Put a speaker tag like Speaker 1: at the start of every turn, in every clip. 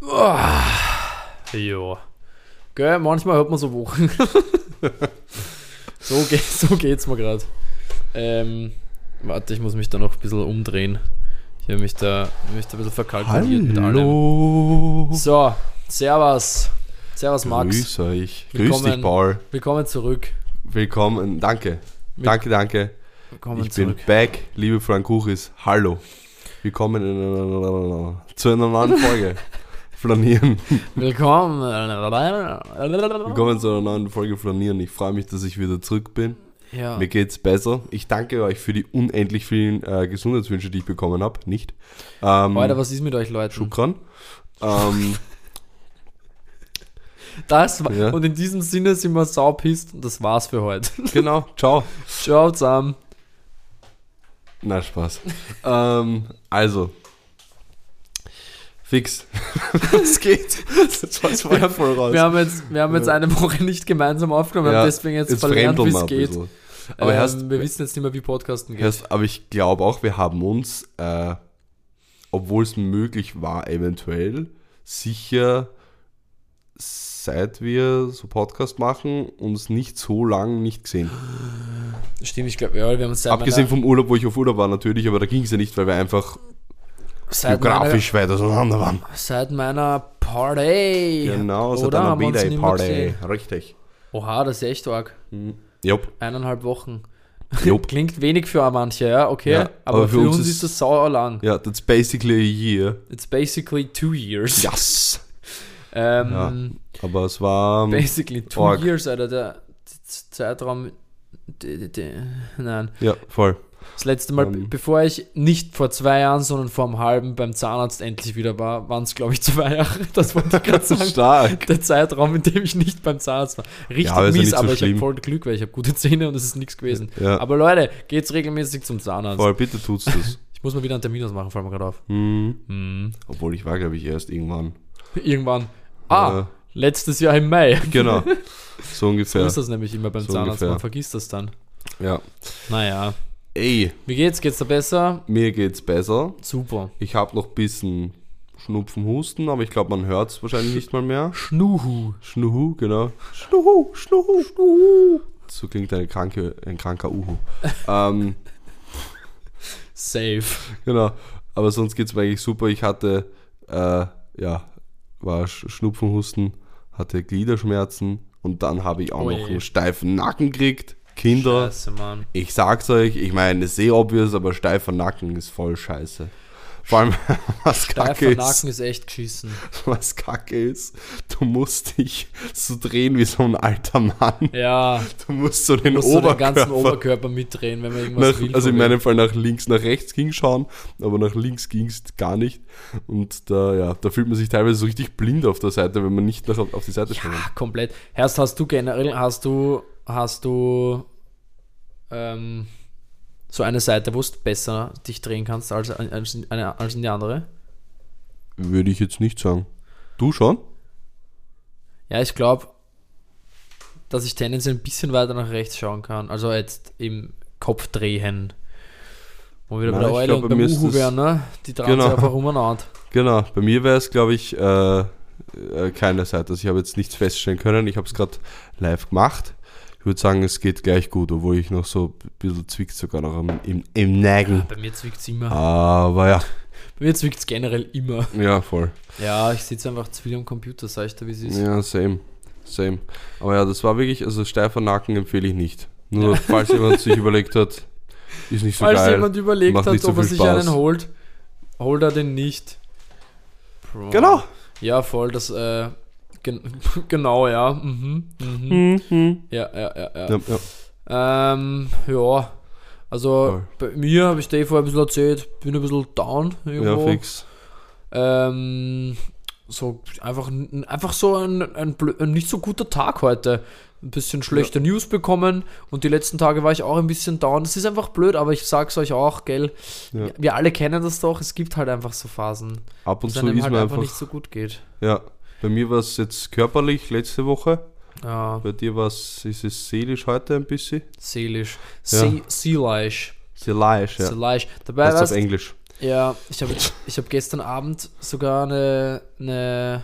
Speaker 1: Oh. Ja. Gell, manchmal hört man so Wochen. so, ge so geht's mir gerade. Ähm, warte, ich muss mich da noch ein bisschen umdrehen. Ich habe mich da, mich da ein bisschen verkalkuliert mit allem.
Speaker 2: Hallo.
Speaker 1: So, servus. Servus, Max.
Speaker 2: Grüß euch. Grüß
Speaker 1: Willkommen.
Speaker 2: dich, Paul.
Speaker 1: Willkommen zurück.
Speaker 2: Willkommen. Danke. Danke, danke.
Speaker 1: Willkommen
Speaker 2: ich
Speaker 1: zurück.
Speaker 2: bin back, liebe Frankuchis. Hallo. Willkommen in, zu einer neuen Folge. Flanieren.
Speaker 1: Willkommen.
Speaker 2: Willkommen zu einer neuen Folge Flanieren. Ich freue mich, dass ich wieder zurück bin.
Speaker 1: Ja.
Speaker 2: Mir geht's besser. Ich danke euch für die unendlich vielen äh, Gesundheitswünsche, die ich bekommen habe. Nicht? Ähm,
Speaker 1: Alter, was ist mit euch, Leuten?
Speaker 2: Schukran. Ähm,
Speaker 1: Das war,
Speaker 2: Ja.
Speaker 1: Und in diesem Sinne sind wir saupisst und das war's für heute.
Speaker 2: genau. Ciao.
Speaker 1: Ciao zusammen.
Speaker 2: Na, Spaß. ähm, also. Fix. Es geht. Das war ja voll raus.
Speaker 1: Wir haben jetzt, wir haben jetzt eine Woche nicht gemeinsam aufgenommen, wir
Speaker 2: Ja,
Speaker 1: haben deswegen jetzt, verlernt,
Speaker 2: fremdeln
Speaker 1: wie
Speaker 2: wir
Speaker 1: es
Speaker 2: ein
Speaker 1: geht.
Speaker 2: bisschen. Aber,
Speaker 1: ähm,
Speaker 2: erst,
Speaker 1: wir wissen jetzt nicht mehr, wie Podcasten geht.
Speaker 2: erst, aber ich glaube auch, wir haben uns, äh, obwohl es möglich war, eventuell, sicher, seit wir so Podcast machen, uns nicht so lang nicht gesehen.
Speaker 1: Stimmt, ich glaube, ja, wir haben seit
Speaker 2: Abgesehen vom Urlaub, wo ich auf Urlaub war natürlich, aber da ging es ja nicht, weil wir einfach
Speaker 1: meiner, seit
Speaker 2: geografisch weit auseinander waren.
Speaker 1: meiner, seit meiner Party.
Speaker 2: Genau, so
Speaker 1: Oder?
Speaker 2: deiner
Speaker 1: Haben wir uns nicht mehr
Speaker 2: B-Day-Party.
Speaker 1: gesehen.
Speaker 2: Richtig.
Speaker 1: Oha, das ist echt arg.
Speaker 2: Jupp.
Speaker 1: Eineinhalb Wochen.
Speaker 2: Jupp.
Speaker 1: Klingt wenig für manche, ja, okay.
Speaker 2: Ja,
Speaker 1: aber, für, uns, ist das sauer lang.
Speaker 2: Ja, that's basically a year.
Speaker 1: It's basically two years.
Speaker 2: Yes.
Speaker 1: Ähm,
Speaker 2: Ja. Aber es war. ähm,
Speaker 1: Basically two
Speaker 2: Org.
Speaker 1: years, Alter. Der Z- Z- Zeitraum. d- d- d- Nein.
Speaker 2: Ja, voll.
Speaker 1: Das letzte Mal,
Speaker 2: Ähm.
Speaker 1: bevor ich nicht vor zwei Jahren, sondern vor einem halben beim Zahnarzt endlich wieder war, waren es, glaube ich, zwei Jahre. Das wollte ich gerade sagen.
Speaker 2: Stark.
Speaker 1: Der Zeitraum, in dem ich nicht beim Zahnarzt war. Richtig
Speaker 2: Ja, aber ist ja
Speaker 1: mies,
Speaker 2: nicht so
Speaker 1: aber ich habe
Speaker 2: schlimm.
Speaker 1: voll Glück, weil ich habe gute Zähne und es ist nichts gewesen.
Speaker 2: Ja.
Speaker 1: Aber Leute, geht's regelmäßig zum Zahnarzt.
Speaker 2: Voll, bitte tut's das.
Speaker 1: Ich muss mal wieder einen Termin ausmachen, fällt mir gerade auf.
Speaker 2: Hm. Obwohl ich war, glaube ich, erst irgendwann.
Speaker 1: Irgendwann. Ah,
Speaker 2: Ja.
Speaker 1: letztes Jahr im Mai.
Speaker 2: Genau. So ungefähr.
Speaker 1: So ist das nämlich immer beim
Speaker 2: So
Speaker 1: Zahnarzt,
Speaker 2: ungefähr.
Speaker 1: man vergisst das dann.
Speaker 2: ja.
Speaker 1: Naja.
Speaker 2: Ey,
Speaker 1: Wie geht's? Geht's da besser?
Speaker 2: mir geht's besser.
Speaker 1: Super.
Speaker 2: Ich habe noch ein bisschen Schnupfen, Husten, aber ich glaube, man hört's wahrscheinlich nicht mal mehr.
Speaker 1: Schnuhu.
Speaker 2: Schnuhu, genau. Schnuhu, Schnuhu, Schnuhu. So klingt eine kranke, ein kranker Uhu. ähm,
Speaker 1: Safe.
Speaker 2: genau. Aber sonst geht's mir eigentlich super. Ich hatte, äh, ja, war Sch- Schnupfenhusten, hatte Gliederschmerzen und dann habe ich auch
Speaker 1: Ui.
Speaker 2: noch einen steifen Nacken gekriegt. Kinder,
Speaker 1: Oh Scheiße, Mann.
Speaker 2: ich sag's euch, ich meine, es ist eh obvious, aber steifer Nacken ist voll scheiße. Vor allem, was kacke
Speaker 1: Steifer
Speaker 2: ist,
Speaker 1: Nacken ist echt geschissen.
Speaker 2: was kacke ist, du musst dich so drehen wie so ein alter Mann.
Speaker 1: Ja,
Speaker 2: Du musst so den
Speaker 1: muss so
Speaker 2: Oberkörper,
Speaker 1: den ganzen Oberkörper mitdrehen, wenn man irgendwas
Speaker 2: nach,
Speaker 1: will.
Speaker 2: also in
Speaker 1: von dem.
Speaker 2: meinem Fall nach links, nach rechts ging schauen, aber nach links ging es gar nicht. Und da, ja, da fühlt man sich teilweise so richtig blind auf der Seite, wenn man nicht nach, auf die Seite schaut.
Speaker 1: Ah, komplett. Herst, hast du generell, hast du, hast du ähm, so eine Seite, wo du besser dich drehen kannst als, als, in- eine, als in die andere?
Speaker 2: Würde ich jetzt nicht sagen. Du schon?
Speaker 1: Ja, ich glaube, dass ich tendenziell ein bisschen weiter nach rechts schauen kann. Also jetzt im Kopf drehen. Wo wir wieder
Speaker 2: Nein,
Speaker 1: bei der
Speaker 2: ich
Speaker 1: Eule
Speaker 2: glaub,
Speaker 1: und
Speaker 2: bei mir
Speaker 1: beim
Speaker 2: ist
Speaker 1: Uhu
Speaker 2: das-
Speaker 1: wären, ne? Die drehen
Speaker 2: Genau.
Speaker 1: sich einfach umeinander.
Speaker 2: Genau, bei mir wäre es, glaube ich, äh, äh, keine Seite. Also ich habe jetzt nichts feststellen können. Ich habe es gerade live gemacht. Ich würde sagen, es geht gleich gut, obwohl ich noch so ein bisschen zwickt sogar noch im, im, im Nägel.
Speaker 1: Bei mir zwickt es immer.
Speaker 2: Aber ja,
Speaker 1: Bei mir zwickt es generell immer.
Speaker 2: Ah. ja, voll.
Speaker 1: Ja, ich sitze einfach zu viel am Computer, sag ich dir, wie es ist.
Speaker 2: Ja, same. Same. Aber ja, das war wirklich, also steifer Nacken empfehle ich nicht. Nur falls jemand sich überlegt hat, ist nicht so
Speaker 1: Falls
Speaker 2: geil.
Speaker 1: jemand überlegt
Speaker 2: Macht
Speaker 1: hat,
Speaker 2: nicht so
Speaker 1: ob er
Speaker 2: viel
Speaker 1: sich
Speaker 2: Spaß.
Speaker 1: einen holt, holt er den nicht. Bro.
Speaker 2: Genau.
Speaker 1: Ja, voll, das, äh, gen genau, ja. Mhm, mhm. Ja, ja, ja, ja.
Speaker 2: Ja, ja.
Speaker 1: Ähm, ja. Also
Speaker 2: Voll.
Speaker 1: bei mir habe ich dir vorher ein bisschen erzählt, bin ein bisschen down
Speaker 2: ja,
Speaker 1: irgendwo.
Speaker 2: fix.
Speaker 1: Ähm, so einfach, n- einfach so ein, ein, blö- ein nicht so guter Tag heute. Ein bisschen schlechte News bekommen und die letzten Tage war ich auch ein bisschen down. Das ist einfach blöd, aber ich sag's euch auch, gell?
Speaker 2: Ja.
Speaker 1: Wir alle kennen das doch, es gibt halt einfach so Phasen,
Speaker 2: Ab und
Speaker 1: wo es
Speaker 2: zu
Speaker 1: einem
Speaker 2: ist
Speaker 1: halt
Speaker 2: man
Speaker 1: einfach
Speaker 2: einfach.
Speaker 1: nicht so gut geht.
Speaker 2: Ja. Bei mir war es jetzt körperlich letzte Woche.
Speaker 1: Ja,
Speaker 2: Bei dir war es, ist es seelisch heute ein bisschen.
Speaker 1: seelisch.
Speaker 2: Ja.
Speaker 1: Ja. Seelisch.
Speaker 2: Seelisch, ja.
Speaker 1: Seelisch. Dabei
Speaker 2: Heißt
Speaker 1: war's,
Speaker 2: auf Englisch.
Speaker 1: Ja, ich habe ich hab gestern Abend sogar eine, eine.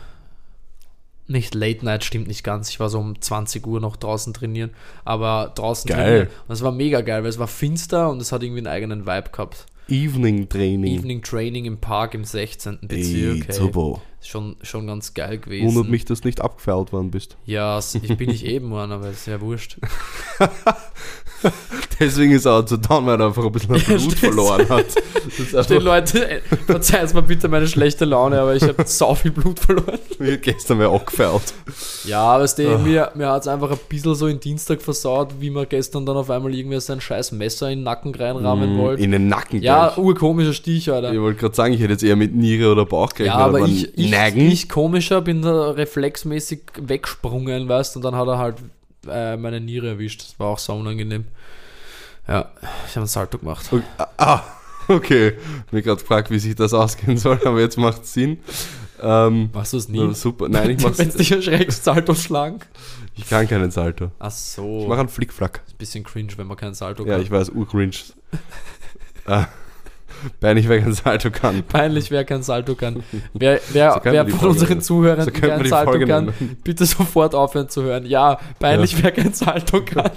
Speaker 1: Nicht Late Night, stimmt nicht ganz. Ich war so um 20 Uhr noch draußen trainieren. Aber draußen
Speaker 2: Geil.
Speaker 1: trainieren. Und es war mega geil, weil es war finster und es hat irgendwie einen eigenen Vibe gehabt.
Speaker 2: Evening Training.
Speaker 1: Evening Training im Park im 16. Bezirk.
Speaker 2: Ey,
Speaker 1: Hey,
Speaker 2: super.
Speaker 1: Schon, schon ganz geil gewesen.
Speaker 2: Wundert mich, dass du nicht abgefeiert worden bist.
Speaker 1: Ja, s- ich bin nicht eben, Mann, aber ist ja wurscht.
Speaker 2: Deswegen ist er auch zu down, weil er einfach ein bisschen an Blut verloren hat. Das ist
Speaker 1: Den
Speaker 2: einfach,
Speaker 1: Leute, ey, verzeiht mal bitte meine schlechte Laune, aber ich habe sau viel Blut verloren.
Speaker 2: wie gestern wäre auch gefeiert.
Speaker 1: Ja, aber weißt
Speaker 2: Ah.
Speaker 1: du, mir, mir hat es einfach ein bisschen so in Dienstag versaut, wie man gestern dann auf einmal irgendwer sein scheiß Messer in den Nacken reinrahmen wollte.
Speaker 2: In den Nacken
Speaker 1: Ja,
Speaker 2: Mm,
Speaker 1: oh,
Speaker 2: gleich.
Speaker 1: urkomischer Stich, Alter.
Speaker 2: Ich wollte gerade sagen, ich hätte jetzt eher mit Niere oder Bauch gerechnet.
Speaker 1: Ja, aber
Speaker 2: man
Speaker 1: ich, ich,
Speaker 2: Nagen.
Speaker 1: ich komischer bin da reflexmäßig weggesprungen, weißt und dann hat er halt äh, meine Niere erwischt. Das war auch so unangenehm. Ja, ich habe einen Salto gemacht.
Speaker 2: Okay, ah, okay. Mir gerade gefragt, wie sich das ausgehen soll, aber jetzt macht es Sinn. Ähm,
Speaker 1: Machst du es nie?
Speaker 2: na, super. Nein, ich,
Speaker 1: Wenn
Speaker 2: mach's,
Speaker 1: es dich erschreckst, Salto schlagen.
Speaker 2: ich kann keinen Salto.
Speaker 1: Ach so.
Speaker 2: Ich mache einen Flickflack.
Speaker 1: Oh. Ist bisschen cringe, wenn man keinen Salto
Speaker 2: Ja,
Speaker 1: kann.
Speaker 2: ich weiß, urcringe. äh, peinlich, wer keinen Salto kann.
Speaker 1: Peinlich, wer keinen Salto kann. Wer, wer,
Speaker 2: So könnten
Speaker 1: wer
Speaker 2: wir die
Speaker 1: von
Speaker 2: Folge
Speaker 1: unseren
Speaker 2: nennen.
Speaker 1: Zuhörern
Speaker 2: So
Speaker 1: so
Speaker 2: könnten wir
Speaker 1: keinen
Speaker 2: die
Speaker 1: Salto
Speaker 2: Folge
Speaker 1: kann,
Speaker 2: nennen.
Speaker 1: bitte sofort aufhören zu hören. Ja, peinlich, wer keinen Salto kann.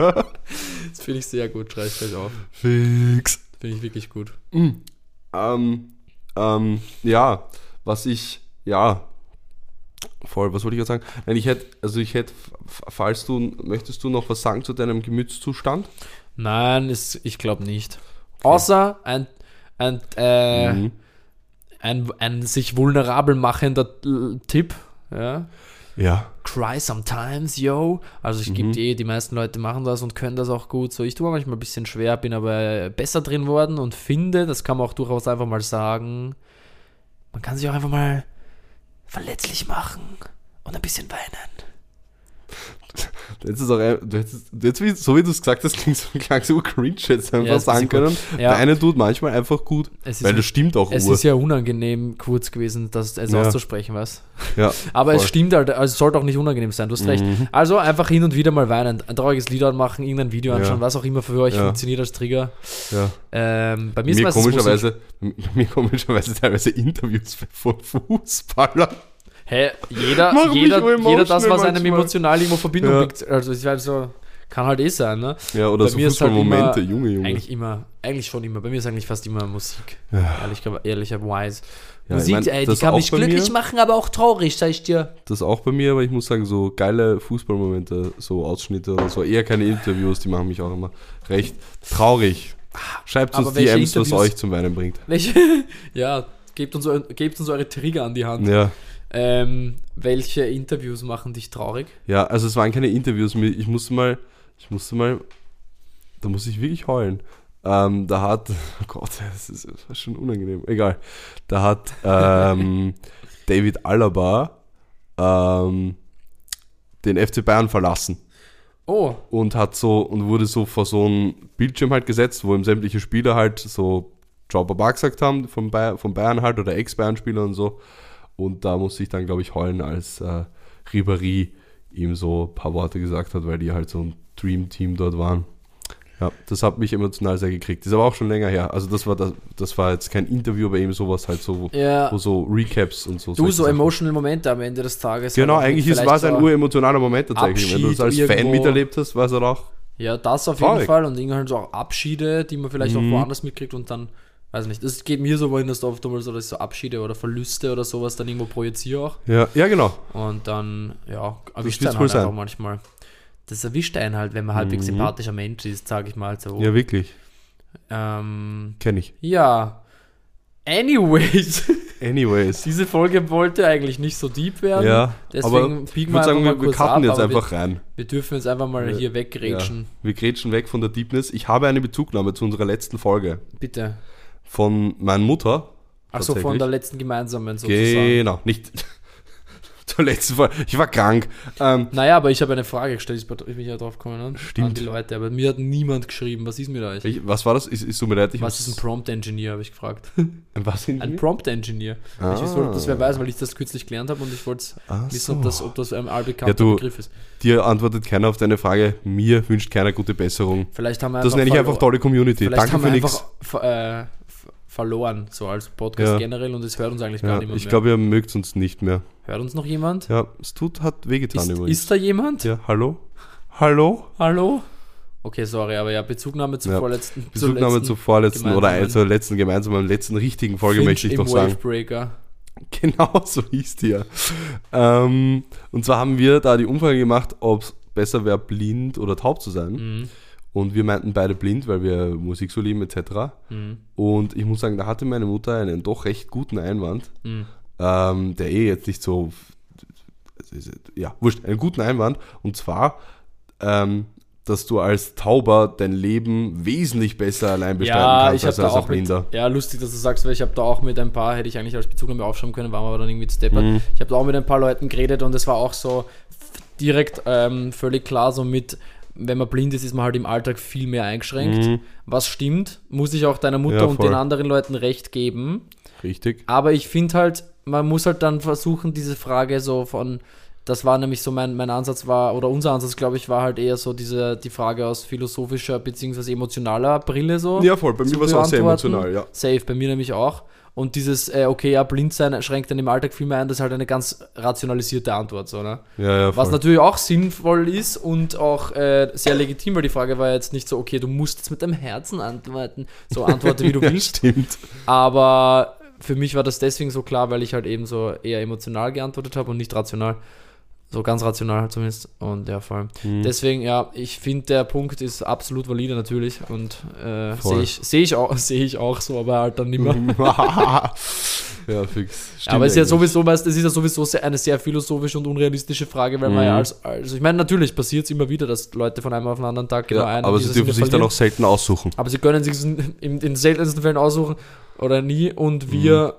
Speaker 1: das finde ich sehr gut, schreibe ich gleich auf.
Speaker 2: Fix.
Speaker 1: Finde ich wirklich gut.
Speaker 2: Ähm, ähm, ja, was ich, ja, voll, was wollte ich jetzt sagen? Nein, ich hätte, also ich hätte, f- falls du, möchtest du noch was sagen zu deinem Gemütszustand?
Speaker 1: Nein, ist, ich glaube nicht. Außer ein, ein, äh,
Speaker 2: Mhm.
Speaker 1: ein, ein sich vulnerabel machender äh, Tipp. Ja.
Speaker 2: Ja.
Speaker 1: Cry sometimes, yo. Also ich
Speaker 2: Mhm.
Speaker 1: gebe dir, die meisten Leute machen das und können das auch gut. So, ich tue mir manchmal ein bisschen schwer, bin aber äh, besser drin worden und finde, das kann man auch durchaus einfach mal sagen, man kann sich auch einfach mal verletzlich machen und ein bisschen weinen.
Speaker 2: Du hättest auch, ein- du hättest, du hättest, wie- so wie du es gesagt hast, klingt so, klang so cringe jetzt einfach
Speaker 1: Ja, ist ein
Speaker 2: sagen
Speaker 1: bisschen
Speaker 2: können.
Speaker 1: gut. Ja.
Speaker 2: Der eine tut manchmal einfach gut,
Speaker 1: Es ist-
Speaker 2: weil das stimmt auch
Speaker 1: Es
Speaker 2: Ur.
Speaker 1: ist ja unangenehm kurz gewesen, das es
Speaker 2: Ja.
Speaker 1: auszusprechen, was?
Speaker 2: Ja,
Speaker 1: Aber es
Speaker 2: voll. Mhm.
Speaker 1: stimmt halt, also es sollte auch nicht unangenehm sein, du hast recht. Also einfach hin und wieder mal weinen, ein trauriges Lied anmachen, irgendein Video
Speaker 2: Ja.
Speaker 1: anschauen, was auch immer für euch
Speaker 2: Ja.
Speaker 1: funktioniert als Trigger.
Speaker 2: ja.
Speaker 1: Ähm, bei mir, ist
Speaker 2: Mir
Speaker 1: meistens Musik.
Speaker 2: komischerweise, bei mir komischerweise teilweise Interviews von Fußballern.
Speaker 1: Hä, jeder,
Speaker 2: Mach mich
Speaker 1: jeder,
Speaker 2: so emotional
Speaker 1: jeder das, was einem
Speaker 2: manchmal.
Speaker 1: emotional irgendwo Verbindung
Speaker 2: Ja.
Speaker 1: liegt. Also ich weiß so, kann halt eh sein, ne?
Speaker 2: Ja, oder
Speaker 1: Bei
Speaker 2: so
Speaker 1: mir ist halt
Speaker 2: Fußballmomente,
Speaker 1: immer-
Speaker 2: Junge, Junge.
Speaker 1: Eigentlich immer, eigentlich schon immer. Bei mir ist eigentlich fast immer Musik. Ehrlich, ehrlicherweise.
Speaker 2: Ja, ich
Speaker 1: Musik,
Speaker 2: mein,
Speaker 1: ey, die
Speaker 2: das
Speaker 1: kann
Speaker 2: auch
Speaker 1: mich
Speaker 2: bei
Speaker 1: glücklich
Speaker 2: mir.
Speaker 1: machen, aber auch traurig, sag ich dir.
Speaker 2: Das auch bei mir, aber ich muss sagen, so geile Fußballmomente, so Ausschnitte oder so, eher keine Interviews, die machen mich auch immer recht traurig. Schreibt
Speaker 1: Aber
Speaker 2: uns
Speaker 1: welche
Speaker 2: DMs, was
Speaker 1: Interviews?
Speaker 2: euch zum Weinen bringt.
Speaker 1: Welche, ja, gebt uns, eu- gebt uns eure Trigger an die Hand.
Speaker 2: Ja,
Speaker 1: Ähm, welche Interviews machen dich traurig?
Speaker 2: ja, also es waren keine Interviews, mir- ich musste mal, ich musste mal, da musste ich wirklich heulen. Ähm, da hat, oh Gott, das ist, das war schon unangenehm, egal. Da hat ähm, David Alaba ähm, den FC Bayern verlassen.
Speaker 1: Oh,
Speaker 2: und hat so und wurde so vor so einen Bildschirm halt gesetzt, wo ihm sämtliche Spieler halt so Ciao Baba gesagt haben, von Bayern, von Bayern halt oder Ex-Bayern-Spieler und so. Und da musste ich dann, glaube ich, heulen, als äh, Ribéry ihm so ein paar Worte gesagt hat, weil die halt so ein Dream-Team dort waren. Ja, das hat mich emotional sehr gekriegt. Ist aber auch schon länger her. Also das war das, das war jetzt kein Interview, aber eben sowas halt so, wo,
Speaker 1: Ja.
Speaker 2: wo so Recaps und so.
Speaker 1: du
Speaker 2: solche
Speaker 1: so
Speaker 2: Sachen.
Speaker 1: emotional Momente am Ende des Tages.
Speaker 2: Genau,
Speaker 1: Vielleicht
Speaker 2: eigentlich ist- war es ein
Speaker 1: so-
Speaker 2: uremotionaler Moment tatsächlich. Wenn du es als
Speaker 1: Abschied
Speaker 2: Fan
Speaker 1: irgendwo.
Speaker 2: miterlebt hast, war es halt auch
Speaker 1: Ja, das auf
Speaker 2: Traurig. Mhm.
Speaker 1: jeden Fall und irgendwie halt so auch Abschiede, die man vielleicht auch woanders mitkriegt und dann, weiß nicht, das geht mir so wohin, dass du oftmals so, dass ich so Abschiede oder Verluste oder sowas dann irgendwo projiziere auch
Speaker 2: Ja, ja genau.
Speaker 1: und dann, ja, erwischt
Speaker 2: wird's
Speaker 1: einen
Speaker 2: wohl
Speaker 1: halt einfach
Speaker 2: sein.
Speaker 1: manchmal. Das erwischt einen halt, wenn man halbwegs sympathischer Mensch ist, sag ich mal so.
Speaker 2: Mhm. Ja, wirklich.
Speaker 1: Ja, ähm,
Speaker 2: Kenne ich.
Speaker 1: ja. anyways,
Speaker 2: Anyways.
Speaker 1: diese Folge wollte eigentlich nicht so deep werden,
Speaker 2: Ja,
Speaker 1: deswegen
Speaker 2: aber ich
Speaker 1: biegen wir
Speaker 2: würde
Speaker 1: einfach
Speaker 2: sagen,
Speaker 1: mal
Speaker 2: wir, wir
Speaker 1: kurz
Speaker 2: cutten
Speaker 1: ab,
Speaker 2: jetzt
Speaker 1: aber
Speaker 2: einfach rein.
Speaker 1: wir, wir dürfen jetzt einfach mal hier wegrätschen,
Speaker 2: Ja. Wir grätschen weg von der Deepness. Ich habe eine Bezugnahme zu unserer letzten Folge
Speaker 1: bitte.
Speaker 2: von meiner Mutter.
Speaker 1: Achso, von
Speaker 2: tatsächlich.
Speaker 1: der letzten gemeinsamen sozusagen.
Speaker 2: Genau, nicht zur letzten Folge. Ich war krank. Ähm,
Speaker 1: Naja, aber ich habe eine Frage gestellt, ich bin ich ja drauf gekommen. Ne?
Speaker 2: Stimmt.
Speaker 1: An die Leute, aber mir hat niemand geschrieben, was ist mit euch?
Speaker 2: ich, was war das? Ist, ist tut mir leid. Ich
Speaker 1: was ist ein
Speaker 2: hab's- Mhm.
Speaker 1: Prompt Engineer, habe ich gefragt.
Speaker 2: was sind
Speaker 1: Ein
Speaker 2: wir?
Speaker 1: Prompt Engineer.
Speaker 2: Ah.
Speaker 1: Ich weiß, ob das wer weiß, weil ich das kürzlich gelernt habe und ich wollte
Speaker 2: Ach
Speaker 1: wissen, ob
Speaker 2: so.
Speaker 1: das, ob das ein allbekannter
Speaker 2: Ja, du-
Speaker 1: Begriff ist.
Speaker 2: Dir antwortet keiner auf deine Frage. Mir wünscht keiner gute Besserung.
Speaker 1: Vielleicht haben wir
Speaker 2: Das nenne ich einfach tolle Community.
Speaker 1: Vielleicht
Speaker 2: Danke
Speaker 1: haben
Speaker 2: für
Speaker 1: wir
Speaker 2: nichts.
Speaker 1: einfach ver- äh, ver- verloren, so als Podcast
Speaker 2: Ja.
Speaker 1: generell und es hört uns eigentlich gar
Speaker 2: Ja,
Speaker 1: niemand
Speaker 2: ich
Speaker 1: mehr.
Speaker 2: glaube, ihr mögt uns nicht mehr.
Speaker 1: hört uns noch jemand?
Speaker 2: Ja, es tut, hat wehgetan
Speaker 1: Ist,
Speaker 2: übrigens.
Speaker 1: ist da jemand?
Speaker 2: ja, hallo? Hallo?
Speaker 1: Hallo? Okay, sorry, aber ja, Bezugnahme zur
Speaker 2: Ja.
Speaker 1: vorletzten.
Speaker 2: Bezugnahme zur vorletzten oder ein,
Speaker 1: gemeinsamen-
Speaker 2: zur letzten gemeinsamen, letzten richtigen Folge
Speaker 1: Finch
Speaker 2: möchte ich
Speaker 1: im
Speaker 2: noch sagen.
Speaker 1: Wavebreaker.
Speaker 2: Genau so hieß die ja. Ähm, und zwar haben wir da die Umfrage gemacht, ob es besser wäre, blind oder taub zu sein.
Speaker 1: Mhm.
Speaker 2: Und wir meinten beide blind, weil wir Musik so lieben etc.
Speaker 1: Mhm.
Speaker 2: Und ich muss sagen, da hatte meine Mutter einen doch recht guten Einwand,
Speaker 1: Mhm.
Speaker 2: ähm, der eh jetzt nicht so, ja, wurscht, einen guten Einwand. Und zwar, ähm, dass du als Tauber dein Leben wesentlich besser allein bestreiten
Speaker 1: Ja,
Speaker 2: kannst also
Speaker 1: ich habe
Speaker 2: als
Speaker 1: da
Speaker 2: als ein
Speaker 1: auch mit,
Speaker 2: Blinder.
Speaker 1: Ja, lustig, dass du sagst, weil ich habe da auch mit ein paar, hätte ich eigentlich als Bezugnahme aufschreiben können, waren wir aber dann irgendwie zu deppert.
Speaker 2: Mhm.
Speaker 1: Ich habe da auch mit ein paar Leuten geredet und es war auch so f- direkt ähm, völlig klar, so mit, wenn man blind ist, ist man halt im Alltag viel mehr eingeschränkt. Was stimmt, muss ich auch deiner Mutter
Speaker 2: Mhm. Ja,
Speaker 1: und
Speaker 2: voll.
Speaker 1: den anderen Leuten recht geben.
Speaker 2: Richtig.
Speaker 1: Aber ich finde halt, man muss halt dann versuchen, diese Frage so von, das war nämlich so mein, mein Ansatz war, oder unser Ansatz, glaube ich, war halt eher so diese, die Frage aus philosophischer bzw. emotionaler Brille so.
Speaker 2: Ja, voll, bei mir
Speaker 1: zu
Speaker 2: war es auch sehr
Speaker 1: beantworten.
Speaker 2: emotional, ja.
Speaker 1: Safe, bei mir nämlich auch. Und dieses, äh, okay, ja, blind sein schränkt dann im Alltag viel mehr ein, das ist halt eine ganz rationalisierte Antwort, so, ne?
Speaker 2: Ja, ja,
Speaker 1: Was
Speaker 2: voll.
Speaker 1: natürlich auch sinnvoll ist und auch äh, sehr legitim, weil die Frage war jetzt nicht so, okay, du musst jetzt mit deinem Herzen antworten, so antworte, wie du
Speaker 2: ja,
Speaker 1: willst.
Speaker 2: Stimmt.
Speaker 1: Aber für mich war das deswegen so klar, weil ich halt eben so eher emotional geantwortet habe und nicht rational. So ganz rational halt zumindest. Und ja, vor allem.
Speaker 2: Mhm.
Speaker 1: Deswegen, ja, ich finde, der Punkt ist absolut valide natürlich. Und äh,
Speaker 2: Voll.
Speaker 1: sehe ich, seh ich, auch- seh ich auch so, aber halt dann nimmer.
Speaker 2: ja, fix. Stimmt
Speaker 1: aber es ist ja
Speaker 2: eigentlich.
Speaker 1: sowieso, weißt, es ist ja sowieso sehr- eine sehr philosophische und unrealistische Frage, weil man
Speaker 2: Mhm.
Speaker 1: ja als, also ich meine, natürlich passiert es immer wieder, dass Leute von einem auf den anderen Tag
Speaker 2: Ja,
Speaker 1: einen
Speaker 2: aber
Speaker 1: und
Speaker 2: sie
Speaker 1: dieses
Speaker 2: dürfen
Speaker 1: wieder
Speaker 2: sich dann
Speaker 1: verlieren.
Speaker 2: auch selten aussuchen.
Speaker 1: Aber sie können sich in, in den seltensten Fällen aussuchen oder nie. Und wir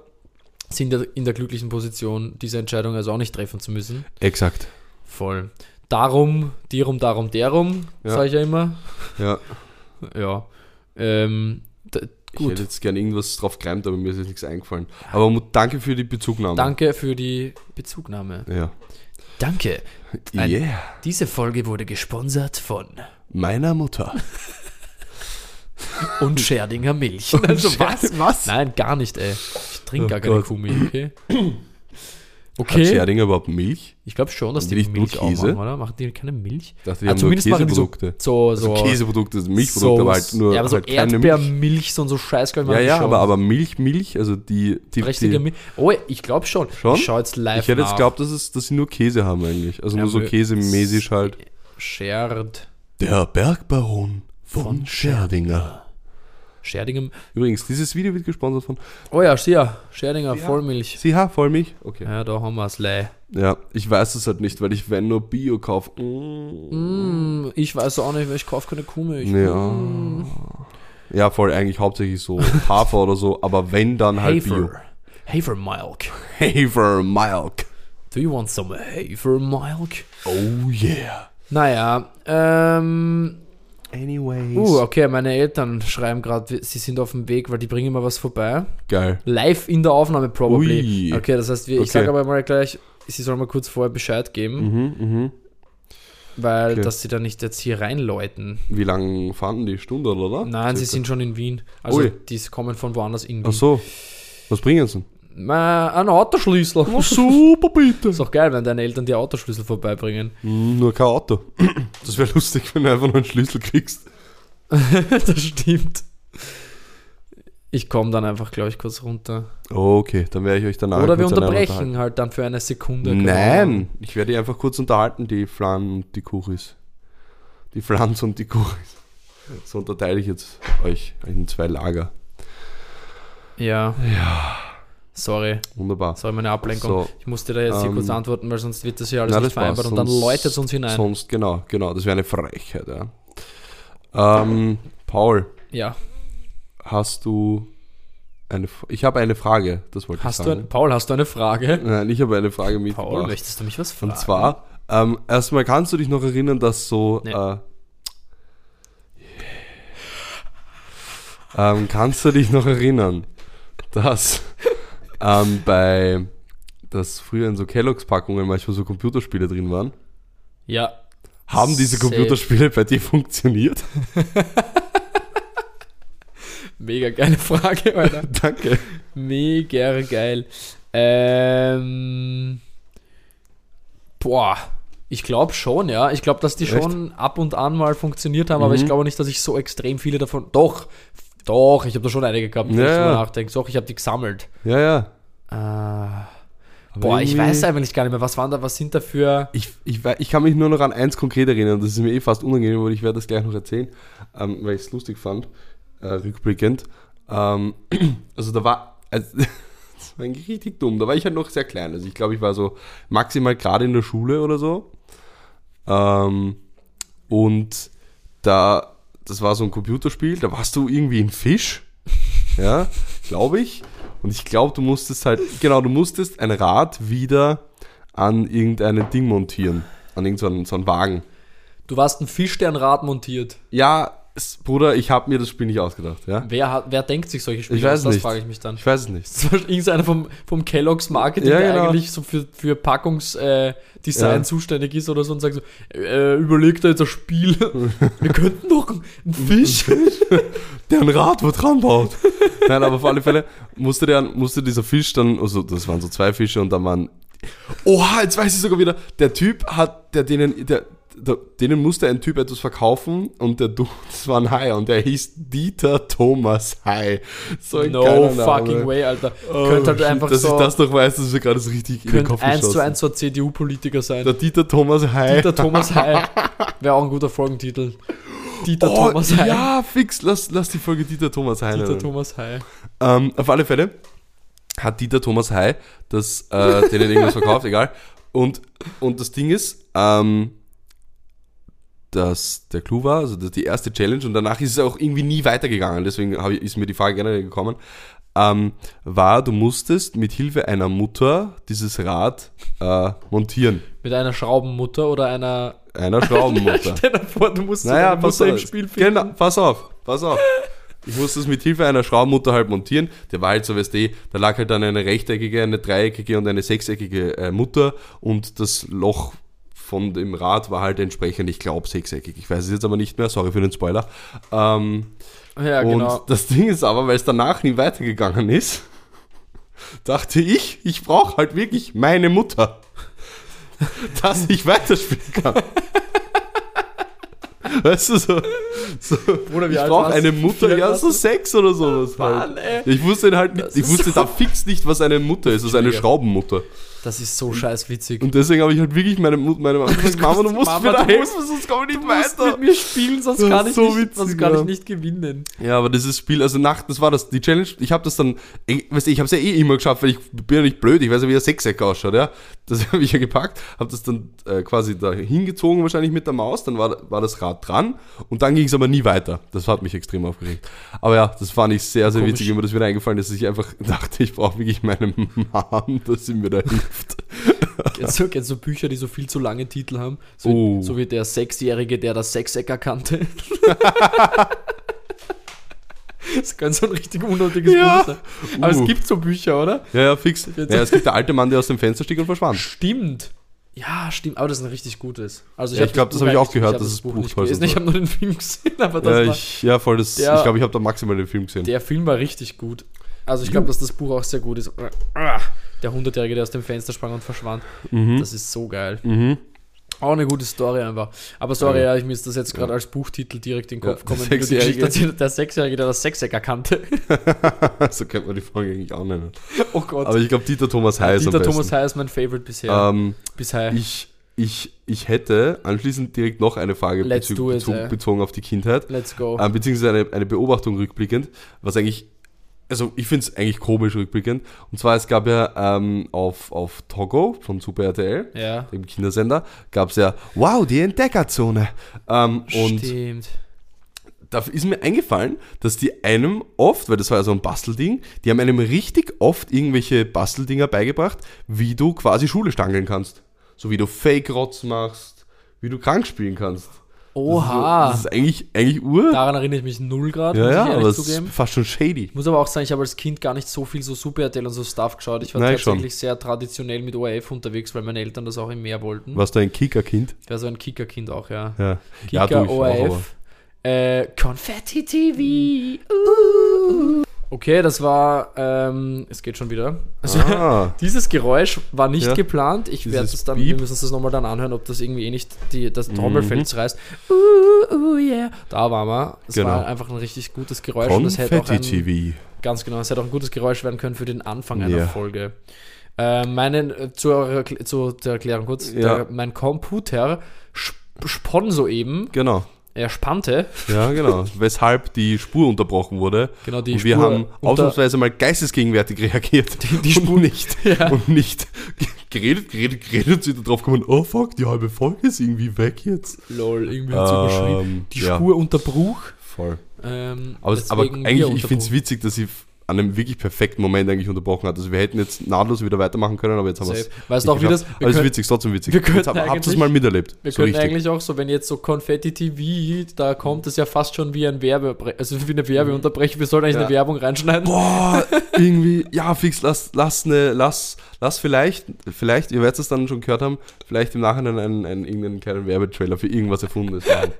Speaker 1: sind ja in der glücklichen Position, diese Entscheidung also auch nicht treffen zu müssen.
Speaker 2: Exakt.
Speaker 1: Voll. Darum, dirum, darum, derum,
Speaker 2: Ja.
Speaker 1: sage ich ja immer.
Speaker 2: Ja.
Speaker 1: Ja. Ähm, d-
Speaker 2: Ich
Speaker 1: gut.
Speaker 2: hätte jetzt gern irgendwas drauf gereimt, aber mir ist jetzt nichts eingefallen. Aber mu- danke für die Bezugnahme.
Speaker 1: Danke für die Bezugnahme.
Speaker 2: Ja.
Speaker 1: Danke. Ein-
Speaker 2: Yeah.
Speaker 1: Diese Folge wurde gesponsert von
Speaker 2: Meiner Mutter.
Speaker 1: Unscherdinger Milch. Also was?
Speaker 2: Was?
Speaker 1: Nein, gar nicht, ey. Ich trinke
Speaker 2: Oh
Speaker 1: gar keine
Speaker 2: Gott.
Speaker 1: Kuhmilch, okay?
Speaker 2: Hat
Speaker 1: Okay.
Speaker 2: Scherding überhaupt Milch?
Speaker 1: Ich glaube schon, dass die
Speaker 2: Nicht nur
Speaker 1: Milch auch
Speaker 2: Käse?
Speaker 1: machen, oder? Machen die keine Milch?
Speaker 2: Ich dachte, die
Speaker 1: Ah,
Speaker 2: haben nur
Speaker 1: machen die so-
Speaker 2: Käseprodukte.
Speaker 1: So, so.
Speaker 2: Also Käseprodukte sind Milchprodukte, aber halt nur
Speaker 1: ja, aber so
Speaker 2: halt keine Milch.
Speaker 1: Erdbeermilch so und so Scheiß, glaube ich,
Speaker 2: Ja,
Speaker 1: machen die
Speaker 2: ja,
Speaker 1: schon.
Speaker 2: aber, aber Milch, Milch, also die... die,
Speaker 1: Richtige
Speaker 2: die
Speaker 1: Milch. Oh, ich glaube schon.
Speaker 2: Schon?
Speaker 1: Ich schau jetzt live
Speaker 2: ich hätte jetzt
Speaker 1: nach.
Speaker 2: geglaubt, dass, es, dass sie nur Käse haben eigentlich. Also nur so
Speaker 1: aber-
Speaker 2: käsemäßig halt.
Speaker 1: Scherd.
Speaker 2: Der Bergbaron
Speaker 1: Von
Speaker 2: Scherdinger.
Speaker 1: Scherdingen.
Speaker 2: Übrigens, dieses Video wird gesponsert von
Speaker 1: Oh ja, Sia. Scherdinger,
Speaker 2: Sia.
Speaker 1: Vollmilch.
Speaker 2: CH Vollmilch. Okay.
Speaker 1: Ja, da haben wir es.
Speaker 2: Ja, ich weiß es halt nicht, weil ich wenn nur Bio kaufe. Mm.
Speaker 1: Mm, ich weiß auch nicht, weil ich kaufe keine Kuhmilch. Hm.
Speaker 2: Ja. Ja, voll eigentlich hauptsächlich so Hafer oder so, aber wenn dann halt Bio.
Speaker 1: Hafer. Hafer Milk.
Speaker 2: Hafer Milk.
Speaker 1: Do you want some Hafer Milk?
Speaker 2: Oh yeah.
Speaker 1: Naja, ähm,
Speaker 2: Anyways.
Speaker 1: Uh, okay, meine Eltern schreiben gerade, sie sind auf dem Weg, weil die bringen mir was vorbei.
Speaker 2: Geil.
Speaker 1: Live in der Aufnahme, probably.
Speaker 2: Ui.
Speaker 1: Okay, das heißt, wir, ich
Speaker 2: Okay.
Speaker 1: sage aber mal gleich, sie sollen mal kurz vorher Bescheid geben,
Speaker 2: Mhm, mhm.
Speaker 1: weil
Speaker 2: Okay.
Speaker 1: dass sie dann nicht jetzt hier reinläuten.
Speaker 2: Wie lange fahren die? Stunde oder?
Speaker 1: Nein, sie
Speaker 2: Circa.
Speaker 1: sind schon in Wien. Also,
Speaker 2: Ui.
Speaker 1: die kommen von woanders in Wien.
Speaker 2: Ach so. Was bringen sie denn?
Speaker 1: Ma- Ein Autoschlüssel.
Speaker 2: super, bitte.
Speaker 1: Ist doch geil, wenn deine Eltern dir Autoschlüssel vorbeibringen.
Speaker 2: Hm, nur kein Auto. Das wäre lustig, wenn du einfach nur einen Schlüssel kriegst.
Speaker 1: das stimmt. Ich komme dann einfach, glaube ich, kurz runter.
Speaker 2: Okay, dann werde ich euch danach
Speaker 1: Oder wir
Speaker 2: kurz einmal
Speaker 1: unterbrechen halt dann für eine Sekunde. genau.
Speaker 2: unterhalten.
Speaker 1: keine Ahnung.
Speaker 2: Nein, ich werde die einfach kurz unterhalten, die Flan und die Kuchis. Die Flans und die Kuchis. So unterteile ich jetzt euch in zwei Lager.
Speaker 1: Ja. Ja. Sorry.
Speaker 2: Wunderbar.
Speaker 1: Sorry, meine Ablenkung.
Speaker 2: So.
Speaker 1: Ich musste da jetzt hier
Speaker 2: Ähm,
Speaker 1: kurz antworten, weil sonst wird das hier alles
Speaker 2: Na,
Speaker 1: nicht
Speaker 2: das war's.
Speaker 1: vereinbart und dann
Speaker 2: Sonst-
Speaker 1: läutet es uns hinein.
Speaker 2: Sonst, genau, genau, das wäre eine Frechheit, ja. Ähm, Paul,
Speaker 1: Ja.
Speaker 2: hast du eine F Ich habe eine Frage, das wollte
Speaker 1: Hast
Speaker 2: ich
Speaker 1: du ein,
Speaker 2: sagen.
Speaker 1: Paul, hast du eine Frage?
Speaker 2: Nein, ich habe eine Frage mitgebracht.
Speaker 1: Paul, möchtest du mich was fragen?
Speaker 2: Und zwar, ähm, erstmal kannst du dich noch erinnern, dass so.
Speaker 1: Nee.
Speaker 2: Äh, ähm, kannst du dich noch erinnern, dass ähm, bei. dass früher in so Kelloggs-Packungen manchmal so Computerspiele drin waren?
Speaker 1: Ja.
Speaker 2: Haben diese
Speaker 1: Safe.
Speaker 2: Computerspiele bei dir funktioniert?
Speaker 1: Mega geile Frage, Alter.
Speaker 2: Danke.
Speaker 1: Mega geil. Ähm, boah, ich glaube schon, ja. Ich glaube, dass die
Speaker 2: Echt? Mhm.
Speaker 1: schon ab und an mal funktioniert haben, aber ich glaube nicht, dass ich so extrem viele davon. Doch, doch, ich habe da schon einige gehabt, wenn
Speaker 2: Ja,
Speaker 1: ich drüber
Speaker 2: ja.
Speaker 1: nachdenke. Doch, ich habe die gesammelt.
Speaker 2: Ja, ja.
Speaker 1: Ah,
Speaker 2: Aber
Speaker 1: boah, ich
Speaker 2: irgendwie-
Speaker 1: weiß eigentlich gar nicht mehr, was waren da, was sind da für.
Speaker 2: Ich, ich, wei- ich kann mich nur noch an eins konkret erinnern, das ist mir eh fast unangenehm, aber ich werde das gleich noch erzählen, ähm, weil ich es lustig fand, äh, rückblickend. Ähm, also da war, also, das war eigentlich richtig dumm, da war ich halt noch sehr klein, also ich glaube, ich war so maximal gerade in der Schule oder so. Ähm, und da, das war so ein Computerspiel, da warst du irgendwie ein Fisch, ja, glaube ich. Und ich glaube, du musstest halt, genau, du musstest ein Rad wieder an irgendein Ding montieren, an irgendeinen so einen Wagen.
Speaker 1: Du warst ein Fisch, der ein Rad montiert.
Speaker 2: Ja, s- Bruder, ich habe mir das Spiel nicht ausgedacht, ja.
Speaker 1: Wer, hat, wer denkt sich solche Spiele?
Speaker 2: Ich weiß
Speaker 1: aus? das
Speaker 2: nicht.
Speaker 1: frage ich mich dann.
Speaker 2: Ich weiß es nicht.
Speaker 1: Das war irgendeiner vom, vom Kellogg's Marketing,
Speaker 2: Ja,
Speaker 1: der
Speaker 2: genau.
Speaker 1: eigentlich so für, für Packungsdesign äh, Design
Speaker 2: Ja.
Speaker 1: zuständig ist oder so und sagt so, äh, überlegt da jetzt ein Spiel, wir könnten doch einen Fisch.
Speaker 2: Der ein Rad wo dran baut. Nein, aber auf alle Fälle musste, der, musste dieser Fisch dann, also das waren so zwei Fische und dann waren. Oha, jetzt weiß ich sogar wieder. Der Typ hat, der denen, der, der, denen musste ein Typ etwas verkaufen und der Dude, das war ein Hai und der hieß Dieter Thomas Hai. So ein
Speaker 1: no
Speaker 2: geiler Name.
Speaker 1: fucking way, Alter.
Speaker 2: Oh,
Speaker 1: Könnt halt
Speaker 2: shit,
Speaker 1: einfach
Speaker 2: dass
Speaker 1: so,
Speaker 2: ich das noch weiß, das ist mir gerade so richtig in den
Speaker 1: könnt
Speaker 2: Kopf
Speaker 1: eins zu
Speaker 2: geschossen.
Speaker 1: eins so ein CDU-Politiker sein.
Speaker 2: Der Dieter Thomas Hai.
Speaker 1: Äh, Dieter Thomas Hai. Wäre auch ein guter Folgentitel. Dieter
Speaker 2: oh,
Speaker 1: Thomas Hai.
Speaker 2: Ja, fix, lass, lass die Folge Dieter Thomas Hai.
Speaker 1: Dieter
Speaker 2: nennen.
Speaker 1: Thomas Hai.
Speaker 2: ähm, auf alle Fälle hat Dieter Thomas Hai das, äh, denen irgendwas verkauft, egal. Und, und das Ding ist, ähm, dass der Clou war, also das- die erste Challenge und danach ist es auch irgendwie nie weitergegangen, deswegen hab ich, ist mir die Frage generell gekommen, ähm, war, du musstest mit Hilfe einer Mutter dieses Rad äh, montieren.
Speaker 1: Mit einer Schraubenmutter oder einer...
Speaker 2: Einer Schraubenmutter.
Speaker 1: Stell dir vor, du musst
Speaker 2: Naja,
Speaker 1: deine
Speaker 2: pass
Speaker 1: Mutter
Speaker 2: auf.
Speaker 1: im Spiel finden.
Speaker 2: genau, pass auf, pass auf. Ich musste es mit Hilfe einer Schraubenmutter halt montieren. Der war halt so, weißt du, da lag halt dann eine rechteckige, eine dreieckige und eine sechseckige äh, Mutter und das Loch von dem Rad war halt entsprechend, ich glaube, sechseckig. Ich weiß es jetzt aber nicht mehr, sorry für den Spoiler. Ähm,
Speaker 1: Ja, genau.
Speaker 2: und das Ding ist aber, weil es danach nie weitergegangen ist, dachte ich, ich brauche halt wirklich meine Mutter, dass ich weiterspielen kann. Weißt du, so, so
Speaker 1: Bruder, wie
Speaker 2: ich
Speaker 1: alt
Speaker 2: brauche
Speaker 1: warst
Speaker 2: eine
Speaker 1: du?
Speaker 2: Mutter,
Speaker 1: Wie alt
Speaker 2: ja,
Speaker 1: warst
Speaker 2: so
Speaker 1: du?
Speaker 2: sechs oder sowas
Speaker 1: Mann, ey.
Speaker 2: halt. Ich wusste halt nicht,
Speaker 1: Das
Speaker 2: ich
Speaker 1: ist
Speaker 2: wusste
Speaker 1: so-
Speaker 2: da fix nicht, was eine Mutter ist, das ist eine
Speaker 1: Mega.
Speaker 2: Schraubenmutter.
Speaker 1: Das ist so scheiß witzig.
Speaker 2: Und deswegen habe ich halt wirklich meine Mutter, meine Mama gesagt, Mama, du musst
Speaker 1: Mama,
Speaker 2: mir da
Speaker 1: du
Speaker 2: helfen, sonst komme ich nicht weiter.
Speaker 1: mir spielen, sonst
Speaker 2: Das ist so witzig, ja.
Speaker 1: nicht gewinnen.
Speaker 2: Ja, aber dieses Spiel, also Nacht, das war das, die Challenge, ich habe das dann, ich, weißt du, ich habe es ja eh immer geschafft, weil ich bin ja nicht blöd, ich weiß ja, wie der Sechseck ausschaut, ja. Das habe ich ja gepackt, habe das dann äh, quasi da hingezogen, wahrscheinlich mit der Maus, dann war, war das Rad dran und dann ging es aber nie weiter. Das hat mich extrem aufgeregt. Aber ja, das fand ich sehr, sehr
Speaker 1: Komisch.
Speaker 2: witzig, mir das wieder eingefallen, dass ich einfach dachte, ich brauche wirklich meine Mom, dass sie mir da hilft.
Speaker 1: Kennst du, kennst du Bücher, die so viel zu lange Titel haben? So,
Speaker 2: Oh.
Speaker 1: so wie der Sechsjährige, der das Sechseck erkannte. das kann so ein richtig unnötiges
Speaker 2: Ja.
Speaker 1: Buch sein. Aber
Speaker 2: Uh.
Speaker 1: es gibt so Bücher, oder?
Speaker 2: Ja, ja, fix. Ja, es gibt der alte Mann, der aus dem Fenster stieg und verschwand.
Speaker 1: Stimmt. Ja, stimmt. Aber das ist ein richtig gutes. Also
Speaker 2: Ja,
Speaker 1: hab
Speaker 2: ich glaub, das
Speaker 1: Buch
Speaker 2: hab ich auch
Speaker 1: eigentlich-
Speaker 2: gehört,
Speaker 1: hab
Speaker 2: dass
Speaker 1: das
Speaker 2: es
Speaker 1: Buch
Speaker 2: Buch
Speaker 1: nicht
Speaker 2: toll ist
Speaker 1: gelesen.
Speaker 2: und
Speaker 1: Ich habe nur den Film gesehen, aber das
Speaker 2: Ja,
Speaker 1: war,
Speaker 2: ich, ja, voll, das,
Speaker 1: Der-
Speaker 2: ich glaube, ich habe da maximal den Film gesehen.
Speaker 1: der Film war richtig gut. Also ich glaube, dass das Buch auch sehr gut ist. Der Hundertjährige, der aus dem Fenster sprang und verschwand. Das ist so geil.
Speaker 2: Mhm.
Speaker 1: Auch eine gute Story einfach. Aber sorry, ja, ich mir ist das jetzt gerade als Buchtitel direkt in den
Speaker 2: Ja,
Speaker 1: Kopf
Speaker 2: der
Speaker 1: kommen. wie du die
Speaker 2: Sechsjährige.
Speaker 1: Geschichte erzählt hast, Der Sechsjährige, der das Sechseck erkannte.
Speaker 2: So könnte Also man die Folge eigentlich auch nennen.
Speaker 1: Oh Gott.
Speaker 2: Aber ich glaube, Dieter Thomas Heiß
Speaker 1: Dieter
Speaker 2: am besten.
Speaker 1: Thomas Heyer ist mein Favorite bisher.
Speaker 2: Ähm,
Speaker 1: bisher.
Speaker 2: ich, ich, ich hätte anschließend direkt noch eine Frage
Speaker 1: Let's do it, ey.
Speaker 2: bezogen auf die Kindheit,
Speaker 1: Let's go.
Speaker 2: ähm, beziehungsweise eine, eine Beobachtung rückblickend, was eigentlich, also ich finde es eigentlich komisch rückblickend. Und zwar, es gab ja ähm, auf, auf Togo von Super RTL,
Speaker 1: ja.
Speaker 2: dem Kindersender, gab es ja, wow, die Entdeckerzone. Ähm, und
Speaker 1: Stimmt.
Speaker 2: da ist mir eingefallen, dass die einem oft, weil das war ja so ein Bastelding, die haben einem richtig oft irgendwelche Basteldinger beigebracht, wie du quasi Schule stangeln kannst. So wie du Fake-Rotz machst, wie du krank spielen kannst.
Speaker 1: Oha.
Speaker 2: Das ist, so, das ist eigentlich, eigentlich Ur.
Speaker 1: Daran erinnere ich mich null Grad,
Speaker 2: ja,
Speaker 1: muss
Speaker 2: ja,
Speaker 1: ich
Speaker 2: aber
Speaker 1: ehrlich
Speaker 2: es ist
Speaker 1: zugeben.
Speaker 2: fast schon shady.
Speaker 1: Ich muss aber auch sagen, ich habe als Kind gar nicht so viel so Super RTL und so Stuff geschaut. Ich war
Speaker 2: Nein, ich schon.
Speaker 1: tatsächlich sehr traditionell mit ORF unterwegs, weil meine Eltern das auch im Meer wollten.
Speaker 2: Warst du ein Kicker-Kind?
Speaker 1: Ich war so ein Kicker-Kind auch, ja.
Speaker 2: Ja,
Speaker 1: Kicker,
Speaker 2: du, ich auch, aber-
Speaker 1: ORF. Äh, Konfetti TV.
Speaker 2: Mhm.
Speaker 1: Uh. Okay, das war. Ähm, es geht schon wieder. Also,
Speaker 2: Ah.
Speaker 1: Dieses Geräusch war nicht
Speaker 2: Ja.
Speaker 1: geplant. Ich werde
Speaker 2: Dieses
Speaker 1: es dann. Wir
Speaker 2: Piep. Mhm.
Speaker 1: müssen uns das nochmal dann anhören, ob das irgendwie eh nicht die, das Trommelfeld zerreißt. Uh, uh, yeah. Da waren wir. Es
Speaker 2: Genau.
Speaker 1: war einfach ein richtig gutes Geräusch. und es hätte auch
Speaker 2: Konfetti
Speaker 1: ein,
Speaker 2: TV.
Speaker 1: Ganz genau, es hätte auch ein gutes Geräusch werden können für den Anfang einer
Speaker 2: Ja.
Speaker 1: Folge. Äh, meinen, äh, zur, zu der Erklärung kurz,
Speaker 2: Ja.
Speaker 1: der, mein Computer sp spann soeben,
Speaker 2: Genau.
Speaker 1: er spannte,
Speaker 2: Ja, genau. Weshalb die Spur unterbrochen wurde.
Speaker 1: Genau, die
Speaker 2: und wir
Speaker 1: Spur
Speaker 2: haben
Speaker 1: unter-
Speaker 2: ausnahmsweise mal geistesgegenwärtig reagiert. Die, Spur nicht.
Speaker 1: Ja.
Speaker 2: Und nicht geredet, geredet, geredet und sind dann drauf gekommen, oh fuck, die halbe Folge ist irgendwie weg jetzt.
Speaker 1: lol, irgendwie hat überschrieben,
Speaker 2: Ähm,
Speaker 1: die
Speaker 2: ja.
Speaker 1: Spur unterbruch.
Speaker 2: Voll.
Speaker 1: Ähm,
Speaker 2: Aber, aber
Speaker 1: deswegen wir
Speaker 2: eigentlich, ich finde es
Speaker 1: unterbrochen.
Speaker 2: witzig, dass sie f- an einem wirklich perfekten Moment eigentlich unterbrochen hat. Also wir hätten jetzt nahtlos wieder weitermachen können, aber jetzt haben wir es.
Speaker 1: Safe. Weißt du auch, wie das- wir
Speaker 2: Aber Also es ist
Speaker 1: können-
Speaker 2: witzig, ist trotzdem witzig.
Speaker 1: wir könnten
Speaker 2: jetzt hab, habt ihr es
Speaker 1: eigentlich-
Speaker 2: mal miterlebt.
Speaker 1: Wir
Speaker 2: so
Speaker 1: können
Speaker 2: richtig.
Speaker 1: eigentlich auch so, wenn jetzt so Konfetti TV, da kommt es ja fast schon wie ein Werbe, also wie eine Werbeunterbrechung, wir sollten eigentlich eine
Speaker 2: Ja.
Speaker 1: Werbung reinschneiden.
Speaker 2: Boah, irgendwie, ja, fix, lass, lass, ne, lass, lass vielleicht, vielleicht, ihr werdet es dann schon gehört haben, vielleicht im Nachhinein einen, einen, irgendeinen kleinen Werbetrailer für irgendwas erfundenes machen.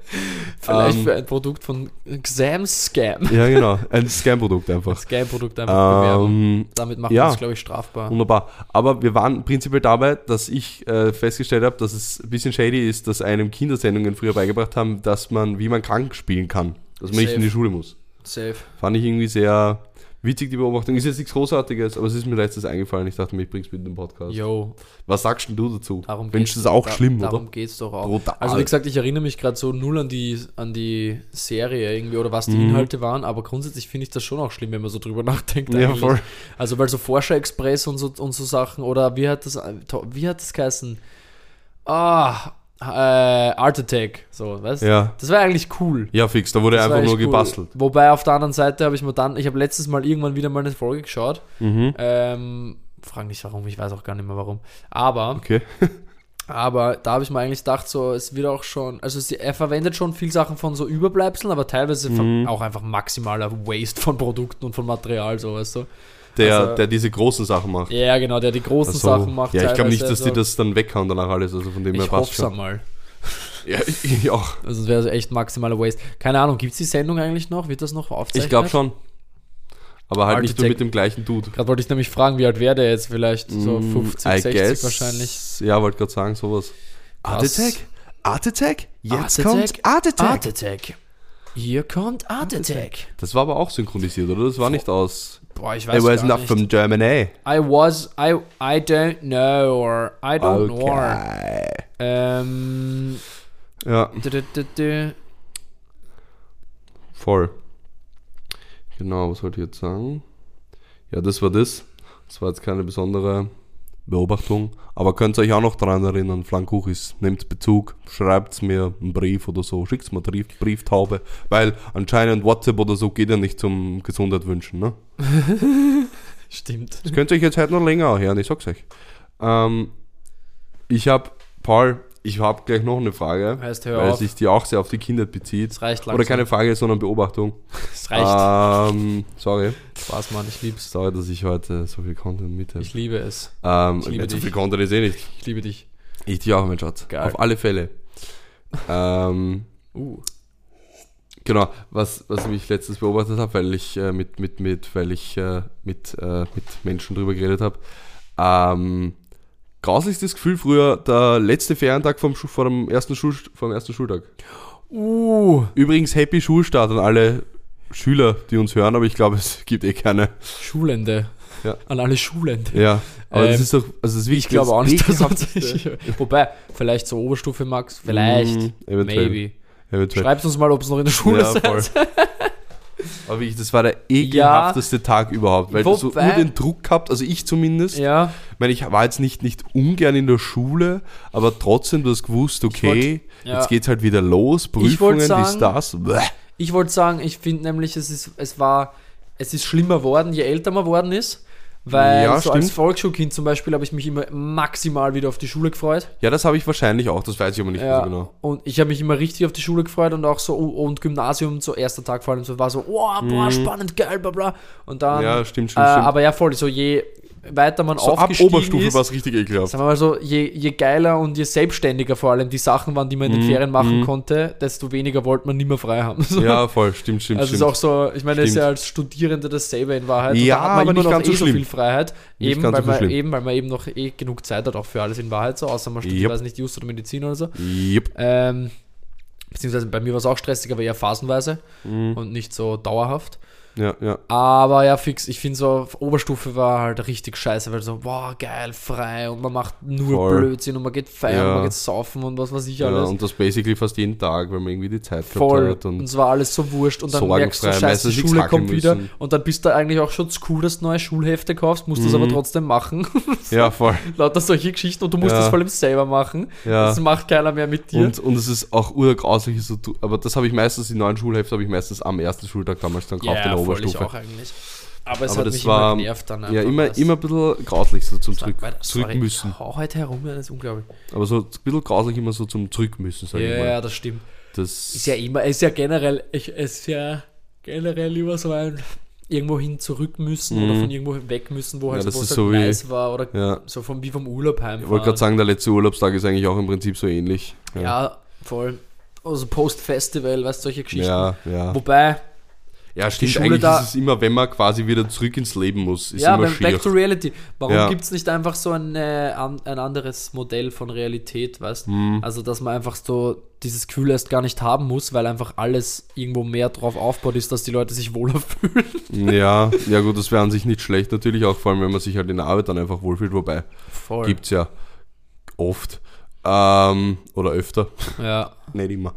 Speaker 1: Vielleicht
Speaker 2: ähm,
Speaker 1: für ein Produkt von Xam Scam.
Speaker 2: ja, genau, ein Scam-Produkt einfach.
Speaker 1: Scam-Produkt einfach bewerben.
Speaker 2: Ähm,
Speaker 1: Damit machen wir
Speaker 2: ja.
Speaker 1: uns, glaube ich, strafbar.
Speaker 2: wunderbar. Aber wir waren prinzipiell dabei, dass ich äh, festgestellt habe, dass es ein bisschen shady ist, dass einem Kindersendungen früher beigebracht haben, dass man, wie man krank spielen kann, dass man nicht
Speaker 1: Safe.
Speaker 2: in die Schule muss.
Speaker 1: Safe.
Speaker 2: Fand ich irgendwie sehr witzig, die Beobachtung. Ist jetzt nichts Großartiges, aber es ist mir letztes eingefallen. Ich dachte mir, ich bring's mit in den Podcast.
Speaker 1: Yo,
Speaker 2: Was sagst denn du dazu?
Speaker 1: darum
Speaker 2: Mensch, das ist auch
Speaker 1: da-
Speaker 2: schlimm,
Speaker 1: darum
Speaker 2: oder?
Speaker 1: geht's doch auch.
Speaker 2: Brutal.
Speaker 1: Also wie gesagt, ich erinnere mich gerade so null an die, an die Serie irgendwie oder was die
Speaker 2: Mhm.
Speaker 1: Inhalte waren, aber grundsätzlich finde ich das schon auch schlimm, wenn man so drüber nachdenkt.
Speaker 2: Ja,
Speaker 1: eigentlich.
Speaker 2: voll.
Speaker 1: Also weil so Forscher Express und so, und so Sachen oder wie hat das, wie hat das geheißen? Ah, äh, Art Attack, so, weißt du?
Speaker 2: Ja.
Speaker 1: Das war eigentlich cool.
Speaker 2: Ja, fix, da wurde
Speaker 1: Das war
Speaker 2: einfach
Speaker 1: echt
Speaker 2: nur
Speaker 1: cool.
Speaker 2: gebastelt.
Speaker 1: Wobei auf der anderen Seite habe ich mir dann, ich habe letztes Mal irgendwann wieder mal eine Folge geschaut.
Speaker 2: Mhm.
Speaker 1: Ähm, frag nicht warum, ich weiß auch gar nicht mehr warum. Aber,
Speaker 2: Okay.
Speaker 1: aber da habe ich mir eigentlich gedacht, so, es wird auch schon, also sie, er verwendet schon viel Sachen von so Überbleibseln, aber teilweise ver-
Speaker 2: Mhm.
Speaker 1: auch einfach maximaler Waste von Produkten und von Material, so weißt du.
Speaker 2: Der,
Speaker 1: Also-
Speaker 2: der diese großen Sachen macht.
Speaker 1: Ja, genau, der die großen
Speaker 2: Also,
Speaker 1: Sachen macht.
Speaker 2: ja, ich glaube nicht, dass
Speaker 1: teilweise, also
Speaker 2: die das dann weghauen danach alles, also von dem her
Speaker 1: Ich
Speaker 2: passt
Speaker 1: hoffe
Speaker 2: schon.
Speaker 1: einmal.
Speaker 2: Ja, ich, ich auch.
Speaker 1: Also es wäre echt maximaler Waste. Keine Ahnung, gibt es die Sendung eigentlich noch? Wird das noch aufgezeichnet?
Speaker 2: Ich glaube schon. Aber halt nicht nur
Speaker 1: Architect-
Speaker 2: mit dem gleichen Dude.
Speaker 1: Gerade wollte ich nämlich fragen, wie alt wäre der jetzt vielleicht? So
Speaker 2: Mm,
Speaker 1: 50,
Speaker 2: I
Speaker 1: 60
Speaker 2: guess.
Speaker 1: wahrscheinlich.
Speaker 2: Ja, wollte gerade sagen, sowas. Art
Speaker 1: Krass.
Speaker 2: Attack? Art Attack? Jetzt
Speaker 1: Art Attack?
Speaker 2: kommt Art Attack.
Speaker 1: Art Attack. Hier kommt Art Attack.
Speaker 2: Das war aber auch synchronisiert, oder? Das war nicht aus.
Speaker 1: Boah, ich
Speaker 2: It
Speaker 1: weiß
Speaker 2: was
Speaker 1: gar
Speaker 2: not
Speaker 1: nicht.
Speaker 2: from Germany.
Speaker 1: I was, I, I don't know, or I don't know.
Speaker 2: Okay.
Speaker 1: Ähm,
Speaker 2: Ja,
Speaker 1: d -d -d -d
Speaker 2: voll. Genau, was wollte ich jetzt sagen? Ja, das war das. Das war jetzt keine besondere Beobachtung. Aber könnt ihr euch auch noch daran erinnern, Flankuchis, nehmt Bezug, schreibt mir einen Brief oder so, schickt mir Brief, Brieftaube, weil anscheinend WhatsApp oder so geht ja nicht zum Gesundheit wünschen, ne?
Speaker 1: Stimmt.
Speaker 2: Das könnte ich jetzt halt noch länger hören, ich sag's euch. Ähm, ich hab, Paul, ich hab gleich noch eine Frage,
Speaker 1: Heißt, hör
Speaker 2: weil
Speaker 1: auf.
Speaker 2: sich die auch sehr auf die Kindheit bezieht.
Speaker 1: Es reicht langsam.
Speaker 2: Oder keine Frage, sondern Beobachtung.
Speaker 1: Es reicht.
Speaker 2: Ähm, sorry.
Speaker 1: Spaß, Mann, ich lieb's.
Speaker 2: Sorry, dass ich heute so viel Content mit habe.
Speaker 1: Ich liebe es.
Speaker 2: Ähm,
Speaker 1: ich liebe
Speaker 2: ja, so
Speaker 1: dich.
Speaker 2: viel Content ist eh nicht.
Speaker 1: Ich liebe dich.
Speaker 2: Ich dich auch, mein Schatz.
Speaker 1: Geil.
Speaker 2: Auf alle Fälle. ähm,
Speaker 1: Uh,
Speaker 2: genau, was, was ich letztens beobachtet habe, weil ich äh, mit, mit, mit, weil ich äh, mit, äh, mit Menschen drüber geredet habe. Ähm, grauslichstes Gefühl früher, der letzte Ferientag vom, Schu- vor, dem ersten Schul, vor dem ersten Schultag.
Speaker 1: uh,
Speaker 2: Übrigens, Happy Schulstart an alle Schüler, die uns hören, aber ich glaube, es gibt eh keine.
Speaker 1: Schulende.
Speaker 2: Ja.
Speaker 1: An alle Schulende.
Speaker 2: Ja, aber das
Speaker 1: Ähm,
Speaker 2: ist doch, also das ist wirklich
Speaker 1: Ich glaube auch nicht, dass
Speaker 2: ekelhafteste-
Speaker 1: uns- Wobei, vielleicht zur Oberstufe, Max. Vielleicht.
Speaker 2: Mm, eventuell.
Speaker 1: Maybe.
Speaker 2: Eventuell.
Speaker 1: Schreibt uns mal, ob es noch in der Schule
Speaker 2: ja,
Speaker 1: seid.
Speaker 2: voll. Aber wirklich, das war der ekelhafteste Tag überhaupt, weil du so nur
Speaker 1: Wobei-
Speaker 2: den Druck gehabt, also ich zumindest.
Speaker 1: Ja,
Speaker 2: Ich meine, ich war jetzt nicht, nicht ungern in der Schule, aber trotzdem, du hast gewusst, okay,
Speaker 1: wollt- ja.
Speaker 2: jetzt geht's halt wieder los,
Speaker 1: Ich wollt
Speaker 2: Prüfungen, dies,
Speaker 1: sagen-
Speaker 2: das. Bäh.
Speaker 1: ich wollte sagen, ich finde nämlich, es ist, es war, es ist schlimmer worden, je älter man worden ist. Weil
Speaker 2: Ja,
Speaker 1: so als
Speaker 2: stimmt.
Speaker 1: Volksschulkind zum Beispiel habe ich mich immer maximal wieder auf die Schule gefreut.
Speaker 2: Ja, das habe ich wahrscheinlich auch, das weiß ich aber nicht mehr
Speaker 1: Ja,
Speaker 2: so genau.
Speaker 1: Und ich habe mich immer richtig auf die Schule gefreut und auch so, oh, und Gymnasium, so erster Tag vor allem, so war so, oh, boah, spannend, geil, bla bla. Und dann
Speaker 2: Mhm. Ja, stimmt, stimmt,
Speaker 1: Äh,
Speaker 2: stimmt.
Speaker 1: aber ja, voll, so je weiter man
Speaker 2: So ab
Speaker 1: aufgestiegen
Speaker 2: Oberstufe
Speaker 1: ist,
Speaker 2: war es richtig ekelhaft.
Speaker 1: sagen wir mal so, je, je geiler und je selbstständiger vor allem die Sachen waren, die man in den
Speaker 2: Mhm,
Speaker 1: Ferien machen
Speaker 2: mhm.
Speaker 1: konnte, desto weniger wollte man nicht mehr frei haben. So.
Speaker 2: Ja, voll, stimmt, stimmt,
Speaker 1: Also es ist
Speaker 2: stimmt.
Speaker 1: auch so, ich meine, es ist
Speaker 2: Stimmt.
Speaker 1: ja als Studierende dasselbe in Wahrheit. Und
Speaker 2: Ja,
Speaker 1: da hat
Speaker 2: aber
Speaker 1: man immer
Speaker 2: nicht
Speaker 1: noch
Speaker 2: ganz
Speaker 1: eh
Speaker 2: so
Speaker 1: so
Speaker 2: schlimm.
Speaker 1: viel Freiheit,
Speaker 2: Nicht
Speaker 1: eben,
Speaker 2: ganz
Speaker 1: weil
Speaker 2: so
Speaker 1: man,
Speaker 2: schlimm.
Speaker 1: eben weil man eben noch eh genug Zeit hat auch für alles in Wahrheit so, außer man studiert,
Speaker 2: Yep.
Speaker 1: weiß nicht, Just oder Medizin oder so.
Speaker 2: Yep.
Speaker 1: Ähm, beziehungsweise bei mir war es auch stressig, aber eher phasenweise
Speaker 2: Mhm.
Speaker 1: und nicht so dauerhaft.
Speaker 2: Ja, ja.
Speaker 1: Aber ja, fix, ich finde so, auf Oberstufe war halt richtig scheiße, weil so, boah, geil, frei und man macht nur
Speaker 2: Voll.
Speaker 1: Blödsinn und man geht feiern
Speaker 2: Ja.
Speaker 1: und man geht saufen und was weiß ich
Speaker 2: ja
Speaker 1: alles.
Speaker 2: und das basically fast jeden Tag, weil man irgendwie die Zeit gehabt
Speaker 1: Voll.
Speaker 2: hat.
Speaker 1: Und
Speaker 2: Und
Speaker 1: es war alles so wurscht. Und dann
Speaker 2: Sorgenfrei,
Speaker 1: merkst du, scheiße,
Speaker 2: meistens
Speaker 1: die
Speaker 2: nichts
Speaker 1: Schule
Speaker 2: hackeln
Speaker 1: kommt wieder.
Speaker 2: müssen.
Speaker 1: Und dann bist du eigentlich auch schon cool, dass du neue Schulhefte kaufst, musst das
Speaker 2: Mhm.
Speaker 1: aber trotzdem machen.
Speaker 2: ja, voll.
Speaker 1: Lauter solche Geschichten und du musst
Speaker 2: Ja.
Speaker 1: das vor allem selber machen.
Speaker 2: Ja.
Speaker 1: Das macht keiner mehr mit dir.
Speaker 2: Und, und es ist auch urgrauslich, so, du- aber das habe ich meistens, die neuen Schulhefte habe ich meistens am ersten Schultag damals dann gekauft in
Speaker 1: voll,
Speaker 2: der
Speaker 1: ich
Speaker 2: Oberstufe.
Speaker 1: auch eigentlich. Aber es
Speaker 2: Aber
Speaker 1: hat
Speaker 2: das
Speaker 1: mich
Speaker 2: war
Speaker 1: immer genervt dann.
Speaker 2: ja
Speaker 1: einfach,
Speaker 2: immer,
Speaker 1: dass-
Speaker 2: immer ein bisschen grauslich so zum Zurück,
Speaker 1: Weiter-
Speaker 2: zurück
Speaker 1: sorry,
Speaker 2: müssen.
Speaker 1: Ich hau heute herum, das ist unglaublich.
Speaker 2: Aber so ein bisschen grauslich immer so zum Zurück müssen,
Speaker 1: Ja,
Speaker 2: sage ich
Speaker 1: ja,
Speaker 2: mal.
Speaker 1: das stimmt.
Speaker 2: Das
Speaker 1: Ist ja eh immer, ist ja generell, ich, ist ja generell immer so ein irgendwo hin zurück müssen oder von irgendwo weg müssen, wo halt,
Speaker 2: Mhm. das
Speaker 1: wo es
Speaker 2: ist
Speaker 1: halt
Speaker 2: so wie-
Speaker 1: nice war oder
Speaker 2: ja.
Speaker 1: so vom, wie vom Urlaub heim.
Speaker 2: Ich wollte gerade sagen, der letzte Urlaubstag ist eigentlich auch im Prinzip so ähnlich.
Speaker 1: ja. voll. Also Post-Festival, weißt du, solche Geschichten.
Speaker 2: ja. ja.
Speaker 1: Wobei,
Speaker 2: Ja, stimmt.
Speaker 1: Schule
Speaker 2: Eigentlich
Speaker 1: da-
Speaker 2: ist es immer, wenn man quasi wieder zurück ins Leben muss, ist
Speaker 1: ja,
Speaker 2: immer
Speaker 1: wenn, back
Speaker 2: schier.
Speaker 1: to reality. Warum
Speaker 2: Ja.
Speaker 1: gibt es nicht einfach so ein, äh, an, ein anderes Modell von Realität, weißt
Speaker 2: Mhm.
Speaker 1: Also, dass man einfach so dieses Gefühl erst gar nicht haben muss, weil einfach alles irgendwo mehr drauf aufbaut ist, dass die Leute sich wohler fühlen.
Speaker 2: Ja, ja gut, das wäre an sich nicht schlecht. Natürlich auch, vor allem, wenn man sich halt in der Arbeit dann einfach wohlfühlt. Wobei,
Speaker 1: Voll.
Speaker 2: gibt's ja oft. Ähm, oder öfter.
Speaker 1: Ja.
Speaker 2: Nicht immer.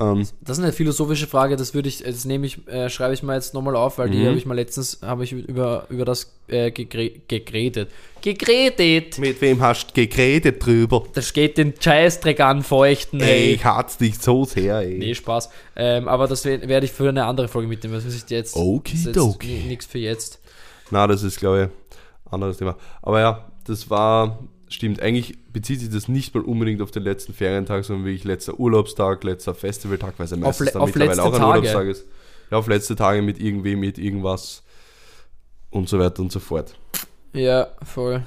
Speaker 2: Ähm,
Speaker 1: Das ist eine philosophische Frage, das würde ich, das nehme ich, äh, schreibe ich mal jetzt nochmal auf,
Speaker 2: Mhm.
Speaker 1: weil die habe ich mal letztens, habe ich über, über das äh, gegre- gegredet. Gegredet!
Speaker 2: Mit wem hast du geredet drüber?
Speaker 1: Das geht den Scheißdreck an, feuchten,
Speaker 2: Ey,
Speaker 1: ey.
Speaker 2: ich hat's nicht so sehr, ey.
Speaker 1: Nee, Spaß. Ähm, aber das we- werde ich für eine andere Folge mitnehmen, das ist jetzt,
Speaker 2: Okidoki.
Speaker 1: nichts für jetzt.
Speaker 2: Na, das ist, glaube ich, ein anderes Thema. Aber ja, das war, stimmt, eigentlich bezieht sich das nicht mal unbedingt auf den letzten Ferientag, sondern wirklich letzter Urlaubstag, letzter Festivaltag, weil es ja meistens
Speaker 1: le-
Speaker 2: dann
Speaker 1: auf
Speaker 2: mittlerweile
Speaker 1: letzte
Speaker 2: auch ein
Speaker 1: Tage.
Speaker 2: Urlaubstag ist. Ja, auf letzte Tage mit irgendwem, mit irgendwas und so weiter und so fort.
Speaker 1: Ja, voll.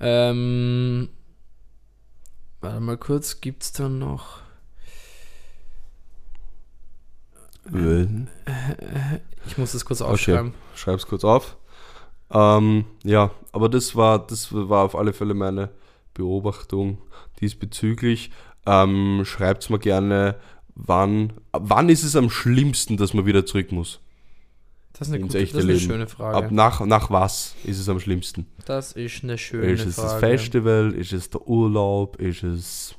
Speaker 1: Ähm, warte mal kurz, gibt's da noch... Äh, Ich muss das kurz aufschreiben.
Speaker 2: Schreib's kurz auf. Ähm, ja, aber das war, das war auf alle Fälle meine Beobachtung diesbezüglich. Ähm, schreibt's mir gerne, wann, wann ist es am schlimmsten, dass man wieder zurück muss?
Speaker 1: Das ist eine,
Speaker 2: Ins
Speaker 1: gute, das
Speaker 2: echte
Speaker 1: ist eine
Speaker 2: Leben.
Speaker 1: schöne Frage.
Speaker 2: Ab nach, nach was ist es am schlimmsten?
Speaker 1: Das ist eine schöne
Speaker 2: ist es das
Speaker 1: Frage.
Speaker 2: Festival? Ist es der Urlaub? Ist es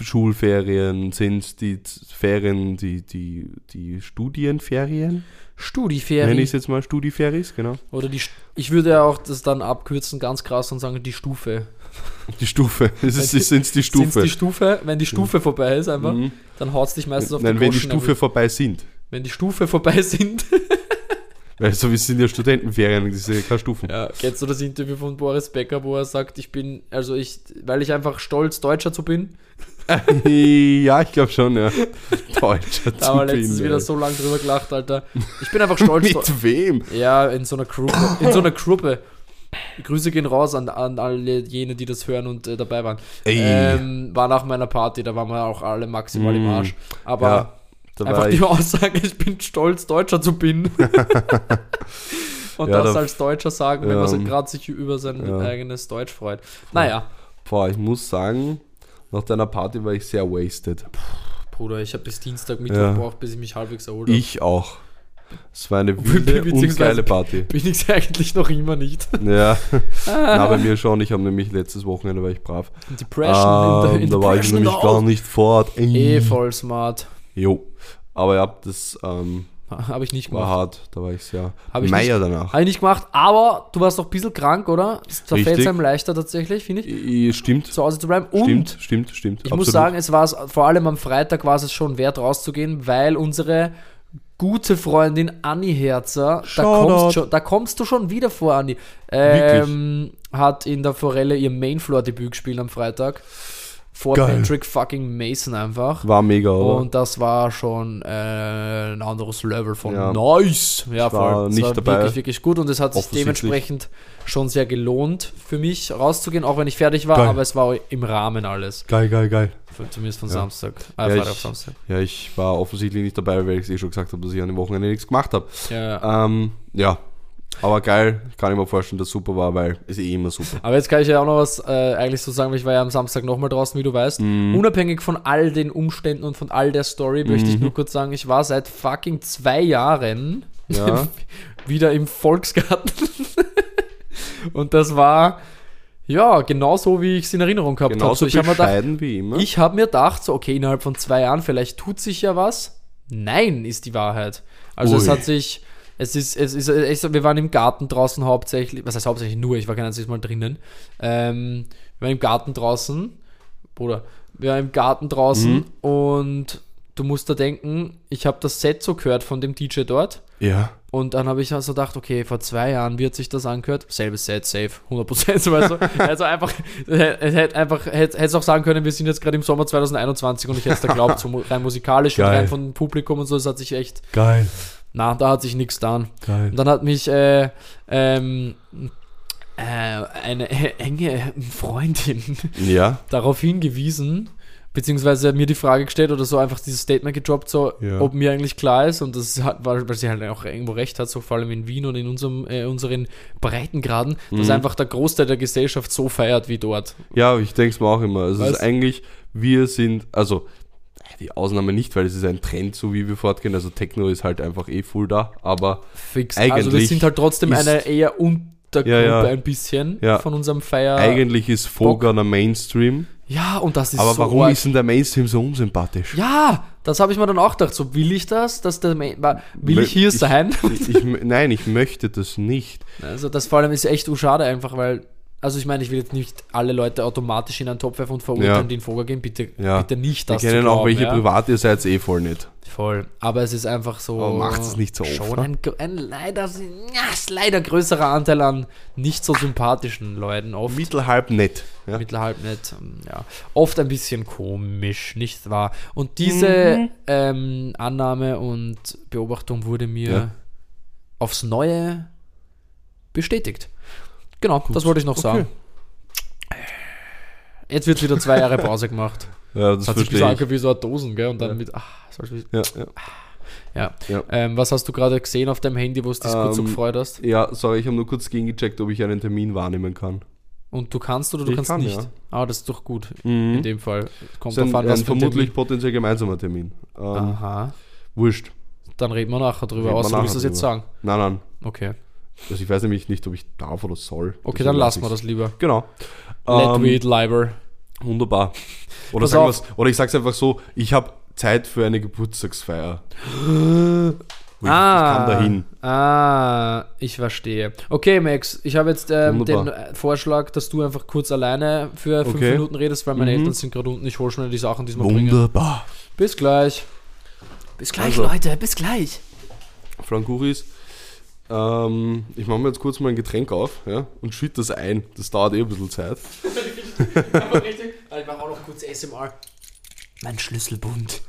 Speaker 2: Schulferien? Sind es die Z- Ferien, die, die, die Studienferien? Nenne
Speaker 1: Studiferien.
Speaker 2: ich es jetzt mal Studieferis, genau.
Speaker 1: Oder die, St- ich würde ja auch das dann abkürzen, ganz krass und sagen, die Stufe.
Speaker 2: Die Stufe. Es ist, es sind die
Speaker 1: Sind's
Speaker 2: Stufe.
Speaker 1: die Stufe? Wenn die Stufe vorbei ist einfach,
Speaker 2: Mhm.
Speaker 1: dann haut's dich meistens auf
Speaker 2: Nein,
Speaker 1: den
Speaker 2: wenn die
Speaker 1: Groschen
Speaker 2: Stufe
Speaker 1: damit.
Speaker 2: vorbei sind.
Speaker 1: Wenn die Stufe vorbei sind,
Speaker 2: Weil so wie es sind ja Studentenferien und das sind ja keine Stufen.
Speaker 1: ja, kennst du das Interview von Boris Becker, wo er sagt, ich bin, also ich, weil ich einfach stolz Deutscher zu bin,
Speaker 2: ja, ich glaube schon, ja. Deutscher
Speaker 1: da haben wir letztens
Speaker 2: Zubin,
Speaker 1: wieder
Speaker 2: ey.
Speaker 1: so lang drüber gelacht, Alter. Ich bin einfach stolz. Deu-
Speaker 2: Mit wem?
Speaker 1: ja, in so einer Gruppe. In so einer Gruppe. Grüße gehen raus an, an alle jene, die das hören und äh, dabei waren.
Speaker 2: Ey.
Speaker 1: Ähm, war nach meiner Party, da waren wir auch alle maximal im
Speaker 2: Mm.
Speaker 1: Arsch. Aber
Speaker 2: da
Speaker 1: einfach
Speaker 2: war
Speaker 1: die
Speaker 2: ich.
Speaker 1: Aussage, ich bin stolz, Deutscher zu bin. Und
Speaker 2: Ja,
Speaker 1: das
Speaker 2: da-
Speaker 1: als Deutscher sagen, wenn man so
Speaker 2: ähm,
Speaker 1: gerade sich über sein
Speaker 2: ja.
Speaker 1: eigenes Deutsch freut. Naja,
Speaker 2: Boah, ich muss sagen, nach deiner Party war ich sehr wasted.
Speaker 1: Bruder, ich habe bis Dienstag Mittwoch
Speaker 2: Ja.
Speaker 1: gebraucht, bis ich mich halbwegs erholt habe.
Speaker 2: Ich auch. Es war eine wilde und
Speaker 1: Beziehungsweise-
Speaker 2: geile Party.
Speaker 1: Bin ich eigentlich noch immer nicht.
Speaker 2: Ja,
Speaker 1: Ah.
Speaker 2: na, bei mir schon. Ich habe nämlich letztes Wochenende war ich brav.
Speaker 1: Depression
Speaker 2: Ähm, Ah, da war ich
Speaker 1: Depression in
Speaker 2: nämlich
Speaker 1: der
Speaker 2: gar
Speaker 1: Aus-
Speaker 2: nicht fort.
Speaker 1: Eh voll smart.
Speaker 2: Jo. Aber ja, das ähm,
Speaker 1: Habe ich nicht
Speaker 2: war
Speaker 1: gemacht.
Speaker 2: hart. Da war ich sehr
Speaker 1: Hab ich
Speaker 2: Meier danach.
Speaker 1: Habe ich nicht gemacht, aber du warst doch ein bisschen krank, oder? Es zerfällt
Speaker 2: Richtig.
Speaker 1: einem leichter tatsächlich, finde ich,
Speaker 2: I- i- Stimmt,
Speaker 1: zu Hause zu bleiben. Und
Speaker 2: stimmt, stimmt, stimmt.
Speaker 1: ich muss sagen, es war es, vor allem am Freitag war es schon wert rauszugehen, weil unsere gute Freundin Anni Herzer, da
Speaker 2: Shoutout.
Speaker 1: kommst, schon, da kommst du schon wieder vor, Anni, ähm, hat in der Forelle ihr Mainfloor-Debüt gespielt am Freitag. vor
Speaker 2: Geil.
Speaker 1: Patrick fucking Mason einfach.
Speaker 2: War mega, oder?
Speaker 1: Und das war schon äh, ein anderes Level von
Speaker 2: Ja.
Speaker 1: nice. Ja,
Speaker 2: Ich war
Speaker 1: voll. Es
Speaker 2: nicht dabei.
Speaker 1: Wirklich, wirklich gut und es hat sich
Speaker 2: Offensichtlich.
Speaker 1: dementsprechend schon sehr gelohnt für mich rauszugehen, auch wenn ich fertig war,
Speaker 2: Geil.
Speaker 1: aber es war im Rahmen alles.
Speaker 2: Geil, geil, geil.
Speaker 1: Für- Zumindest von
Speaker 2: Ja.
Speaker 1: Samstag. Ah,
Speaker 2: Ja,
Speaker 1: Freitag
Speaker 2: ich-
Speaker 1: auf Samstag.
Speaker 2: Ja, ich war offensichtlich nicht dabei, weil ich es eh schon gesagt habe, dass ich an dem Wochenende nichts gemacht habe.
Speaker 1: Ja, ja.
Speaker 2: Ähm, ja. Aber geil, kann ich mir vorstellen, dass super war, weil ist eh immer super.
Speaker 1: Aber jetzt kann ich ja auch noch was äh, eigentlich so sagen, weil ich war ja am Samstag nochmal draußen, wie du weißt.
Speaker 2: Mhm.
Speaker 1: Unabhängig von all den Umständen und von all der Story möchte
Speaker 2: Mhm.
Speaker 1: ich nur kurz sagen, ich war seit fucking zwei Jahren
Speaker 2: Ja.
Speaker 1: wieder im Volksgarten. und das war ja genauso, wie ich es in Erinnerung gehabt habe.
Speaker 2: Genauso
Speaker 1: So, ich habe mir gedacht,
Speaker 2: bescheiden wie immer.
Speaker 1: ich hab mir gedacht, so okay, innerhalb von zwei Jahren, vielleicht tut sich ja was. Nein, ist die Wahrheit. Also es
Speaker 2: Ui.
Speaker 1: hat sich, es ist, es ist, echt, wir waren im Garten draußen hauptsächlich, was heißt hauptsächlich nur, ich war kein einziges Mal drinnen. Ähm, wir waren im Garten draußen, Bruder, wir waren im Garten draußen und du musst da denken, ich habe das Set so gehört von dem DJ dort.
Speaker 2: ja.
Speaker 1: Und dann habe ich also gedacht, okay, vor zwei Jahren wird sich das angehört. Selbes Set, safe, 100%. So, weißt du? also einfach, es hätte einfach, hätte es auch sagen können, wir sind jetzt gerade im Sommer 2021 und ich hätte es da geglaubt, so mu- rein musikalisch und
Speaker 2: Geil.
Speaker 1: rein vom Publikum und so, das hat sich echt,
Speaker 2: Geil,
Speaker 1: na, da hat sich nichts getan.
Speaker 2: geil.
Speaker 1: Und dann hat mich äh, ähm, äh, eine äh, enge Freundin
Speaker 2: Ja.
Speaker 1: darauf hingewiesen, beziehungsweise mir die Frage gestellt oder so einfach dieses Statement gedroppt, so,
Speaker 2: Ja.
Speaker 1: ob mir eigentlich klar ist, und das hat, weil, weil sie halt auch irgendwo recht hat, so vor allem in Wien und in unserem, äh, unseren Breitengraden,
Speaker 2: Mhm.
Speaker 1: dass einfach der Großteil der Gesellschaft so feiert wie dort.
Speaker 2: Ja, ich denke es mir auch immer. Es
Speaker 1: Weißt-
Speaker 2: ist eigentlich, wir sind, also die Ausnahme nicht, weil es ist ein Trend, so wie wir fortgehen. Also Techno ist halt einfach eh full da, aber
Speaker 1: Fix. also wir
Speaker 2: Eigentlich
Speaker 1: sind halt trotzdem
Speaker 2: ist-
Speaker 1: eine eher Untergruppe
Speaker 2: Ja, ja.
Speaker 1: ein bisschen
Speaker 2: Ja.
Speaker 1: von unserem Feier.
Speaker 2: eigentlich ist Vogan der Mainstream.
Speaker 1: ja, und das Ah, ist
Speaker 2: Aber
Speaker 1: so
Speaker 2: warum
Speaker 1: arg.
Speaker 2: ist denn der Mainstream so unsympathisch?
Speaker 1: ja, das habe ich mir dann auch gedacht. So, will ich das? Dass der, Ma- will
Speaker 2: Mö-
Speaker 1: ich hier
Speaker 2: ich-
Speaker 1: sein?
Speaker 2: Ich, ich, nein, ich möchte das nicht.
Speaker 1: Also das vor allem ist echt schade einfach, weil, also ich meine, ich will jetzt nicht alle Leute automatisch in einen Topf werfen und verurteilen,
Speaker 2: Ja.
Speaker 1: die in Vogel gehen. Bitte,
Speaker 2: Ja.
Speaker 1: bitte nicht
Speaker 2: Wir
Speaker 1: das zu
Speaker 2: kennen auch
Speaker 1: glauben,
Speaker 2: welche
Speaker 1: ja.
Speaker 2: privat, ihr seid eh voll nicht.
Speaker 1: Voll. Aber es ist einfach so.
Speaker 2: Aber macht's es nicht so oft,
Speaker 1: schon
Speaker 2: ne?
Speaker 1: ein, gr- ein leider, ja, ist leider größerer Anteil an nicht so sympathischen Leuten oft.
Speaker 2: Mittelhalb nett. Ja?
Speaker 1: Mittelhalb nicht, ähm, ja. Oft ein bisschen komisch, nicht wahr? Und diese ähm, Annahme und Beobachtung wurde mir
Speaker 2: Ja.
Speaker 1: aufs Neue bestätigt. Genau, das wollte ich noch sagen. Jetzt wird wieder zwei Jahre Pause gemacht.
Speaker 2: Ja, das
Speaker 1: Das hat sich ein bisschen
Speaker 2: verstehe ich.
Speaker 1: angehört wie so eine Dosen, gell? Und dann
Speaker 2: Ja.
Speaker 1: mit, ah, soll ich-
Speaker 2: Ja, ja.
Speaker 1: ja.
Speaker 2: Ja.
Speaker 1: Ähm, was hast du gerade gesehen auf deinem Handy, wo du dich kurz so
Speaker 2: Ähm,
Speaker 1: gefreut hast?
Speaker 2: ja, sorry, ich habe nur kurz gegengecheckt, ob ich einen Termin wahrnehmen kann.
Speaker 1: Und du kannst oder du
Speaker 2: ich
Speaker 1: kannst
Speaker 2: kann,
Speaker 1: nicht?
Speaker 2: ja.
Speaker 1: Ah, das ist doch gut. In
Speaker 2: Mhm.
Speaker 1: dem Fall. Kommt
Speaker 2: Das ist ein,
Speaker 1: drauf an, was
Speaker 2: ein
Speaker 1: für ein Ah.
Speaker 2: vermutlich potenziell gemeinsamer Termin. Ähm,
Speaker 1: Termin- Aha.
Speaker 2: Wurscht.
Speaker 1: Dann reden wir nachher drüber.
Speaker 2: Reden wir
Speaker 1: Außer du willst
Speaker 2: nachher
Speaker 1: das jetzt sagen.
Speaker 2: Nein, nein.
Speaker 1: Okay.
Speaker 2: Also ich weiß nämlich nicht, ob ich darf oder soll.
Speaker 1: Okay,
Speaker 2: Deswegen
Speaker 1: dann
Speaker 2: lass
Speaker 1: lassen wir
Speaker 2: ich's.
Speaker 1: das lieber.
Speaker 2: Genau.
Speaker 1: Let
Speaker 2: Ähm,
Speaker 1: me eat liber.
Speaker 2: Wunderbar. Oder,
Speaker 1: Pass
Speaker 2: sagen
Speaker 1: auf.
Speaker 2: wir's, oder ich sag's einfach so, ich habe Zeit für eine Geburtstagsfeier. Ich, ich kann dahin.
Speaker 1: Ah, ich verstehe. Okay, Max, ich habe jetzt ähm, den
Speaker 2: Wunderbar.
Speaker 1: äh, Vorschlag, dass du einfach kurz alleine für fünf
Speaker 2: Okay.
Speaker 1: Minuten redest, weil meine
Speaker 2: Mhm.
Speaker 1: Eltern sind gerade unten. Ich hole schnell die Sachen, die sie mir bringen.
Speaker 2: Wunderbar.
Speaker 1: Bis gleich. Bis gleich,
Speaker 2: Also.
Speaker 1: Leute. Bis gleich.
Speaker 2: Frankuris, ähm, ich mache mir jetzt kurz mal ein Getränk auf ja, und schütte das ein. Das dauert eh ein bisschen Zeit.
Speaker 1: ich mache auch noch kurz ASMR. Mein Schlüsselbund.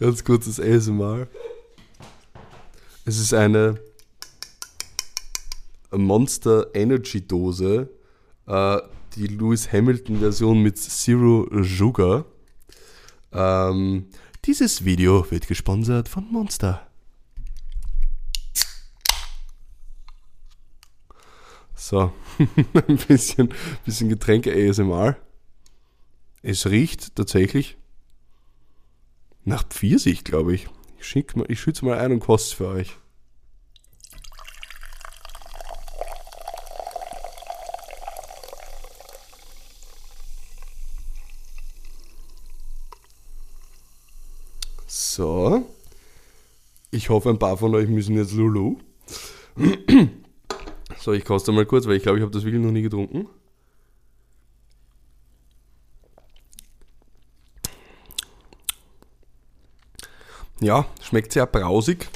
Speaker 2: Ganz kurzes ASMR. Es ist eine Monster Energy Dose, äh, die Lewis Hamilton Version mit Zero Sugar. Ähm, dieses Video wird gesponsert von Monster. So, ein bisschen, bisschen Getränke ASMR. Es riecht tatsächlich nach Pfirsich, glaube ich. Ich, schick mal, ich schütze mal ein und kost's für euch. So. Ich hoffe, ein paar von euch müssen jetzt Lulu. So, ich koste mal kurz, weil ich glaube, ich habe das wirklich noch nie getrunken. Ja, schmeckt sehr brausig.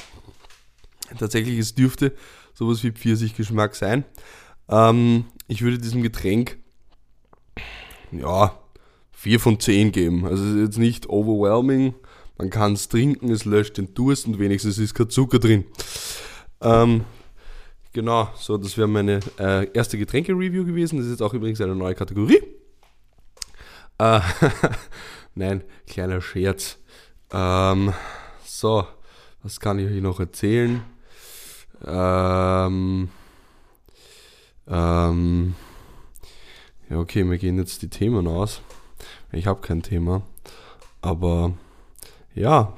Speaker 2: Tatsächlich, es dürfte sowas wie Pfirsichgeschmack sein. Ähm, ich würde diesem Getränk ja, 4 von 10 geben. Also es ist jetzt nicht overwhelming. Man kann es trinken, es löscht den Durst und wenigstens ist kein Zucker drin. Ähm, genau, so, das wäre meine äh, erste Getränke-Review gewesen. Das ist jetzt auch übrigens eine neue Kategorie. Äh, Nein, kleiner Scherz. Ähm, so, was kann ich euch noch erzählen? Ähm, ähm, ja, okay, mir gehen jetzt die Themen aus. Ich habe kein Thema. Aber ja,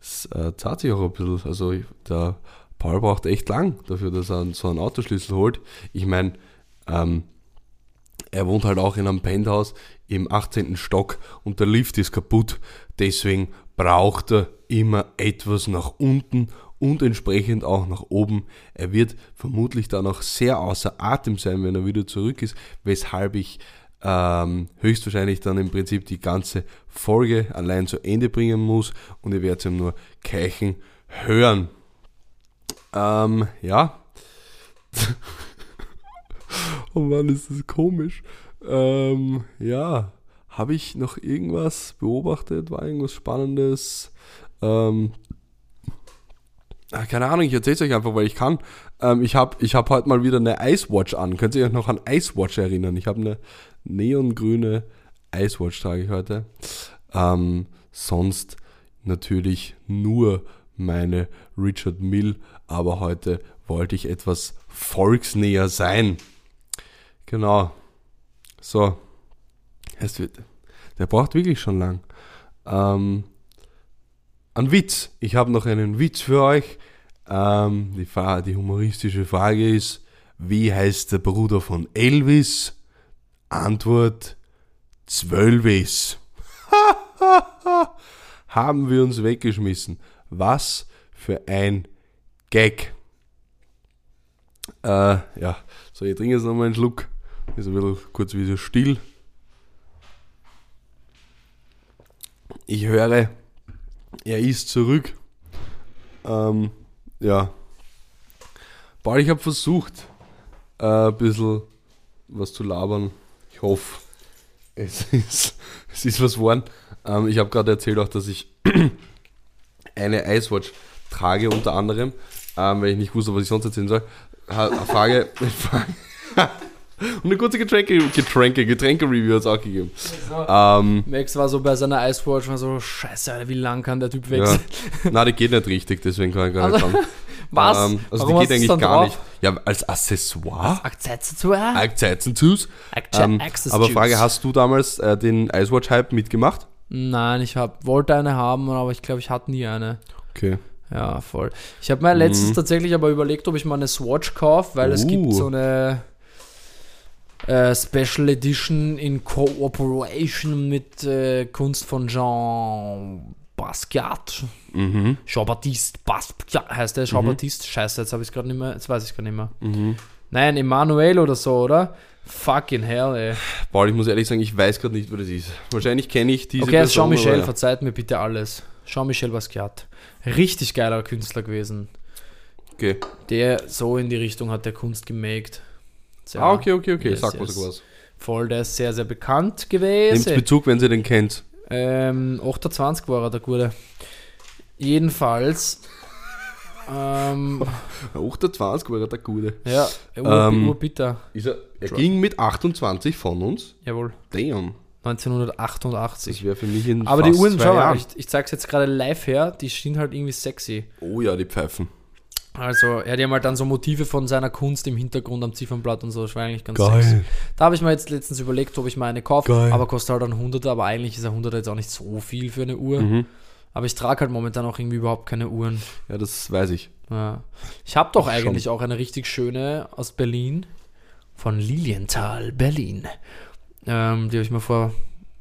Speaker 2: es äh, zahlt sich auch ein bisschen. Also ich, der Paul braucht echt lang dafür, dass er so einen Autoschlüssel holt. Ich meine, ähm, er wohnt halt auch in einem Penthouse im 18. Stock und der Lift ist kaputt. Deswegen braucht er immer etwas nach unten und entsprechend auch nach oben. Er wird vermutlich dann auch sehr außer Atem sein, wenn er wieder zurück ist, weshalb ich ähm, höchstwahrscheinlich dann im Prinzip die ganze Folge allein zu Ende bringen muss und ihr werdet ihm nur keichen hören. Ähm, ja. Oh Mann, ist das komisch. Ähm, ja, habe ich noch irgendwas beobachtet? War irgendwas Spannendes? Ähm, ah, keine Ahnung, ich erzähle es euch einfach, weil ich kann. Ähm, ich habe ich hab heute mal wieder eine Icewatch an. Könnt ihr euch noch an Icewatch erinnern? Ich habe eine neongrüne Icewatch, trage ich heute. Ähm, sonst natürlich nur meine Richard Mill, aber heute wollte ich etwas volksnäher sein. Genau. So. Es wird, der braucht wirklich schon lang. Ähm, ein Witz. Ich habe noch einen Witz für euch. Ähm, die, Fra- die humoristische Frage ist, wie heißt der Bruder von Elvis? Antwort, Zwölvis. Haben wir uns weggeschmissen. Was für ein Gag. Äh, ja, so, ich trinke jetzt nochmal einen Schluck. Ist ein bisschen kurz wieder still. Ich höre, er ist zurück. Ähm, ja. Paul, ich habe versucht, äh, ein bisschen was zu labern. Ich hoffe, es ist, es ist was geworden. Ähm, ich habe gerade erzählt auch, dass ich eine Icewatch trage unter anderem, ähm, weil ich nicht wusste, was ich sonst erzählen soll. Ha- Frage, Frage. Und eine kurze Getränke, Getränke, Getränke-Review hat es auch gegeben. Ähm,
Speaker 1: Max war so bei seiner Icewatch, war so, scheiße, Alter, wie lang kann der Typ
Speaker 2: ja.
Speaker 1: wechseln?
Speaker 2: Na, die geht nicht richtig, deswegen kann ich gar nicht
Speaker 1: Also,
Speaker 2: sagen.
Speaker 1: Was?
Speaker 2: Ähm, also
Speaker 1: Warum
Speaker 2: die
Speaker 1: hast du's
Speaker 2: geht eigentlich
Speaker 1: dann
Speaker 2: gar
Speaker 1: drauf?
Speaker 2: nicht. Ja, als Accessoire?
Speaker 1: Akzent dazu, ja?
Speaker 2: Als Zeitzenzüß.
Speaker 1: Akzent-
Speaker 2: Ähm,
Speaker 1: Access
Speaker 2: aber
Speaker 1: Juice.
Speaker 2: Frage, hast du damals äh, den Icewatch-Hype mitgemacht?
Speaker 1: Nein, ich hab, wollte eine haben, aber ich glaube, ich hatte nie eine.
Speaker 2: Okay.
Speaker 1: Ja, voll. Ich habe mir
Speaker 2: Mhm.
Speaker 1: letztens tatsächlich aber überlegt, ob ich mal eine Swatch kaufe, weil es gibt
Speaker 2: Uh.
Speaker 1: so eine äh, Special Edition in Cooperation mit äh, Kunst von Jean Basquiat.
Speaker 2: Mhm.
Speaker 1: Jean-Baptiste Basquiat heißt der. Jean-Baptiste, scheiße, jetzt habe ich es gerade nicht mehr, jetzt weiß ich es nicht mehr.
Speaker 2: Mhm.
Speaker 1: Nein, Emanuel oder so, oder? Fucking hell, ey.
Speaker 2: Paul, ich muss ehrlich sagen, ich weiß gerade nicht, wer das ist. Wahrscheinlich kenne ich diese
Speaker 1: Okay, er ist
Speaker 2: Person,
Speaker 1: Jean-Michel,
Speaker 2: aber ja.
Speaker 1: verzeiht mir bitte alles. Jean-Michel Basquiat. Richtig geiler Künstler gewesen.
Speaker 2: Okay.
Speaker 1: Der so in die Richtung hat der Kunst gemaked. Sehr
Speaker 2: Ah, okay, okay, okay.
Speaker 1: Yes,
Speaker 2: Sag
Speaker 1: yes.
Speaker 2: was was.
Speaker 1: Voll, der ist sehr, sehr bekannt
Speaker 2: Nehmt
Speaker 1: gewesen.
Speaker 2: Bezug, wenn sie den kennt.
Speaker 1: Ähm, 28 war er, der Gute. Jedenfalls. ähm,
Speaker 2: 28 war er der Gute.
Speaker 1: ja, Ur,
Speaker 2: Ähm.
Speaker 1: urbitter.
Speaker 2: Ist er, er ging mit 28 von uns.
Speaker 1: Jawohl,
Speaker 2: Damn.
Speaker 1: 1988.
Speaker 2: Das wäre für mich in
Speaker 1: Aber
Speaker 2: fast
Speaker 1: die Uhren,
Speaker 2: zwei
Speaker 1: schau mal,
Speaker 2: Jahren.
Speaker 1: ich, ich zeig's jetzt gerade live her, die schien halt irgendwie sexy.
Speaker 2: Oh ja, die Pfeifen.
Speaker 1: Also, er hat ja mal dann so Motive von seiner Kunst im Hintergrund am Ziffernblatt und so, das war eigentlich ganz sexy. Da habe ich mir jetzt letztens überlegt, ob ich mal eine kaufe,
Speaker 2: Geil.
Speaker 1: aber kostet halt dann 100, aber eigentlich ist ein 100 jetzt auch nicht so viel für eine Uhr. Aber ich trage halt momentan auch irgendwie überhaupt keine Uhren.
Speaker 2: Ja, das weiß ich.
Speaker 1: Ja. Ich habe doch eigentlich auch eine richtig schöne aus Berlin, von Lilienthal, Berlin. Ähm, die habe ich mir vor,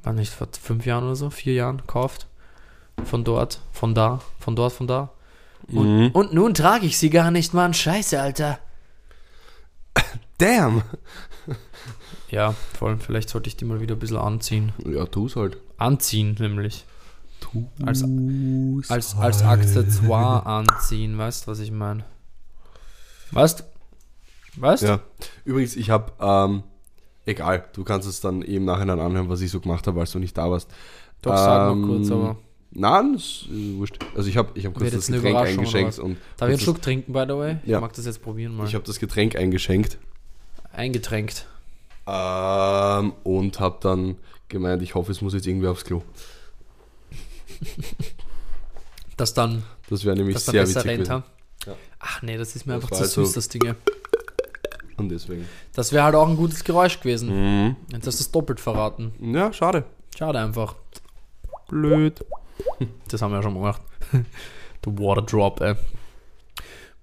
Speaker 1: war nicht, vor fünf Jahren oder so, vier Jahren gekauft. Von dort, von da, von dort, von da. Und,
Speaker 2: Mhm.
Speaker 1: und nun trage ich sie gar nicht, Mann. Scheiße, Alter.
Speaker 2: Damn.
Speaker 1: Ja, vor allem, vielleicht sollte ich die mal wieder ein bisschen anziehen.
Speaker 2: Ja, tu's halt.
Speaker 1: Anziehen, nämlich.
Speaker 2: Tu's
Speaker 1: Als- Als, als
Speaker 2: halt.
Speaker 1: Accessoire anziehen, weißt du, was ich meine? Weißt du? Weißt du?
Speaker 2: Ja. Übrigens, ich habe ähm, Egal, du kannst es dann eben nachhinein anhören, was ich so gemacht habe, als du nicht da warst.
Speaker 1: Doch, sag
Speaker 2: Ähm,
Speaker 1: mal kurz, aber.
Speaker 2: Nein, ist äh, wurscht. Also ich habe ich hab kurz
Speaker 1: Wird
Speaker 2: das
Speaker 1: jetzt eine
Speaker 2: Getränk
Speaker 1: Überraschung, oder was?
Speaker 2: eingeschenkt und
Speaker 1: Darf ich einen
Speaker 2: das-
Speaker 1: Schluck trinken, by the way?
Speaker 2: Ja.
Speaker 1: Ich mag das jetzt probieren mal.
Speaker 2: ich habe das Getränk eingeschenkt
Speaker 1: Eingetränkt.
Speaker 2: ähm, und habe dann gemeint, ich hoffe, es muss jetzt irgendwie aufs Klo.
Speaker 1: Das dann,
Speaker 2: Das wäre nämlich
Speaker 1: das dann
Speaker 2: sehr
Speaker 1: besser
Speaker 2: witzig
Speaker 1: rennt,
Speaker 2: gewesen.
Speaker 1: ha? Ach nee, das ist mir
Speaker 2: Das
Speaker 1: einfach
Speaker 2: war
Speaker 1: zu
Speaker 2: also-
Speaker 1: süß, das Ding. ja.
Speaker 2: Und deswegen.
Speaker 1: Das wäre halt auch ein gutes Geräusch
Speaker 2: Mhm.
Speaker 1: gewesen. Jetzt hast du es doppelt verraten.
Speaker 2: Ja, schade.
Speaker 1: Schade einfach.
Speaker 2: Blöd.
Speaker 1: Das haben wir ja schon mal gemacht. The Water Drop, ey.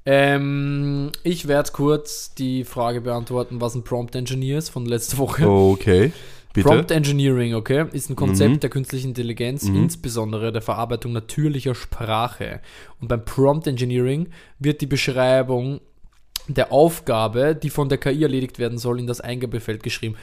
Speaker 1: Ähm, ich werde kurz die Frage beantworten, was ein Prompt Engineer ist von letzter Woche.
Speaker 2: Okay, bitte.
Speaker 1: Prompt Engineering, okay, ist ein Konzept
Speaker 2: Mhm.
Speaker 1: der künstlichen Intelligenz,
Speaker 2: Mhm.
Speaker 1: insbesondere der Verarbeitung natürlicher Sprache. Und beim Prompt Engineering wird die Beschreibung der Aufgabe, die von der KI erledigt werden soll, in das Eingabefeld geschrieben.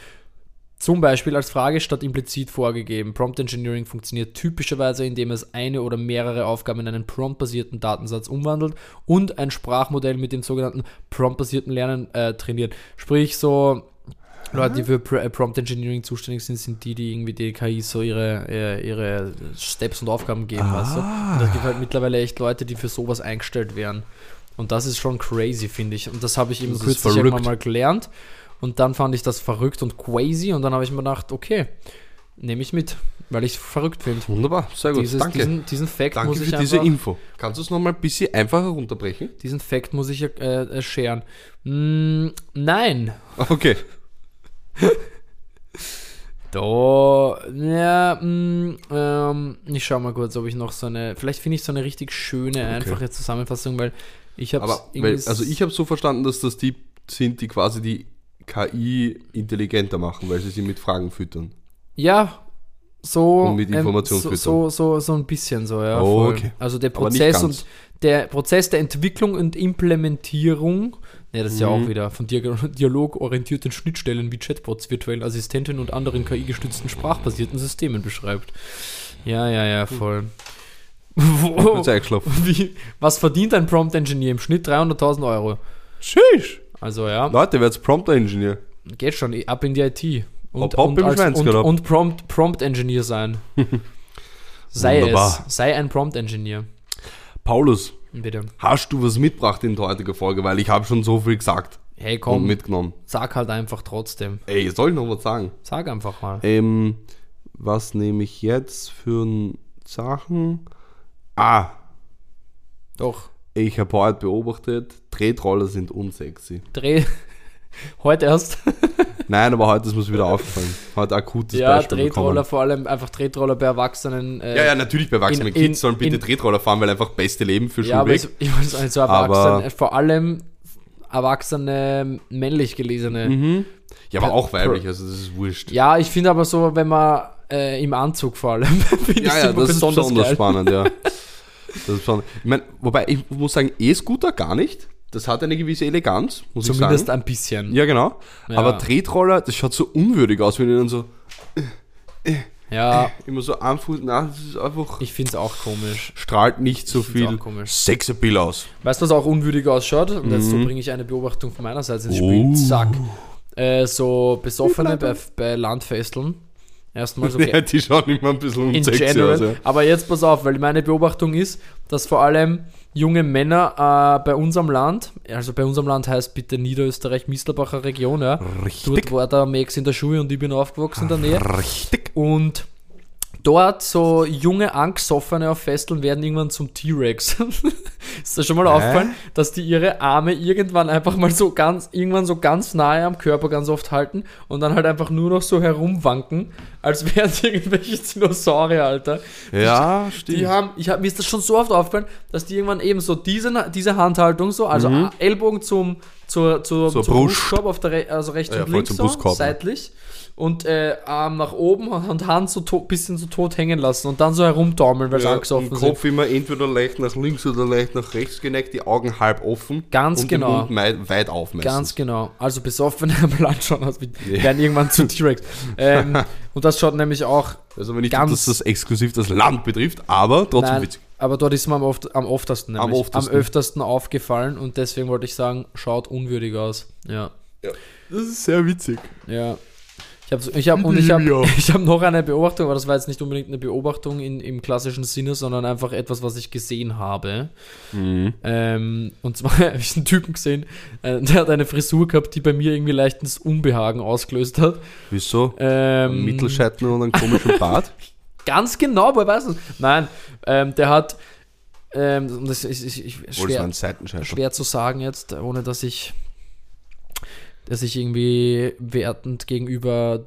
Speaker 1: Zum Beispiel als Frage statt implizit vorgegeben. Prompt Engineering funktioniert typischerweise, indem es eine oder mehrere Aufgaben in einen prompt-basierten Datensatz umwandelt und ein Sprachmodell mit dem sogenannten prompt-basierten Lernen äh, trainiert. Sprich, so Leute, die für Pr äh, Prompt Engineering zuständig sind, sind die, die irgendwie die KI so ihre, äh, ihre Steps und Aufgaben geben. Weißt du?
Speaker 2: Ah.
Speaker 1: Und es gibt halt mittlerweile echt Leute, die für sowas eingestellt werden. Und das ist schon crazy, finde ich. Und das habe ich eben
Speaker 2: Das ist
Speaker 1: kürzlich irgendwann
Speaker 2: verrückt.
Speaker 1: mal gelernt. Und dann fand ich das verrückt und crazy. Und dann habe ich mir gedacht, okay, nehme ich mit, weil ich es verrückt finde.
Speaker 2: Wunderbar, sehr gut.
Speaker 1: Dieses-
Speaker 2: Danke.
Speaker 1: Diesen, diesen Fact
Speaker 2: Danke
Speaker 1: muss ich
Speaker 2: für diese
Speaker 1: einfach,
Speaker 2: Info. Kannst du es nochmal ein bisschen einfacher runterbrechen?
Speaker 1: diesen Fact muss ich äh, äh, scheren. Mm, nein,
Speaker 2: Okay.
Speaker 1: Da, ja, mm, ähm, ich schau mal kurz, ob ich noch so eine, vielleicht finde ich so eine richtig schöne, einfache Zusammenfassung, weil ich habe
Speaker 2: Aber weil, also ich habe so verstanden, dass das die sind, die quasi die KI intelligenter machen, weil sie sie mit Fragen füttern.
Speaker 1: ja, so,
Speaker 2: Und Um mit Information
Speaker 1: so,
Speaker 2: füttern.
Speaker 1: so, so, so ein bisschen so, ja.
Speaker 2: Oh,
Speaker 1: voll.
Speaker 2: okay.
Speaker 1: Also der
Speaker 2: Aber nicht
Speaker 1: Prozess
Speaker 2: ganz.
Speaker 1: und der Prozess der Entwicklung und Implementierung, ne, das ist ja
Speaker 2: Mhm.
Speaker 1: auch wieder von Dia- dialogorientierten Schnittstellen wie Chatbots, virtuellen Assistenten und anderen KI-gestützten sprachbasierten Systemen beschreibt. Ja, ja, ja, voll. Wo,
Speaker 2: Mit Eichschlopfen.
Speaker 1: Wie, was verdient ein Prompt Engineer im Schnitt? 300.000 Euro.
Speaker 2: Tschüss.
Speaker 1: Also ja,
Speaker 2: Leute, wer jetzt Prompter Engineer?
Speaker 1: geht schon eh ab in die IT. Und,
Speaker 2: Hopp, hopp
Speaker 1: und,
Speaker 2: im Schwanz
Speaker 1: und,
Speaker 2: gehabt.
Speaker 1: und Prompt, Prompt Engineer sein. sei
Speaker 2: Wunderbar.
Speaker 1: es. Sei ein Prompt Engineer.
Speaker 2: Paulus,
Speaker 1: Bitte.
Speaker 2: hast du was mitgebracht in der heutigen Folge? Weil ich habe schon so viel gesagt
Speaker 1: Hey,
Speaker 2: und
Speaker 1: komm,
Speaker 2: mitgenommen.
Speaker 1: sag halt einfach trotzdem.
Speaker 2: Ey, soll ich noch was sagen?
Speaker 1: Sag einfach mal.
Speaker 2: Ähm, was nehme ich jetzt für n Sachen? Ah,
Speaker 1: Doch.
Speaker 2: ich habe heute beobachtet, Tretroller sind unsexy.
Speaker 1: Dreh. Heute erst.
Speaker 2: Nein, aber heute ist mir wieder aufgefallen. Heute akutes
Speaker 1: ja,
Speaker 2: Beispiel
Speaker 1: Drehtroller,
Speaker 2: bekommen.
Speaker 1: vor allem einfach Drehtroller bei Erwachsenen. äh,
Speaker 2: Ja, ja, natürlich bei erwachsenen
Speaker 1: in- in-
Speaker 2: Kids sollen bitte
Speaker 1: in-
Speaker 2: Tretroller fahren, weil einfach beste Leben für
Speaker 1: Ja, aber
Speaker 2: Schulweg.
Speaker 1: ich, ich weiß also
Speaker 2: Aber-
Speaker 1: Erwachsene, vor allem Erwachsene, männlich gelesene.
Speaker 2: mhm. ja, aber
Speaker 1: per-
Speaker 2: auch weiblich, also das ist wurscht.
Speaker 1: Ja, ich finde aber so, wenn man äh, im Anzug vor allem, finde
Speaker 2: Ja, ja,
Speaker 1: immer
Speaker 2: das ist besonders
Speaker 1: geil.
Speaker 2: spannend, ja. Das ist spannend. Ich mein, wobei, ich muss sagen, E-Scooter gar nicht. Das hat eine gewisse Eleganz, muss ich
Speaker 1: Zumindest
Speaker 2: sagen.
Speaker 1: ein bisschen.
Speaker 2: Ja, genau.
Speaker 1: Ja.
Speaker 2: Aber Tretroller, das schaut so unwürdig aus, wenn die dann so
Speaker 1: Ja,
Speaker 2: immer so anfußen. Na, das ist einfach.
Speaker 1: ich finde es auch komisch.
Speaker 2: strahlt nicht so
Speaker 1: find's
Speaker 2: viel
Speaker 1: auch komisch.
Speaker 2: Sexappeal aus.
Speaker 1: Weißt du, was auch unwürdig ausschaut? Und jetzt
Speaker 2: Mhm.
Speaker 1: so bringe ich eine Beobachtung von meinerseits ins Spiel.
Speaker 2: Oh.
Speaker 1: Zack. Äh, so Besoffene bei, bei Landfesteln. Erstmal so
Speaker 2: Ja, die schauen immer ein bisschen
Speaker 1: in
Speaker 2: unsexy
Speaker 1: general.
Speaker 2: aus. Ja.
Speaker 1: Aber jetzt pass auf, weil meine Beobachtung ist, dass vor allem junge Männer äh, bei unserem Land, also bei unserem Land heißt bitte Niederösterreich, Mistelbacher Region, ja.
Speaker 2: Richtig. Ah,
Speaker 1: Dort war der Max in der Schule und ich bin aufgewachsen in der Nähe.
Speaker 2: Richtig.
Speaker 1: Und dort so junge, angesoffene auf Festeln werden irgendwann zum T-Rex. Ist dir schon mal aufgefallen, dass die ihre Arme irgendwann einfach mal so ganz, irgendwann so ganz nahe am Körper ganz oft halten und dann halt einfach nur noch so herumwanken, als wären sie irgendwelche Dinosaurier, Alter.
Speaker 2: Ja, stimmt.
Speaker 1: Die haben, ich hab, mir ist das schon so oft aufgefallen, dass die irgendwann eben so diese, diese Handhaltung so, also A- Ellbogen zum, zur, zur,
Speaker 2: Mhm. Zur
Speaker 1: zum
Speaker 2: Brust.
Speaker 1: Brustkorb auf der, Re also rechts
Speaker 2: Ah ja,
Speaker 1: und
Speaker 2: voll
Speaker 1: links
Speaker 2: zum
Speaker 1: so,
Speaker 2: Brustkorb, ne?
Speaker 1: seitlich und äh, Arm nach oben und Hand so to- bisschen so tot hängen lassen und dann so herumtaumeln, weil sie
Speaker 2: ja,
Speaker 1: angesoffen
Speaker 2: und
Speaker 1: sind.
Speaker 2: Kopf immer entweder leicht nach links oder leicht nach rechts geneigt, die Augen halb offen.
Speaker 1: Ganz
Speaker 2: und
Speaker 1: genau.
Speaker 2: Den Mund mei- weit auf. meistens.
Speaker 1: Ganz genau. Also besoffene am Land schauen aus, wie werden irgendwann zu T-Rex. ähm, und das schaut nämlich auch
Speaker 2: Also wenn ich
Speaker 1: Ganz-
Speaker 2: dass das exklusiv das Land betrifft, aber trotzdem
Speaker 1: Nein,
Speaker 2: witzig.
Speaker 1: aber dort ist mir am, oft, am oftesten,
Speaker 2: Am
Speaker 1: nämlich, am,
Speaker 2: oftesten.
Speaker 1: öftersten aufgefallen und deswegen wollte ich sagen, schaut unwürdig aus. Ja,
Speaker 2: Das ist sehr witzig.
Speaker 1: ja. Ich hab, ich hab, und ich habe ich hab noch eine Beobachtung, aber das war jetzt nicht unbedingt eine Beobachtung in, im klassischen Sinne, sondern einfach etwas, was ich gesehen habe.
Speaker 2: Mhm.
Speaker 1: Ähm, und zwar habe ich einen Typen gesehen, äh, der hat eine Frisur gehabt, die bei mir irgendwie leichtens Unbehagen ausgelöst hat.
Speaker 2: Wieso?
Speaker 1: Ähm,
Speaker 2: Mittelscheitel und einen komischen Bart?
Speaker 1: Ganz genau, woher weißt du Nein, ähm, der hat. Ähm, das ist, ist, ich,
Speaker 2: Obwohl es war
Speaker 1: schwer,
Speaker 2: ein Seitenscheitel.
Speaker 1: schwer zu sagen jetzt, ohne dass ich, dass ich irgendwie wertend gegenüber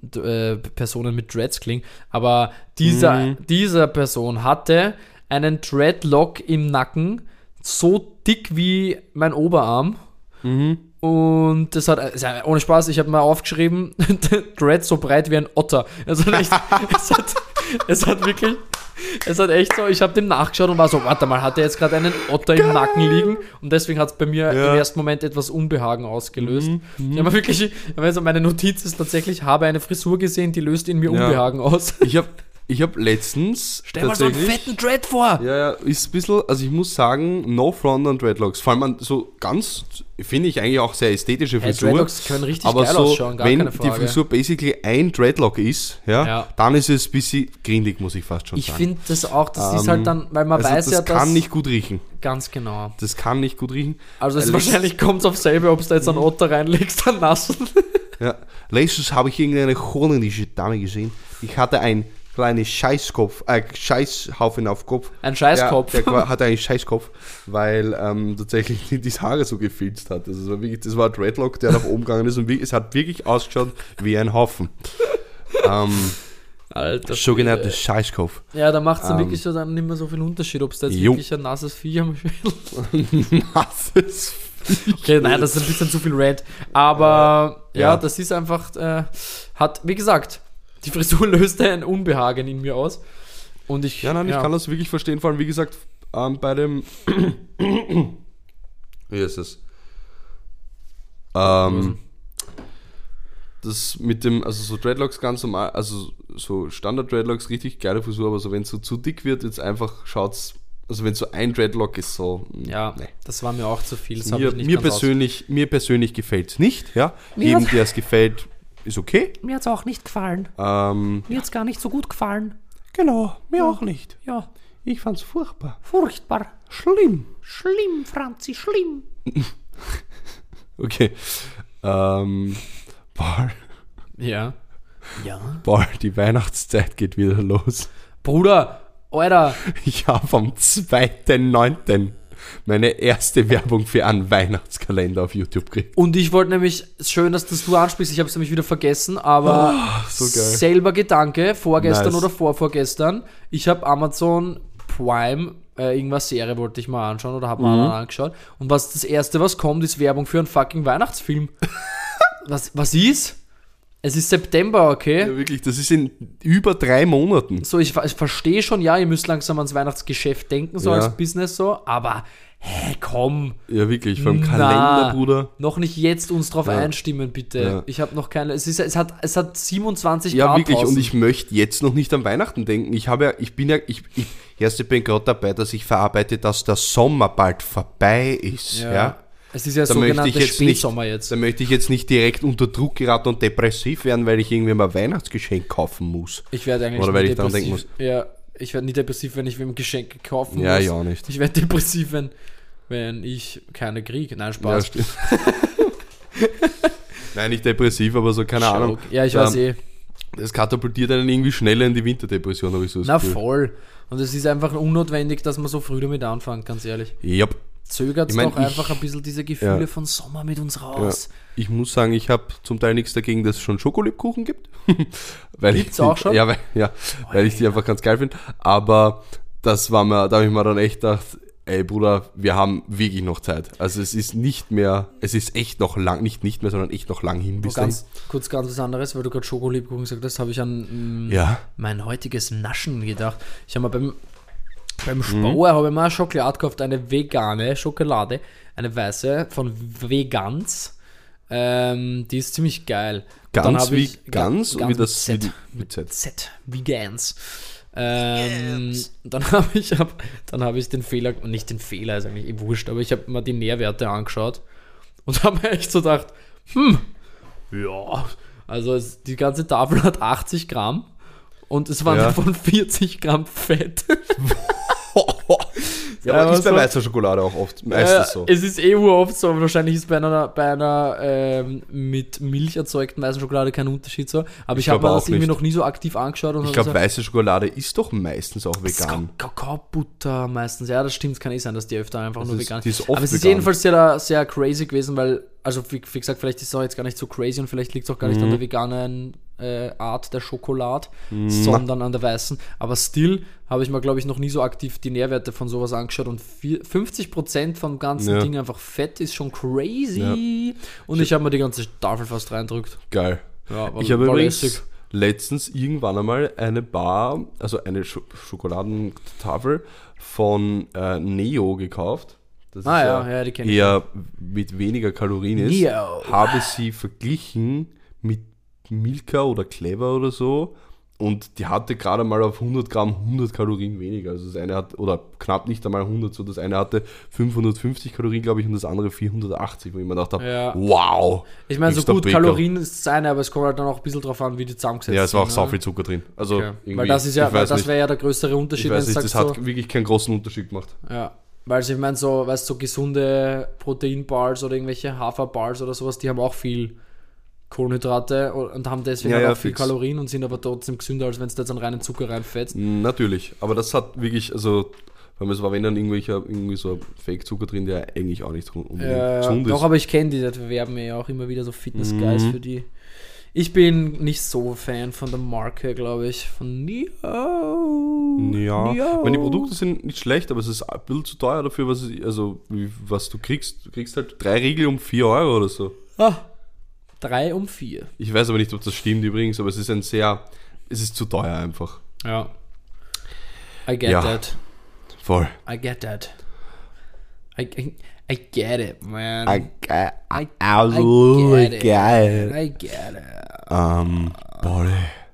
Speaker 1: d- äh, Personen mit Dreads klinge. Aber dieser, dieser Person hatte einen Dreadlock im Nacken, so dick wie mein Oberarm.
Speaker 2: Mhm.
Speaker 1: Und das hat, also ohne Spaß, ich habe mal aufgeschrieben, Dread so breit wie ein Otter. Es hat, echt, es hat, es hat wirklich, es hat echt so, ich habe dem nachgeschaut und war so, warte mal, hat er jetzt gerade einen Otter im Nacken liegen? Und deswegen hat es bei mir
Speaker 2: Ja. Mhm,
Speaker 1: im ersten Moment etwas Unbehagen ausgelöst. Ich habe wirklich, also meine Notiz ist tatsächlich, habe eine Frisur gesehen, die löst in mir
Speaker 2: Ja.
Speaker 1: Unbehagen aus.
Speaker 2: Ich habe ich hab letztens.
Speaker 1: Stell mal so einen
Speaker 2: tatsächlich-
Speaker 1: fetten Dread vor!
Speaker 2: Ja, ja, ist ein bisschen, also ich muss sagen, no front an Dreadlocks. Vor allem an so ganz, finde ich eigentlich auch sehr ästhetische
Speaker 1: Hey,
Speaker 2: Frisur.
Speaker 1: Dreadlocks können richtig
Speaker 2: aber
Speaker 1: geil
Speaker 2: so,
Speaker 1: ausschauen, gar
Speaker 2: wenn
Speaker 1: keine Frage.
Speaker 2: die Frisur basically ein Dreadlock ist, ja,
Speaker 1: Ja.
Speaker 2: dann ist es ein bisschen grindig, muss ich fast schon
Speaker 1: Ich
Speaker 2: sagen.
Speaker 1: finde das auch, das ist
Speaker 2: Ähm,
Speaker 1: halt dann, weil man
Speaker 2: also
Speaker 1: weiß
Speaker 2: das
Speaker 1: ja, dass.
Speaker 2: kann nicht gut riechen.
Speaker 1: ganz genau.
Speaker 2: Das kann nicht gut riechen.
Speaker 1: Also es
Speaker 2: Äh, Mhm.
Speaker 1: ist wahrscheinlich kommt aufs selbe, ob du da jetzt einen Otter reinlegst, einen nassen.
Speaker 2: Ja. Letztens habe ich irgendeine holländische Dame gesehen. Ich hatte einen kleinen Scheißkopf, äh, Scheißhaufen auf Kopf.
Speaker 1: Ein Scheißkopf.
Speaker 2: Ja, der war- hatte einen Scheißkopf, weil ähm, tatsächlich die, die Haare so gefilzt hat. Also es war wirklich, das war ein Dreadlock, der nach oben gegangen ist und wie, es hat wirklich ausgeschaut wie ein Haufen. ähm,
Speaker 1: Alter. äh,
Speaker 2: sogenannte Scheißkopf.
Speaker 1: Ja, da macht es dann
Speaker 2: Ähm,
Speaker 1: wirklich so dann nicht mehr so viel Unterschied, ob es da jetzt
Speaker 2: Jo.
Speaker 1: wirklich ein nasses Vieh am Schädel
Speaker 2: Nasses
Speaker 1: Okay, nein, das ist ein bisschen zu viel Red. Aber
Speaker 2: Äh,
Speaker 1: ja,
Speaker 2: ja.
Speaker 1: das ist einfach, äh, hat, wie gesagt, die Frisur löste ein Unbehagen in mir aus. Und ich.
Speaker 2: Ja, nein, ich kann das wirklich verstehen. Vor allem, wie gesagt, ähm, bei dem. wie ist es? Ähm, das mit dem, also so Dreadlocks ganz normal, also so Standard-Dreadlocks, richtig geile Frisur, aber so wenn es so zu dick wird, jetzt einfach schaut's, also wenn so ein Dreadlock ist, so. mh,
Speaker 1: Ja,
Speaker 2: nee.
Speaker 1: das war mir auch zu viel. Das hab
Speaker 2: Mir,
Speaker 1: ich nicht
Speaker 2: mir,
Speaker 1: ganz aus-
Speaker 2: persönlich, mir persönlich gefällt es nicht, ja.
Speaker 1: Mir
Speaker 2: Jedem,
Speaker 1: hat's-
Speaker 2: der es gefällt, ist okay.
Speaker 1: Mir hat es auch nicht gefallen.
Speaker 2: Ähm,
Speaker 1: Mir hat es gar nicht so gut gefallen.
Speaker 2: genau, mir auch nicht.
Speaker 1: Ja,
Speaker 2: Ich fand's furchtbar.
Speaker 1: furchtbar.
Speaker 2: Schlimm.
Speaker 1: Schlimm, Franzi, schlimm.
Speaker 2: Okay. Ähm, Paul,
Speaker 1: Ja. Ja.
Speaker 2: Paul, die Weihnachtszeit geht wieder los.
Speaker 1: Bruder, Alter,
Speaker 2: Ich habe am 2.9. meine erste Werbung für einen Weihnachtskalender auf YouTube gekriegt.
Speaker 1: und ich wollte nämlich, schön, dass das du ansprichst, ich habe es nämlich wieder vergessen, aber
Speaker 2: Oh, geil.
Speaker 1: selber Gedanke, vorgestern
Speaker 2: Nice.
Speaker 1: oder vorvorgestern, ich habe Amazon Prime, äh, irgendwas Serie wollte ich mal anschauen oder habe mal
Speaker 2: Mhm.
Speaker 1: einen angeschaut und was das Erste, was kommt, ist Werbung für einen fucking Weihnachtsfilm. was, was ist? Es ist September, okay?
Speaker 2: Ja, wirklich, das ist in über drei Monaten.
Speaker 1: So, ich, ver- ich verstehe schon, ja, ihr müsst langsam ans Weihnachtsgeschäft denken, so
Speaker 2: Ja.
Speaker 1: als Business so, aber, hä, komm.
Speaker 2: Ja, wirklich, vom
Speaker 1: Na,
Speaker 2: Kalender, Bruder.
Speaker 1: Noch nicht jetzt uns drauf
Speaker 2: Ja.
Speaker 1: einstimmen, bitte.
Speaker 2: Ja.
Speaker 1: Ich habe noch keine. Es, ist, es, hat, es hat 27
Speaker 2: Ja,
Speaker 1: Grad.
Speaker 2: wirklich,
Speaker 1: draußen.
Speaker 2: und ich möchte jetzt noch nicht an Weihnachten denken. Ich habe ja, ich bin ja, ich, ich erst ich bin gerade dabei, dass ich verarbeite, dass der Sommer bald vorbei ist.
Speaker 1: Ja.
Speaker 2: ja?
Speaker 1: Es ist ja
Speaker 2: Da möchte ich
Speaker 1: sogenannte
Speaker 2: jetzt nicht,
Speaker 1: Spätsommer
Speaker 2: jetzt.
Speaker 1: jetzt.
Speaker 2: da möchte ich jetzt nicht direkt unter Druck geraten und depressiv werden, weil ich irgendwie mal ein Weihnachtsgeschenk kaufen muss.
Speaker 1: Ich werde eigentlich
Speaker 2: Oder
Speaker 1: nie
Speaker 2: weil ich daran
Speaker 1: depressiv-
Speaker 2: denken muss.
Speaker 1: Ja, ich werde nicht depressiv, wenn ich wem Geschenke kaufen
Speaker 2: Ja,
Speaker 1: muss.
Speaker 2: ich auch nicht.
Speaker 1: Ich werde depressiv, wenn, wenn ich keine kriege. Nein,
Speaker 2: Ja,
Speaker 1: Spaß.
Speaker 2: stimmt. Nein, nicht depressiv, aber so keine Ahnung.
Speaker 1: Ja, ich
Speaker 2: Da-
Speaker 1: weiß eh.
Speaker 2: Das katapultiert einen irgendwie schneller in die Winterdepression, habe ich so das
Speaker 1: Na
Speaker 2: Gefühl.
Speaker 1: voll. Und es ist einfach unnotwendig, dass man so früh damit anfängt, ganz ehrlich.
Speaker 2: Yep.
Speaker 1: Zögert
Speaker 2: Ich mein,
Speaker 1: doch
Speaker 2: ich-
Speaker 1: einfach ein bisschen diese Gefühle
Speaker 2: Ja.
Speaker 1: von Sommer mit uns
Speaker 2: Ja.
Speaker 1: raus.
Speaker 2: Ich muss sagen, ich habe zum Teil nichts dagegen, dass es schon Schokolibkuchen gibt. weil
Speaker 1: Gibt's
Speaker 2: ich die,
Speaker 1: auch schon? Oh,
Speaker 2: Ja, weil, ja, weil ich die einfach ganz geil finde. Aber das war mir, da habe ich mir dann echt gedacht, ey Bruder, wir haben wirklich noch Zeit. Also es ist nicht mehr, es ist echt noch lang, nicht nicht mehr, sondern echt noch lang hin bis
Speaker 1: Nur Oh, ganz, kurz ganz was anderes, weil du gerade Schokolibkuchen gesagt hast, habe ich an mm,
Speaker 2: dahin. Ja.
Speaker 1: mein heutiges Naschen gedacht. Ich habe mal beim,
Speaker 2: Mhm.
Speaker 1: beim Spauer habe ich mal eine Schokolade gekauft, eine vegane Schokolade, eine weiße von Vegans. Ähm, die ist ziemlich geil. Dann
Speaker 2: Ganz
Speaker 1: habe
Speaker 2: wie
Speaker 1: ich-
Speaker 2: ganz, wie
Speaker 1: mit
Speaker 2: das
Speaker 1: Z.
Speaker 2: Wie, die- mit Z.
Speaker 1: Z, Vegans. Ähm, dann habe ich, hab, dann hab ich den Fehler, nicht den Fehler, ist eigentlich eh wurscht, aber ich habe mal die Nährwerte angeschaut und habe mir echt so gedacht, hm, ja, Also es, die ganze Tafel hat 80 Gramm und es waren
Speaker 2: Ja.
Speaker 1: davon 40 Gramm Fett.
Speaker 2: Ja, aber
Speaker 1: was
Speaker 2: ist bei
Speaker 1: soll-
Speaker 2: weißer Schokolade auch oft meistens
Speaker 1: Äh,
Speaker 2: so.
Speaker 1: Es ist eh oft so, aber wahrscheinlich ist bei einer, bei einer ähm, mit Milch erzeugten weißen Schokolade kein Unterschied so. Aber ich,
Speaker 2: glaub
Speaker 1: habe mir das
Speaker 2: auch
Speaker 1: irgendwie
Speaker 2: nicht.
Speaker 1: noch nie so aktiv angeschaut und
Speaker 2: Ich
Speaker 1: hab
Speaker 2: glaube,
Speaker 1: gesagt,
Speaker 2: weiße Schokolade ist doch meistens auch
Speaker 1: das ist
Speaker 2: vegan.
Speaker 1: Ka- Kakaobutter meistens. Ja, das stimmt, kann eh sein, dass die öfter einfach nur
Speaker 2: ist-
Speaker 1: vegan
Speaker 2: die ist oft
Speaker 1: Aber es ist
Speaker 2: vegan.
Speaker 1: jedenfalls sehr, sehr crazy gewesen, weil, also wie, wie gesagt, vielleicht ist es auch jetzt gar nicht so crazy und vielleicht liegt es auch gar nicht
Speaker 2: Mhm.
Speaker 1: an der veganen äh, Art der Schokolade, sondern an der weißen. Aber still habe ich mir, glaube ich, noch nie so aktiv die Nährwerte von sowas angeschaut und vier, 50% vom ganzen
Speaker 2: Ja.
Speaker 1: Ding einfach fett ist schon crazy. Und ich habe mir die ganze Tafel fast reindrückt.
Speaker 2: Geil.
Speaker 1: Ja, war-
Speaker 2: ich habe
Speaker 1: war
Speaker 2: übrigens
Speaker 1: lässig.
Speaker 2: letztens irgendwann einmal eine Bar, also eine Sch Schokoladentafel von äh, Neo gekauft. Das
Speaker 1: Ah ja, ja, die kenn ich.
Speaker 2: Eher mit weniger Kalorien ist.
Speaker 1: Neo.
Speaker 2: Habe sie verglichen mit Milka oder Clever oder so. Und die hatte gerade mal auf 100 Gramm 100 Kalorien weniger. Also das eine hat, oder knapp nicht einmal 100, so das eine hatte 550 Kalorien, glaube ich, und das andere 480, wo ich mir dachte,
Speaker 1: Ja.
Speaker 2: wow.
Speaker 1: Ich meine, so
Speaker 2: Bigster
Speaker 1: gut
Speaker 2: Baker.
Speaker 1: Kalorien ist es eine, aber es kommt halt dann auch ein bisschen drauf an, wie die zusammengesetzt
Speaker 2: Ja, es war auch
Speaker 1: sind,
Speaker 2: sau
Speaker 1: ne?
Speaker 2: viel Zucker drin. Also
Speaker 1: Okay.
Speaker 2: irgendwie,
Speaker 1: Weil das ist ja,
Speaker 2: ich
Speaker 1: weil
Speaker 2: weiß
Speaker 1: das
Speaker 2: nicht,
Speaker 1: wäre ja der größere Unterschied,
Speaker 2: ich
Speaker 1: wenn du
Speaker 2: weiß nicht
Speaker 1: sagst
Speaker 2: das hat
Speaker 1: so.
Speaker 2: wirklich keinen großen Unterschied gemacht.
Speaker 1: Ja. Weil ich meine, so, weißt du, so gesunde Proteinbars oder irgendwelche Haferbars oder sowas, die haben auch viel Kohlenhydrate und und haben deswegen
Speaker 2: Ja,
Speaker 1: halt
Speaker 2: ja,
Speaker 1: auch viel
Speaker 2: fix.
Speaker 1: Kalorien und sind aber trotzdem gesünder, als wenn du jetzt einen reinen Zucker reinfetzt.
Speaker 2: Natürlich, aber das hat wirklich, also weil es war wenn dann irgendwelcher irgendwie so ein Fake-Zucker drin, der eigentlich auch nicht unbedingt
Speaker 1: Äh,
Speaker 2: gesund ist. Mhm.
Speaker 1: doch, aber ich kenne die, das werben ja auch immer wieder so Fitness-Guys für die. Ich bin nicht so Fan von der Marke, glaube ich. Von Neo.
Speaker 2: ja,
Speaker 1: Neo.
Speaker 2: meine Produkte sind nicht schlecht, aber es ist ein bisschen zu teuer dafür, was, es- also, wie- was du kriegst. Du kriegst halt drei Riegel um 4 Euro oder so.
Speaker 1: Ah, drei um vier.
Speaker 2: Ich weiß aber nicht, ob das stimmt übrigens, aber es ist ein sehr, es ist zu teuer einfach.
Speaker 1: Ja. I get
Speaker 2: Ja.
Speaker 1: that.
Speaker 2: Voll.
Speaker 1: I get that. I, I, I get it, man. I- I get it.
Speaker 2: geil.
Speaker 1: I get it.
Speaker 2: Ähm, Pauli,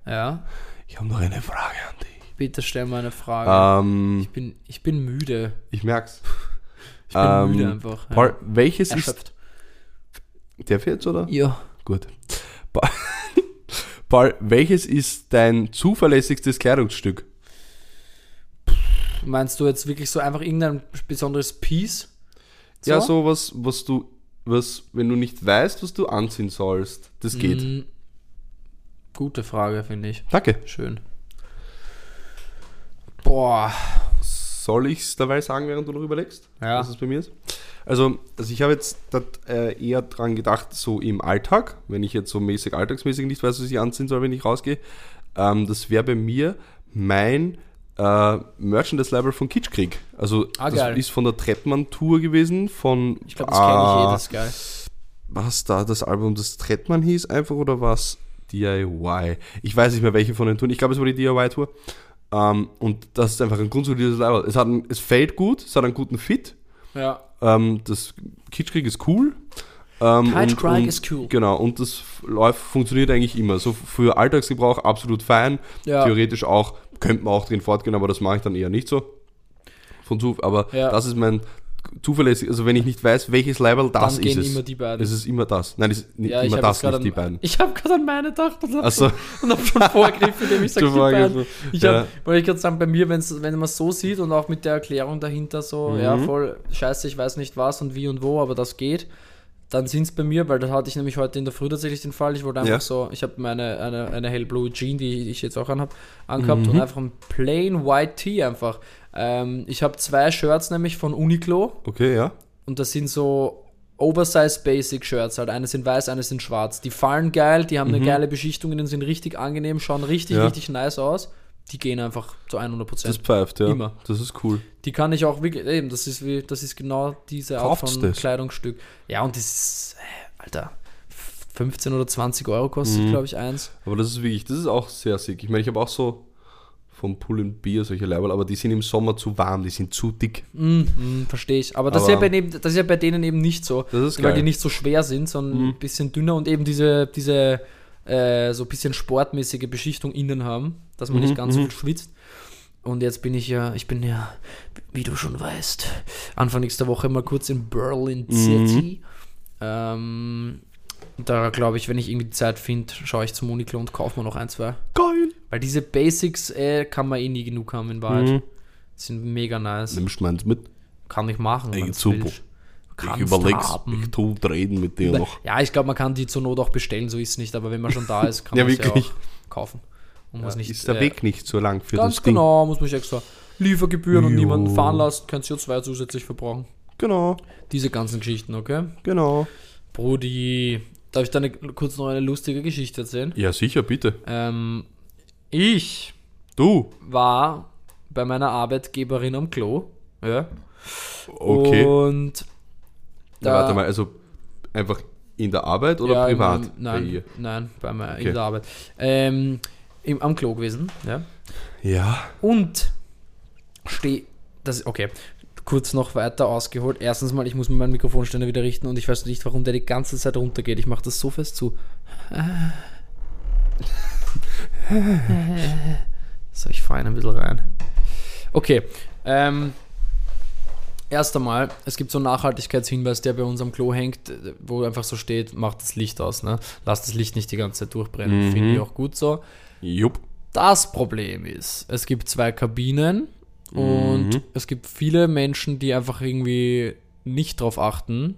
Speaker 1: Ja,
Speaker 2: ich habe noch eine Frage an dich.
Speaker 1: bitte stell mal eine Frage.
Speaker 2: Ähm,
Speaker 1: Ich, bin, ich bin müde.
Speaker 2: ich merk's.
Speaker 1: Ich bin
Speaker 2: Ähm,
Speaker 1: müde einfach. Ja.
Speaker 2: Paul, welches ist.
Speaker 1: Erschöpft.
Speaker 2: Der fährt oder?
Speaker 1: Ja.
Speaker 2: Gut. Pa- Paul, welches ist dein zuverlässigstes Kleidungsstück?
Speaker 1: Meinst du jetzt wirklich so einfach irgendein besonderes Piece?
Speaker 2: Ja, sowas, was du, was, wenn du nicht weißt, was du anziehen sollst, das geht.
Speaker 1: Mm, Gute Frage, finde ich.
Speaker 2: Danke.
Speaker 1: Schön. Boah.
Speaker 2: Soll ich es dabei sagen, während du noch überlegst,
Speaker 1: Ja.
Speaker 2: was es bei mir ist? Also, also ich habe jetzt dat, äh, eher dran gedacht, so im Alltag, wenn ich jetzt so mäßig, alltagsmäßig nicht weiß, was ich anziehen soll, wenn ich rausgehe. Ähm, das wäre bei mir mein äh, Merchandise-Level von Kitschkrieg. Also
Speaker 1: Ah,
Speaker 2: das
Speaker 1: geil.
Speaker 2: ist von der Trettmann-Tour gewesen, von... Ah.
Speaker 1: Ich glaube, das kenne ich eh, das ist geil.
Speaker 2: was da das Album das Trettmann hieß einfach oder was DIY? Ich weiß nicht mehr welche von den Touren. Ich glaube, es war die DIY Tour. Ähm, und das ist einfach ein grundsolidiertes Label. Es hat ein, es fällt gut, es hat einen guten Fit.
Speaker 1: Ja.
Speaker 2: Ähm, das Kitschkrieg ist cool. Ähm,
Speaker 1: Kitschkrieg
Speaker 2: und- und-
Speaker 1: ist cool.
Speaker 2: Genau, und das f- läuft, funktioniert eigentlich immer. So für Alltagsgebrauch absolut fein.
Speaker 1: Ja.
Speaker 2: Theoretisch auch, könnte man auch drin fortgehen, aber das mache ich dann eher nicht so. Von zu, aber
Speaker 1: Ja.
Speaker 2: das ist mein zuverlässig, also wenn ich nicht weiß, welches Label das
Speaker 1: Dann
Speaker 2: ist
Speaker 1: gehen
Speaker 2: es.
Speaker 1: immer die beiden.
Speaker 2: Es ist immer das. Nein, es ist nicht
Speaker 1: Ja, ich
Speaker 2: immer
Speaker 1: habe
Speaker 2: das,
Speaker 1: gerade
Speaker 2: nicht die
Speaker 1: an,
Speaker 2: beiden.
Speaker 1: ich hab grad an meine Gedacht und hab
Speaker 2: Also,
Speaker 1: schon, und hab schon vorgegriffen, indem ich sage, die
Speaker 2: Du vorgegriffen,
Speaker 1: beiden. Ich
Speaker 2: ja.
Speaker 1: hab, wollte ich gerade sagen, bei mir, wenn's, wenn man es so sieht und auch mit der Erklärung dahinter so, ja,
Speaker 2: Mhm.
Speaker 1: voll scheiße, ich weiß nicht was und wie und wo, aber das geht, dann sind es bei mir, weil das hatte ich nämlich heute in der Früh tatsächlich den Fall, ich wollte einfach
Speaker 2: Ja.
Speaker 1: so, ich habe meine eine, eine hellblaue Jean, die ich jetzt auch anhab, angehabt
Speaker 2: Mhm.
Speaker 1: und einfach ein plain white Tee einfach. Ähm, ich habe zwei Shirts nämlich von Uniqlo,
Speaker 2: okay, ja.
Speaker 1: und das sind so Oversize Basic Shirts halt. Eines sind weiß, eines sind schwarz. Die fallen geil, die haben eine geile Beschichtung, innen sind richtig angenehm, schauen richtig,
Speaker 2: Mhm. Ja.
Speaker 1: richtig nice aus. Die gehen einfach zu 100
Speaker 2: Das
Speaker 1: Prozent.
Speaker 2: pfeift, ja.
Speaker 1: Immer.
Speaker 2: Das ist cool.
Speaker 1: Die kann ich auch wirklich, eben, das ist wie, das ist genau diese Art
Speaker 2: Kauft's
Speaker 1: von
Speaker 2: das?
Speaker 1: Kleidungsstück. Ja, und das ist, äh, Alter, 15 oder 20 Euro
Speaker 2: Mhm.
Speaker 1: kostet, glaube ich, eins.
Speaker 2: Aber das ist wirklich, das ist auch sehr sick. Ich meine, ich habe auch so vom Pull and Beer solche Label, aber die sind im Sommer zu warm, die sind zu dick.
Speaker 1: Mm, mm, Verstehe ich. Aber, das, ist ja
Speaker 2: Aber-
Speaker 1: bei neben, das ist ja bei denen eben nicht so.
Speaker 2: Das ist
Speaker 1: weil
Speaker 2: geil. Mhm.
Speaker 1: die nicht so schwer sind, sondern ein bisschen dünner und eben diese, diese äh, so ein bisschen sportmäßige Beschichtung innen haben, dass man
Speaker 2: Mhm,
Speaker 1: nicht ganz so viel schwitzt. Und jetzt bin ich ja, ich bin ja, wie du schon weißt,
Speaker 2: Mhm.
Speaker 1: Anfang nächster Woche mal kurz in Berlin City. Ähm, Und da glaube ich, wenn ich irgendwie Zeit finde, schaue ich zum Uniqlo und kaufe mir noch ein, zwei.
Speaker 2: Geil.
Speaker 1: Weil diese Basics äh, kann man eh nie genug haben in Wahrheit.
Speaker 2: Mhm.
Speaker 1: Sind mega nice.
Speaker 2: Nimmst du meins mit?
Speaker 1: Kann ich machen.
Speaker 2: Ey,
Speaker 1: wenn's
Speaker 2: super.
Speaker 1: willst.
Speaker 2: Ich
Speaker 1: Kannst
Speaker 2: überleg's.
Speaker 1: haben.
Speaker 2: Ich tu reden mit dir noch.
Speaker 1: Ja, ich glaube, man kann die zur Not auch bestellen, so ist es nicht. Aber wenn man schon da ist, kann
Speaker 2: Ja,
Speaker 1: man es ja
Speaker 2: wirklich.
Speaker 1: auch kaufen. Und muss nicht,
Speaker 2: Ist der
Speaker 1: äh,
Speaker 2: Weg nicht so lang für
Speaker 1: Ganz
Speaker 2: das Ding?
Speaker 1: genau, muss man sich extra Liefergebühren und
Speaker 2: Jo.
Speaker 1: niemanden fahren lassen, kein CO2 zusätzlich verbrauchen.
Speaker 2: Genau,
Speaker 1: Diese ganzen Geschichten, okay?
Speaker 2: genau.
Speaker 1: Brudi, darf ich da eine, kurz noch eine lustige Geschichte erzählen?
Speaker 2: Ja, sicher, bitte.
Speaker 1: Ähm, ich
Speaker 2: Du.
Speaker 1: war bei meiner Arbeitgeberin am Klo. Ja.
Speaker 2: Okay.
Speaker 1: Und
Speaker 2: Na, warte mal, also einfach in der Arbeit oder
Speaker 1: ja,
Speaker 2: privat?
Speaker 1: Im,
Speaker 2: bei
Speaker 1: nein,
Speaker 2: ihr?
Speaker 1: nein, bei mir
Speaker 2: Okay.
Speaker 1: in der Arbeit. Ähm, im, am Klo gewesen. Ja.
Speaker 2: Ja.
Speaker 1: Und stehe. Das, okay, kurz noch weiter ausgeholt. Erstens mal, ich muss mir meinen Mikrofonständer wieder richten und ich weiß nicht, warum der die ganze Zeit runtergeht. Ich mache das so fest zu. So, ich fahre ihn ein bisschen rein. Okay, ähm. Erst einmal, es gibt so einen Nachhaltigkeitshinweis, der bei uns am Klo hängt, äh, wo einfach so steht, macht das Licht aus, ne? Lasst das Licht nicht die ganze Zeit durchbrennen.
Speaker 2: Mhm.
Speaker 1: Finde ich auch gut so.
Speaker 2: Jupp.
Speaker 1: Das Problem ist, es gibt zwei Kabinen und es gibt viele Menschen, die einfach irgendwie nicht drauf achten,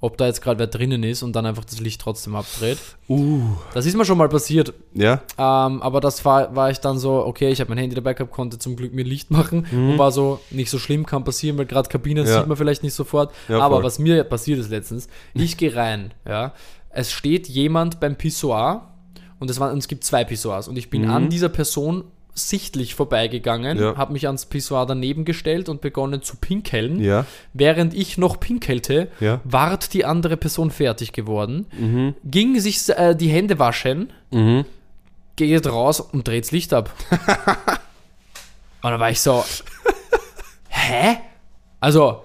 Speaker 1: ob da jetzt gerade wer drinnen ist und dann einfach das Licht trotzdem abdreht.
Speaker 2: Uh.
Speaker 1: Das ist mir schon mal passiert,
Speaker 2: Ja?
Speaker 1: ähm, aber das war, war ich dann so, okay, ich habe mein Handy dabei gehabt, konnte zum Glück mir Licht machen und war so, nicht so schlimm, kann passieren, weil gerade Kabinen
Speaker 2: Mhm. Ja.
Speaker 1: sieht man vielleicht nicht sofort.
Speaker 2: Ja,
Speaker 1: aber
Speaker 2: voll.
Speaker 1: was mir passiert ist letztens, ich gehe rein, ja, es steht jemand beim Pissoir und es, waren, und es gibt zwei Pissoirs und ich bin an dieser Person sichtlich vorbeigegangen,
Speaker 2: Mhm. Ja.
Speaker 1: habe mich ans Pissoir daneben gestellt und begonnen zu pinkeln.
Speaker 2: Ja.
Speaker 1: Während ich noch pinkelte,
Speaker 2: Ja. Mhm.
Speaker 1: ward die andere Person fertig geworden, ging sich äh, die Hände waschen, geht raus und dreht's Licht ab. und dann war ich so, hä? Also,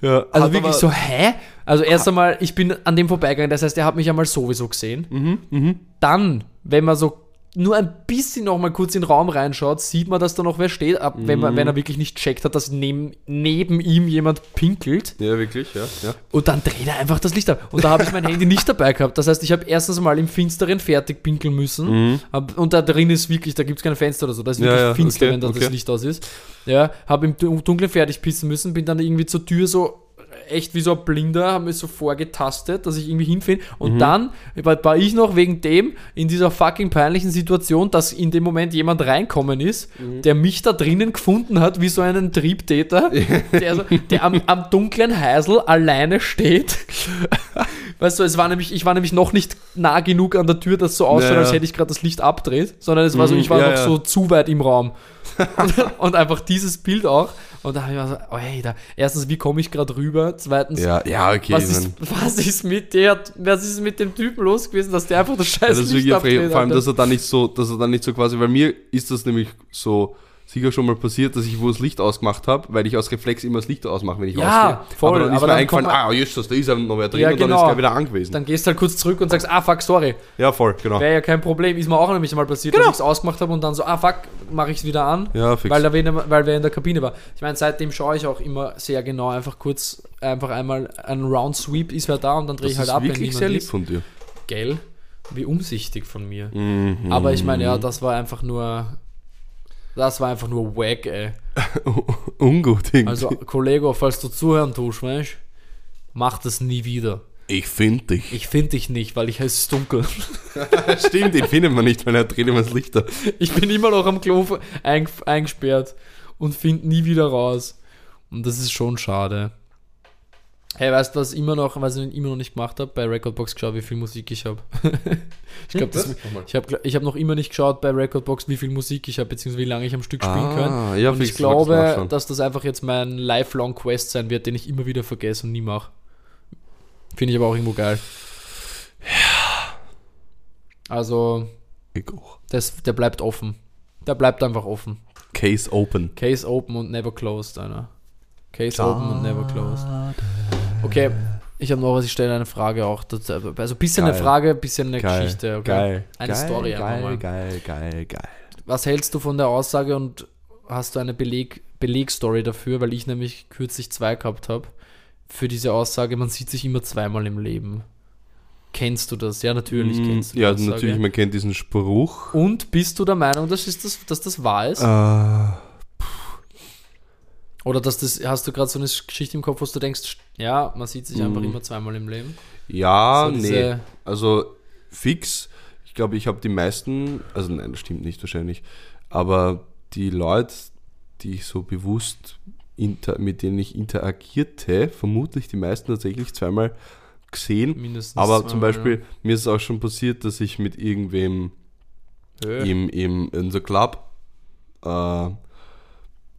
Speaker 2: Ja.
Speaker 1: also
Speaker 2: Hat
Speaker 1: wirklich
Speaker 2: aber-
Speaker 1: so, hä? Also erst einmal, ich bin an dem vorbeigegangen, das heißt, er hat mich einmal sowieso gesehen.
Speaker 2: Mhm,
Speaker 1: Dann, wenn man so nur ein bisschen noch mal kurz in den Raum reinschaut, sieht man, dass da noch wer steht, ab,
Speaker 2: Mhm.
Speaker 1: wenn, man, wenn er wirklich nicht checkt hat, dass neben, neben ihm jemand pinkelt.
Speaker 2: Ja, wirklich, ja. ja.
Speaker 1: Und dann dreht er einfach das Licht ab. Und da habe ich mein Handy nicht dabei gehabt. Das heißt, ich habe erstens mal im Finsteren fertig pinkeln müssen. Hab, und da drin ist wirklich, da gibt es kein Fenster oder so. Da ist
Speaker 2: Mhm. Ja,
Speaker 1: wirklich
Speaker 2: ja,
Speaker 1: finster,
Speaker 2: okay,
Speaker 1: wenn da
Speaker 2: okay.
Speaker 1: das Licht aus ist. Ja, habe im Dun- Dunkeln fertig pissen müssen, bin dann irgendwie zur Tür so echt wie so ein Blinder, habe mich so vorgetastet, dass ich irgendwie hinfinde. Und
Speaker 2: Mhm.
Speaker 1: dann war, war ich noch wegen dem in dieser fucking peinlichen Situation, dass in dem Moment jemand reinkommen ist,
Speaker 2: Mhm.
Speaker 1: der mich da drinnen gefunden hat, wie so einen Triebtäter, der, so, der am, am dunklen Heisel alleine steht. Weißt du, es war nämlich, ich war nämlich noch nicht nah genug an der Tür, dass so ausschaut,
Speaker 2: Ja, ja.
Speaker 1: als hätte ich gerade das Licht abdreht, sondern es war so,
Speaker 2: Mhm,
Speaker 1: ich war
Speaker 2: ja,
Speaker 1: noch
Speaker 2: ja.
Speaker 1: so zu weit im Raum. und, und einfach dieses Bild auch. Und da habe ich mir so, oh hey, da, erstens, wie komme ich gerade rüber? Zweitens,
Speaker 2: Ja, ja, okay.
Speaker 1: was,
Speaker 2: ich
Speaker 1: ist,
Speaker 2: mein-
Speaker 1: was ist mit der, was ist mit dem Typen los gewesen, dass der einfach das
Speaker 2: Ja,
Speaker 1: scheiß
Speaker 2: das ist
Speaker 1: Licht
Speaker 2: wirklich auf jeden
Speaker 1: abdreht?
Speaker 2: vor allem, dass
Speaker 1: Alter?
Speaker 2: er dann nicht so, dass er dann nicht so quasi, weil mir ist das nämlich so sicher schon mal passiert, dass ich wo das Licht ausgemacht habe, weil ich aus Reflex immer das Licht ausmache, wenn ich
Speaker 1: Ja,
Speaker 2: ausgehe.
Speaker 1: voll,
Speaker 2: aber dann ist
Speaker 1: aber
Speaker 2: mir
Speaker 1: dann
Speaker 2: eingefallen,
Speaker 1: kommt
Speaker 2: ah, just das, da ist er noch wer drin
Speaker 1: Ja,
Speaker 2: und dann ist
Speaker 1: genau.
Speaker 2: er wieder angewiesen.
Speaker 1: Dann gehst du halt kurz zurück und sagst, ah fuck, sorry,
Speaker 2: ja, voll, genau.
Speaker 1: wäre ja kein Problem. Ist mir auch nämlich mal passiert, dass ich es ausgemacht habe und dann so, ah fuck, mache ich es wieder an.
Speaker 2: Ja, fix.
Speaker 1: Weil, da wen, weil wer in der Kabine war. Ich meine, seitdem schaue ich auch immer sehr genau, einfach kurz, einfach einmal einen Round Sweep ist wer da und dann drehe
Speaker 2: das
Speaker 1: ich
Speaker 2: ist
Speaker 1: halt ab,
Speaker 2: wirklich sehr lieb
Speaker 1: ist.
Speaker 2: von dir.
Speaker 1: Gell? Wie umsichtig von mir. Aber ich meine, ja, das war einfach nur, das war einfach nur wack, ey.
Speaker 2: Ungut irgendwie.
Speaker 1: Also, Kollege, falls du zuhören tust, weißt, mach das nie wieder.
Speaker 2: ich finde dich.
Speaker 1: Ich finde dich nicht, weil ich es ist dunkel.
Speaker 2: Stimmt, den findet man nicht, weil er dreht immer das Licht ab.
Speaker 1: Ich bin immer noch am Klo eing eingesperrt und finde nie wieder raus. Und das ist schon schade. Hey, weißt du, was immer noch, was ich immer noch nicht gemacht habe? Bei Recordbox geschaut, wie viel Musik ich habe. ich glaube, das. Ich habe ich hab noch immer nicht geschaut bei Recordbox, wie viel Musik ich habe, beziehungsweise wie lange ich am Stück spielen
Speaker 2: Ah,
Speaker 1: kann.
Speaker 2: ja,
Speaker 1: und
Speaker 2: fix,
Speaker 1: ich
Speaker 2: das mag ich
Speaker 1: glaube,
Speaker 2: nachschauen.
Speaker 1: dass das einfach jetzt mein lifelong Quest sein wird, den ich immer wieder vergesse und nie mache. Finde ich aber auch irgendwo geil. Also,
Speaker 2: Ich auch.
Speaker 1: das, der bleibt offen. Der bleibt einfach offen.
Speaker 2: Case open.
Speaker 1: Case open und never closed, einer. Case open und never closed. Okay, ich habe noch was, ich stelle eine Frage auch. dazu. Also ein bisschen eine
Speaker 2: Geil.
Speaker 1: Frage, ein bisschen eine
Speaker 2: Geil.
Speaker 1: Geschichte. Okay?
Speaker 2: Geil.
Speaker 1: Eine
Speaker 2: geil,
Speaker 1: Story einfach mal.
Speaker 2: geil, geil, geil, geil.
Speaker 1: Was hältst du von der Aussage und hast du eine Beleg Belegstory dafür, weil ich nämlich kürzlich zwei gehabt habe, für diese Aussage, man sieht sich immer zweimal im Leben. Kennst du das? Ja, natürlich kennst du
Speaker 2: Mm, ja,
Speaker 1: das.
Speaker 2: natürlich,
Speaker 1: Okay.
Speaker 2: man kennt diesen Spruch.
Speaker 1: Und bist du der Meinung, dass, ist das, dass das wahr ist?
Speaker 2: Äh,
Speaker 1: Oder dass das, hast du gerade so eine Geschichte im Kopf, wo du denkst, st- ja, man sieht sich einfach
Speaker 2: Mhm.
Speaker 1: immer zweimal im Leben?
Speaker 2: ja,
Speaker 1: So
Speaker 2: nee.
Speaker 1: diese-
Speaker 2: Also fix. Ich glaube, ich habe die meisten, also nein, das stimmt nicht wahrscheinlich, aber die Leute, die ich so bewusst, inter, mit denen ich interagierte, vermutlich die meisten tatsächlich zweimal gesehen.
Speaker 1: Mindestens.
Speaker 2: Aber zum
Speaker 1: zweimal,
Speaker 2: Beispiel, mir ist es auch schon passiert, dass ich mit irgendwem
Speaker 1: ja. Hö.
Speaker 2: im, im, in so Club äh,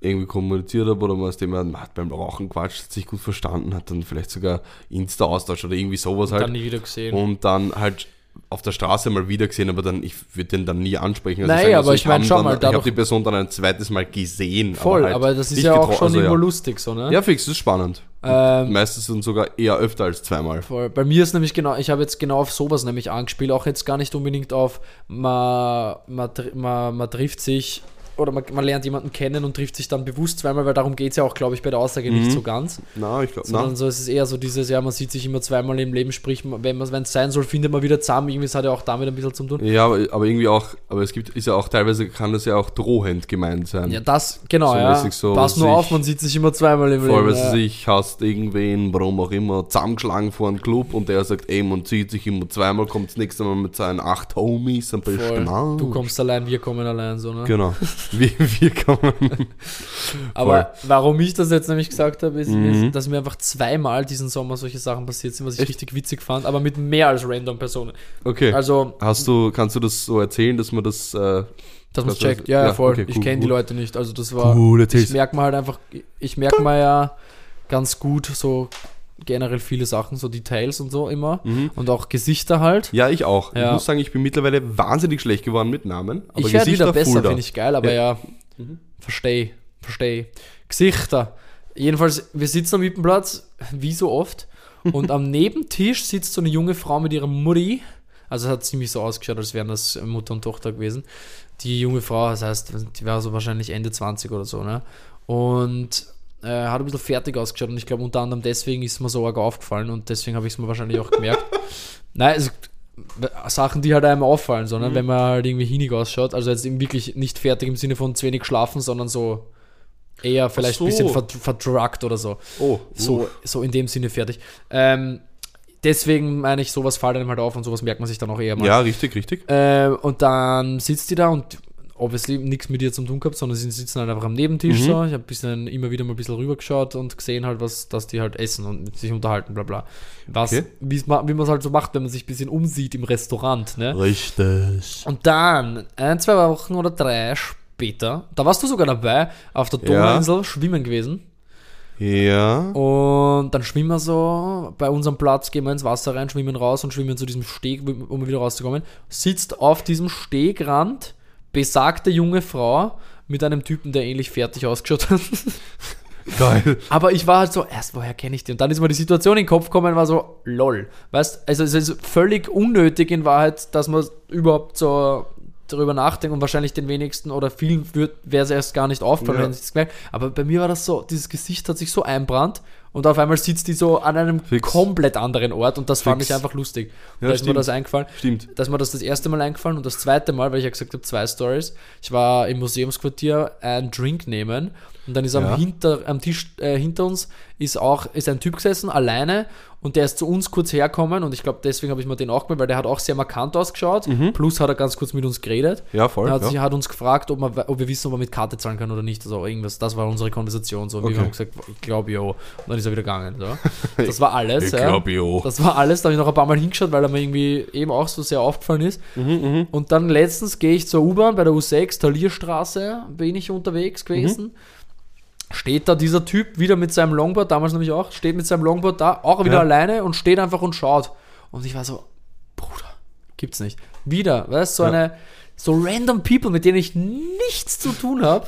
Speaker 2: irgendwie kommuniziert habe oder was dem man hat beim Rauchen quatscht, hat sich gut verstanden, hat dann vielleicht sogar Insta-Austausch oder irgendwie sowas
Speaker 1: dann
Speaker 2: halt.
Speaker 1: nie wieder gesehen.
Speaker 2: und dann halt auf der Straße mal wieder gesehen, aber dann ich würde den dann nie ansprechen. Also
Speaker 1: Naja,
Speaker 2: sagen wir
Speaker 1: aber ich meine,
Speaker 2: hab
Speaker 1: schau
Speaker 2: dann-
Speaker 1: mal,
Speaker 2: ich habe
Speaker 1: dadurch-
Speaker 2: die Person dann ein zweites Mal gesehen.
Speaker 1: Voll, aber,
Speaker 2: halt
Speaker 1: das ist
Speaker 2: nicht
Speaker 1: ja auch
Speaker 2: getro-
Speaker 1: schon
Speaker 2: also
Speaker 1: irgendwo
Speaker 2: ja.
Speaker 1: lustig, so, ne?
Speaker 2: ja, fix, das ist spannend.
Speaker 1: Ähm,
Speaker 2: Meistens sind sogar eher öfter als zweimal.
Speaker 1: Voll. Bei mir ist nämlich genau, ich habe jetzt genau auf sowas nämlich angespielt, auch jetzt gar nicht unbedingt auf, man, man, tr- man, man trifft sich oder man, man lernt jemanden kennen und trifft sich dann bewusst zweimal, weil darum geht es ja auch, glaube ich, bei der Aussage nicht so ganz.
Speaker 2: Na, ich glaube,
Speaker 1: Sondern
Speaker 2: Mhm. na.
Speaker 1: so ist es ist eher so dieses, ja, man sieht sich immer zweimal im Leben, sprich, wenn es sein soll, findet man wieder zusammen. Irgendwie das hat ja auch damit ein bisschen zu tun.
Speaker 2: Ja, aber, aber irgendwie auch, aber es gibt, ist ja auch teilweise kann das ja auch drohend gemeint sein.
Speaker 1: Ja, das, genau,
Speaker 2: So
Speaker 1: ja.
Speaker 2: mäßig so,
Speaker 1: Pass
Speaker 2: was
Speaker 1: nur
Speaker 2: ich-
Speaker 1: auf, man sieht sich immer zweimal im
Speaker 2: Voll,
Speaker 1: Leben.
Speaker 2: weil sie
Speaker 1: ja.
Speaker 2: sich hast irgendwen, warum auch immer, zusammengeschlagen vor einem Club und der sagt, ey, man zieht sich immer zweimal, kommt das nächste Mal mit seinen acht Homies am
Speaker 1: Voll.
Speaker 2: besten an.
Speaker 1: Du kommst allein, wir kommen allein, so, ne?
Speaker 2: Genau. Wir, wir kommen.
Speaker 1: Aber warum ich das jetzt nämlich gesagt habe, ist,
Speaker 2: Mhm.
Speaker 1: ist, dass mir einfach zweimal diesen Sommer solche Sachen passiert sind, was ich richtig witzig fand, aber mit mehr als random Personen.
Speaker 2: Okay.
Speaker 1: Also,
Speaker 2: Hast du, kannst du das so erzählen, dass man das. Äh,
Speaker 1: dass man
Speaker 2: Das-
Speaker 1: checkt.
Speaker 2: ja,
Speaker 1: Ja, ja, voll.
Speaker 2: okay,
Speaker 1: ich
Speaker 2: cool,
Speaker 1: kenne die
Speaker 2: cool.
Speaker 1: Leute nicht. Also, das war. ich merke mal halt einfach, ich merke mal ja ganz gut so generell viele Sachen, so Details und so immer.
Speaker 2: Mhm.
Speaker 1: Und auch Gesichter halt.
Speaker 2: Ja, ich auch. Ich
Speaker 1: Ja.
Speaker 2: muss sagen, ich bin mittlerweile wahnsinnig schlecht geworden mit Namen. Aber
Speaker 1: ich werde wieder
Speaker 2: Gesichter
Speaker 1: besser,
Speaker 2: Fulda.
Speaker 1: finde ich geil, aber ja, verstehe, verstehe. Gesichter. Jedenfalls, wir sitzen am Wippenplatz, wie so oft, und am Nebentisch sitzt so eine junge Frau mit ihrer Mutti. Also es hat ziemlich so ausgeschaut, als wären das Mutter und Tochter gewesen. Die junge Frau, das heißt, die war so wahrscheinlich Ende 20 oder so, ne? Und äh, hat ein bisschen fertig ausgeschaut und ich glaube unter anderem deswegen ist es mir so arg aufgefallen und deswegen habe ich es mir wahrscheinlich auch gemerkt. Nein, also Sachen, die halt einem auffallen, sondern wenn man halt irgendwie hinig ausschaut, also jetzt eben wirklich nicht fertig im Sinne von zu wenig schlafen, sondern so eher vielleicht
Speaker 2: so.
Speaker 1: ein bisschen verd verdruckt oder so.
Speaker 2: Oh,
Speaker 1: So, so in dem Sinne fertig. Ähm, deswegen meine ich, sowas fällt einem halt auf und sowas merkt man sich dann auch eher mal.
Speaker 2: Ja, richtig, richtig.
Speaker 1: Ähm, und dann sitzt die da und obviously nichts mit ihr zum tun gehabt, sondern sie sitzen halt einfach am
Speaker 2: Mhm.
Speaker 1: Nebentisch so. Ich habe bisschen immer wieder mal ein bisschen rübergeschaut und gesehen halt, was, dass die halt essen und sich unterhalten, bla bla. Was,
Speaker 2: Okay.
Speaker 1: wie's ma- wie man es halt so macht, wenn man sich ein bisschen umsieht im Restaurant, ne?
Speaker 2: Richtig.
Speaker 1: Und dann, ein, zwei Wochen oder drei später, da warst du sogar dabei, auf der
Speaker 2: Ja.
Speaker 1: Donauinsel schwimmen gewesen.
Speaker 2: Ja.
Speaker 1: Oh. Und dann schwimmen wir so bei unserem Platz, gehen wir ins Wasser rein, schwimmen raus und schwimmen zu diesem Steg, um wieder rauszukommen. Sitzt auf diesem Stegrand besagte junge Frau mit einem Typen, der ähnlich fertig ausgeschaut hat.
Speaker 2: Geil.
Speaker 1: Aber ich war halt so, erst woher kenne ich den? Und dann ist mir die Situation in den Kopf gekommen und war so, lol. Weißt, also es ist völlig unnötig in Wahrheit, dass man überhaupt so darüber nachdenkt und wahrscheinlich den wenigsten oder vielen wäre es erst gar nicht auffallen,
Speaker 2: Ja.
Speaker 1: wenn sie es gemerkt Aber bei mir war das so, dieses Gesicht hat sich so einbrannt und auf einmal sitzt die so an einem
Speaker 2: Fix.
Speaker 1: komplett anderen Ort und das fand
Speaker 2: Fix.
Speaker 1: ich einfach lustig.
Speaker 2: Ja,
Speaker 1: da ist mir
Speaker 2: stimmt.
Speaker 1: das eingefallen
Speaker 2: Stimmt.
Speaker 1: dass mir das das erste Mal eingefallen und das zweite Mal, weil ich ja gesagt habe, zwei Stories. Ich war im Museumsquartier einen Drink nehmen und dann ist
Speaker 2: Ja.
Speaker 1: am, hinter, am Tisch äh, hinter uns ist auch ist ein Typ gesessen, alleine und der ist zu uns kurz herkommen und ich glaube, deswegen habe ich mir den auch gemeldet, weil der hat auch sehr markant ausgeschaut. Plus hat er ganz kurz mit uns geredet.
Speaker 2: Mhm. Ja, voll.
Speaker 1: Er hat,
Speaker 2: Ja.
Speaker 1: sich, hat uns gefragt, ob, man, we- ob wir wissen, ob man mit Karte zahlen kann oder nicht. Also irgendwas. Das war unsere Konversation. So. Und
Speaker 2: Okay.
Speaker 1: Wir haben gesagt, ich glaube, jo. Und dann ist er wieder gegangen. So. Das war alles.
Speaker 2: Ich
Speaker 1: ja.
Speaker 2: glaub, jo.
Speaker 1: Das war alles. Da habe ich noch ein paar Mal hingeschaut, weil er mir irgendwie eben auch so sehr aufgefallen ist.
Speaker 2: Mhm,
Speaker 1: Und dann letztens gehe ich zur U-Bahn bei der U6, Talierstraße, bin ich unterwegs
Speaker 2: Mhm.
Speaker 1: gewesen. Steht da dieser Typ wieder mit seinem Longboard, damals nämlich auch, steht mit seinem Longboard da, auch wieder
Speaker 2: Ja.
Speaker 1: alleine und steht einfach und schaut. Und ich war so, Bruder, gibt's nicht. Wieder, weißt du, so
Speaker 2: Ja.
Speaker 1: eine, so random people, mit denen ich nichts zu tun habe,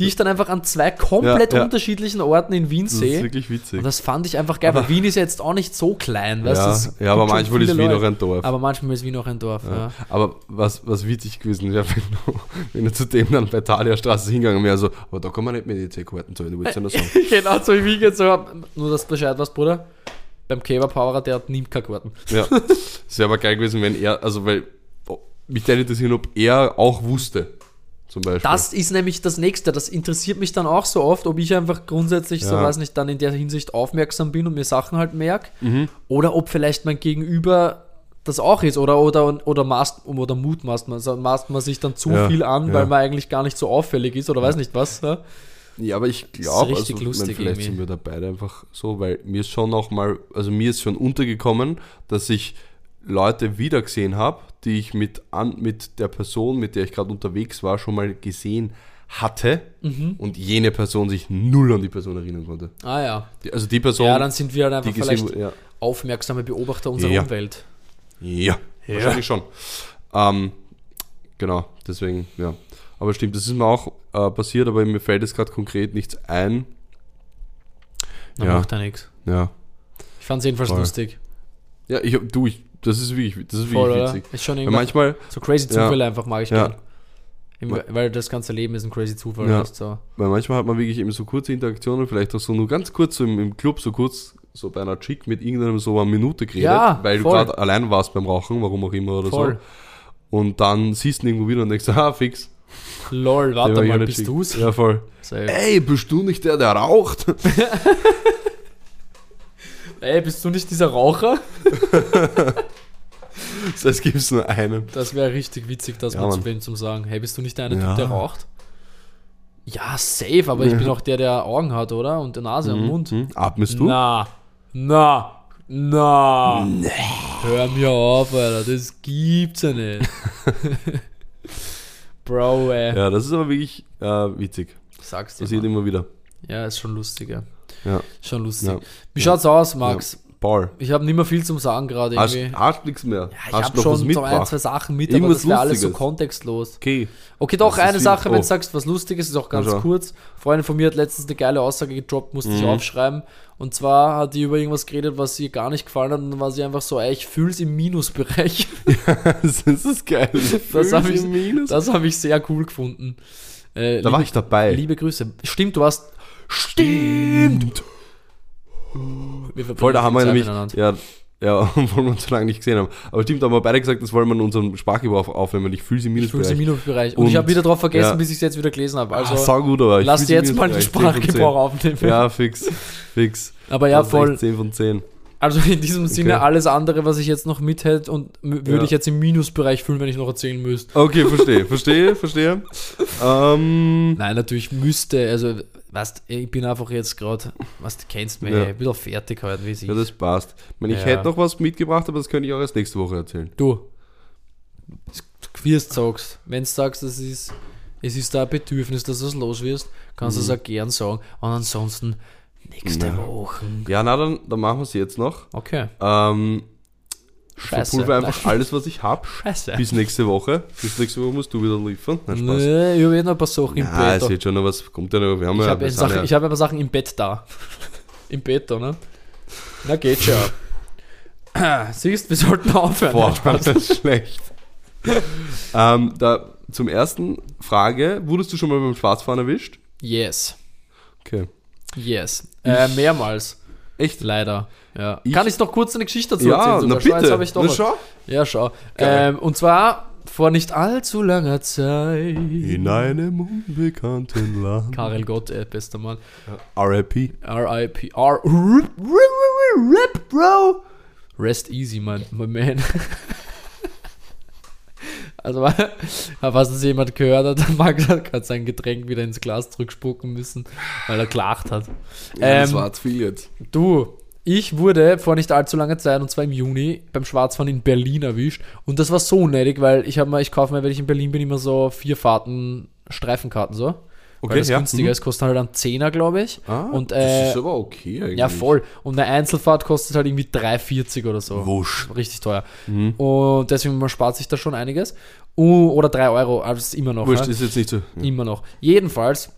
Speaker 1: die ich dann einfach an zwei komplett
Speaker 2: Ja, ja.
Speaker 1: unterschiedlichen Orten in Wien
Speaker 2: Das ist
Speaker 1: sehe.
Speaker 2: wirklich witzig.
Speaker 1: Und das fand ich einfach geil, weil Wien ist ja jetzt auch nicht so klein, weißt du?
Speaker 2: Ja,
Speaker 1: es
Speaker 2: ja aber
Speaker 1: gibt schon
Speaker 2: manchmal
Speaker 1: viele
Speaker 2: ist Wien
Speaker 1: Leute.
Speaker 2: auch ein Dorf.
Speaker 1: Aber manchmal ist Wien auch ein Dorf, ja.
Speaker 2: Aber was, was witzig gewesen wäre, wenn du, wenn du zu dem dann bei Thalia Straße hingegangen wärst, so, aber da kann man nicht mit EC-Karten zahlen, du willst ja nur sagen.
Speaker 1: genau so wie ich jetzt so hab. Nur, dass du Bescheid weißt, Bruder. beim Kebab-Hauer, der hat nimmt keine Karten.
Speaker 2: Ja. Es wäre aber geil gewesen, wenn er, also weil mich dann interessieren, ob er auch wusste. Zum Beispiel.
Speaker 1: Das ist nämlich das Nächste. Das interessiert mich dann auch so oft, ob ich einfach grundsätzlich, so
Speaker 2: Ja.
Speaker 1: weiß nicht, dann in der Hinsicht aufmerksam bin und mir Sachen halt merke.
Speaker 2: Mhm.
Speaker 1: Oder ob vielleicht mein Gegenüber das auch ist. Oder, oder, oder, maßt, oder mutmaßt man. Also maßt man sich dann zu
Speaker 2: Ja,
Speaker 1: viel an,
Speaker 2: ja.
Speaker 1: weil man eigentlich gar nicht so auffällig ist oder weiß nicht was. Ja?
Speaker 2: Ja, aber ich glaube, also,
Speaker 1: richtig
Speaker 2: ich
Speaker 1: lustig
Speaker 2: mein, vielleicht
Speaker 1: irgendwie.
Speaker 2: sind wir da beide einfach so, weil mir ist schon auch mal, also mir ist schon untergekommen, dass ich Leute wiedergesehen habe, die ich mit, an, mit der Person, mit der ich gerade unterwegs war, schon mal gesehen hatte
Speaker 1: Mhm.
Speaker 2: und jene Person sich null an die Person erinnern konnte.
Speaker 1: Ah ja.
Speaker 2: Die, also die Person,
Speaker 1: Ja, dann sind wir halt einfach
Speaker 2: die gesehen
Speaker 1: vielleicht
Speaker 2: wurde. Ja.
Speaker 1: aufmerksame Beobachter unserer
Speaker 2: Ja.
Speaker 1: Umwelt.
Speaker 2: Ja,
Speaker 1: Ja.
Speaker 2: wahrscheinlich schon. Ähm, genau, deswegen, ja. Aber stimmt, das ist mir auch äh, passiert, aber mir fällt jetzt gerade konkret nichts ein.
Speaker 1: Dann
Speaker 2: Ja.
Speaker 1: macht er nichts.
Speaker 2: Ja.
Speaker 1: Ich fand es jedenfalls
Speaker 2: Voll.
Speaker 1: lustig.
Speaker 2: Ja, ich, du, ich, das ist wirklich, das ist wirklich
Speaker 1: Voll, oder?
Speaker 2: witzig.
Speaker 1: Ist schon
Speaker 2: Weil
Speaker 1: irgendwie
Speaker 2: manchmal,
Speaker 1: so crazy
Speaker 2: Ja.
Speaker 1: Zufälle einfach mag ich
Speaker 2: Ja.
Speaker 1: gern. Im, weil das ganze Leben ist ein crazy Zufall.
Speaker 2: Ja.
Speaker 1: Nicht so.
Speaker 2: weil manchmal hat man wirklich eben so kurze Interaktionen, vielleicht auch so nur ganz kurz so im, im Club, so kurz, so bei einer Chick mit irgendeinem so eine Minute geredet,
Speaker 1: Ja,
Speaker 2: weil
Speaker 1: voll.
Speaker 2: du gerade allein warst beim Rauchen, warum auch immer oder
Speaker 1: Voll.
Speaker 2: so. Und dann siehst du ihn irgendwo wieder und denkst, ah, fix.
Speaker 1: Lol, warte
Speaker 2: der war
Speaker 1: mal,
Speaker 2: irgendeine
Speaker 1: bist
Speaker 2: Chick.
Speaker 1: du's?
Speaker 2: Ja, voll.
Speaker 1: Safe.
Speaker 2: Ey, bist du nicht der, der raucht?
Speaker 1: Ey, bist du nicht dieser Raucher?
Speaker 2: Das heißt, gibt es nur einen.
Speaker 1: Das wäre richtig witzig, dass
Speaker 2: Ja,
Speaker 1: man zu
Speaker 2: Mann.
Speaker 1: wem zum sagen, hey, bist du nicht der eine
Speaker 2: Ja.
Speaker 1: Typ, der raucht? Ja, safe, aber ich bin auch der, der Augen hat, oder? Und eine Nase und Mund.
Speaker 2: Hm? Atmest du?
Speaker 1: Na, na, na. Hör mir auf, Alter, das gibt's ja nicht. Bro, ey.
Speaker 2: Ja, das ist aber wirklich äh, witzig.
Speaker 1: Sag's dir.
Speaker 2: Das sieht
Speaker 1: Mann.
Speaker 2: immer wieder.
Speaker 1: Ja, ist schon lustig, ja.
Speaker 2: Ja.
Speaker 1: Schon lustig.
Speaker 2: Ja.
Speaker 1: Wie schaut's aus, Max?
Speaker 2: Paul,
Speaker 1: Ich habe nicht mehr viel zum Sagen gerade
Speaker 2: hast,
Speaker 1: irgendwie.
Speaker 2: hast nichts
Speaker 1: Ja,
Speaker 2: mehr?
Speaker 1: ich
Speaker 2: hast
Speaker 1: habe schon so ein,
Speaker 2: mitgebracht?
Speaker 1: zwei Sachen mit,
Speaker 2: Irgendwas
Speaker 1: aber das wäre alles so
Speaker 2: Lustiges.
Speaker 1: kontextlos.
Speaker 2: Okay.
Speaker 1: Okay, doch,
Speaker 2: Das ist
Speaker 1: eine
Speaker 2: wie-
Speaker 1: Sache, wenn
Speaker 2: oh.
Speaker 1: du sagst, was Lustiges, ist auch ganz
Speaker 2: Na schau.
Speaker 1: kurz. Eine Freundin von mir hat letztens eine geile Aussage gedroppt, musste
Speaker 2: Mhm.
Speaker 1: ich aufschreiben. Und zwar hat die über irgendwas geredet, was ihr gar nicht gefallen hat. Und dann war sie einfach so, ey, ich fühl's im Minusbereich.
Speaker 2: das ist geil.
Speaker 1: Das hab ich-
Speaker 2: Minus.
Speaker 1: Das habe ich sehr cool gefunden. Äh,
Speaker 2: da
Speaker 1: liebe,
Speaker 2: war ich dabei.
Speaker 1: liebe Grüße. Stimmt, du hast.
Speaker 2: Stimmt.
Speaker 1: Wir verbringen
Speaker 2: Voll, da haben wir
Speaker 1: viel Zeit
Speaker 2: nämlich,
Speaker 1: miteinander.
Speaker 2: ja, ja, obwohl wir uns so lange nicht gesehen haben. Aber stimmt, da haben wir beide gesagt, das wollen wir in unserem Sprachgebrauch aufnehmen, weil ich fühle sie im
Speaker 1: Ich fühl's im
Speaker 2: Minusbereich.
Speaker 1: Minusbereich. Und, ich
Speaker 2: Und-
Speaker 1: habe wieder drauf vergessen,
Speaker 2: ja.
Speaker 1: bis ich es jetzt wieder gelesen habe.
Speaker 2: Also,
Speaker 1: Also,
Speaker 2: ah, saugut, aber ich
Speaker 1: lass
Speaker 2: fühl
Speaker 1: dir
Speaker 2: sie im
Speaker 1: jetzt mal den
Speaker 2: Minusbereich. 10 von 10.
Speaker 1: Sprachgebrauch aufnehmen.
Speaker 2: Ja, fix, fix.
Speaker 1: Aber ja,
Speaker 2: Das ist echt
Speaker 1: voll.
Speaker 2: 10 von 10.
Speaker 1: Also in diesem Sinne,
Speaker 2: Okay.
Speaker 1: alles andere, was ich jetzt noch mithält und m- würde
Speaker 2: Ja.
Speaker 1: ich jetzt im Minusbereich fühlen, wenn ich noch erzählen müsste.
Speaker 2: Okay, verstehe, verstehe, verstehe. Ähm,
Speaker 1: Nein, natürlich müsste, also, weißt, ich bin einfach jetzt gerade, was du kennst mich,
Speaker 2: Ja.
Speaker 1: ich bin doch fertig heute, wie sie.
Speaker 2: ja, das passt. Ich, meine, ich
Speaker 1: Ja.
Speaker 2: hätte noch was mitgebracht, aber das könnte ich auch erst nächste Woche erzählen.
Speaker 1: du, wirst sagst, wenn du sagst, es ist, es ist da ein Bedürfnis, dass du es los wirst, kannst du es auch gern sagen und ansonsten nächste Woche.
Speaker 2: Mhm. Ja, na, dann, dann machen wir es jetzt noch.
Speaker 1: Okay,
Speaker 2: Ähm,
Speaker 1: Scheiße.
Speaker 2: verpulver einfach alles, was ich habe.
Speaker 1: scheiße.
Speaker 2: Bis nächste Woche. Bis nächste Woche musst du wieder liefern. Nein, Spaß.
Speaker 1: Nee, ich habe eh noch ein paar Sachen im
Speaker 2: Ah, es
Speaker 1: Bett.
Speaker 2: wird schon noch was. Kommt ja noch. Wir haben
Speaker 1: Ich
Speaker 2: ja,
Speaker 1: habe
Speaker 2: wir
Speaker 1: ja
Speaker 2: sind
Speaker 1: Sachen,
Speaker 2: ja-
Speaker 1: ich hab ein paar Sachen im Bett da. Im Bett da, ne? Na, geht schon. Siehst, wir sollten aufhören.
Speaker 2: Boah, das ist schlecht. ähm, da, zum ersten Frage. Wurdest du schon mal beim Schwarzfahren erwischt?
Speaker 1: Yes.
Speaker 2: Okay.
Speaker 1: Yes. Äh, mehrmals.
Speaker 2: Echt?
Speaker 1: Leider. Ja.
Speaker 2: Ich-
Speaker 1: Kann ich noch kurz eine Geschichte dazu
Speaker 2: ja,
Speaker 1: erzählen? sogar?
Speaker 2: na
Speaker 1: Schau, jetzt
Speaker 2: bitte.
Speaker 1: hab ich doch
Speaker 2: na
Speaker 1: was.
Speaker 2: schau.
Speaker 1: Ja, schau.
Speaker 2: Geil.
Speaker 1: Ähm, und zwar vor nicht allzu langer Zeit.
Speaker 2: In einem unbekannten Land.
Speaker 1: Karel Gott, äh, bester Mann.
Speaker 2: R.I.P.
Speaker 1: R.I.P. R. Rip, rip, rip, rip, bro. Rest easy, mein, my man. Also, was das jemand gehört hat, dann Max hat gerade sein Getränk wieder ins Glas zurückspucken müssen, weil er gelacht hat.
Speaker 2: das
Speaker 1: Ähm,
Speaker 2: war zu viel jetzt.
Speaker 1: Du, ich wurde vor nicht allzu langer Zeit, und zwar im Juni, beim Schwarzfahren in Berlin erwischt. Und das war so unnötig, weil ich habe mal, ich kaufe mir, wenn ich in Berlin bin, immer so vier Fahrten Streifenkarten so.
Speaker 2: Okay,
Speaker 1: weil das
Speaker 2: ja,
Speaker 1: günstiger
Speaker 2: mhm.
Speaker 1: ist, kostet halt einen Zehner, glaube ich.
Speaker 2: Ah,
Speaker 1: und,
Speaker 2: das ist
Speaker 1: äh,
Speaker 2: aber okay eigentlich.
Speaker 1: Ja, voll. Und eine Einzelfahrt kostet halt irgendwie 3,40 oder so.
Speaker 2: Wusch.
Speaker 1: Richtig teuer.
Speaker 2: Mhm.
Speaker 1: Und deswegen, man spart sich da schon einiges. Uh, oder 3 Euro, also ist immer noch.
Speaker 2: Wurscht,
Speaker 1: ja.
Speaker 2: ist jetzt nicht so.
Speaker 1: Immer noch. Jedenfalls,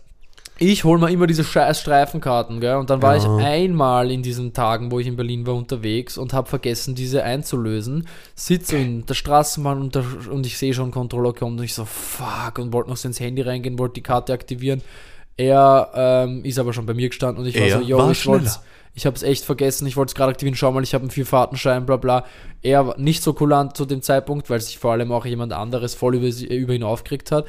Speaker 1: ich hole mir immer diese scheiß Streifenkarten, gell? Und dann war ich einmal in diesen Tagen, wo ich in Berlin war, unterwegs und habe vergessen, diese einzulösen. Sitze in der Straßenbahn und, der, und ich sehe schon, Controller kommt und ich so, fuck, und wollte noch so ins Handy reingehen, wollte die Karte aktivieren. Er ähm, ist aber schon bei mir gestanden und ich war
Speaker 2: Er
Speaker 1: so, yo,
Speaker 2: war
Speaker 1: ich wollte
Speaker 2: schneller.
Speaker 1: ich habe es echt vergessen, ich wollte es gerade aktivieren, schau mal, ich habe einen Vierfahrtenschein, bla bla. Er war nicht so kulant zu dem Zeitpunkt, weil sich vor allem auch jemand anderes voll über, sie- äh, über ihn aufgeregt hat.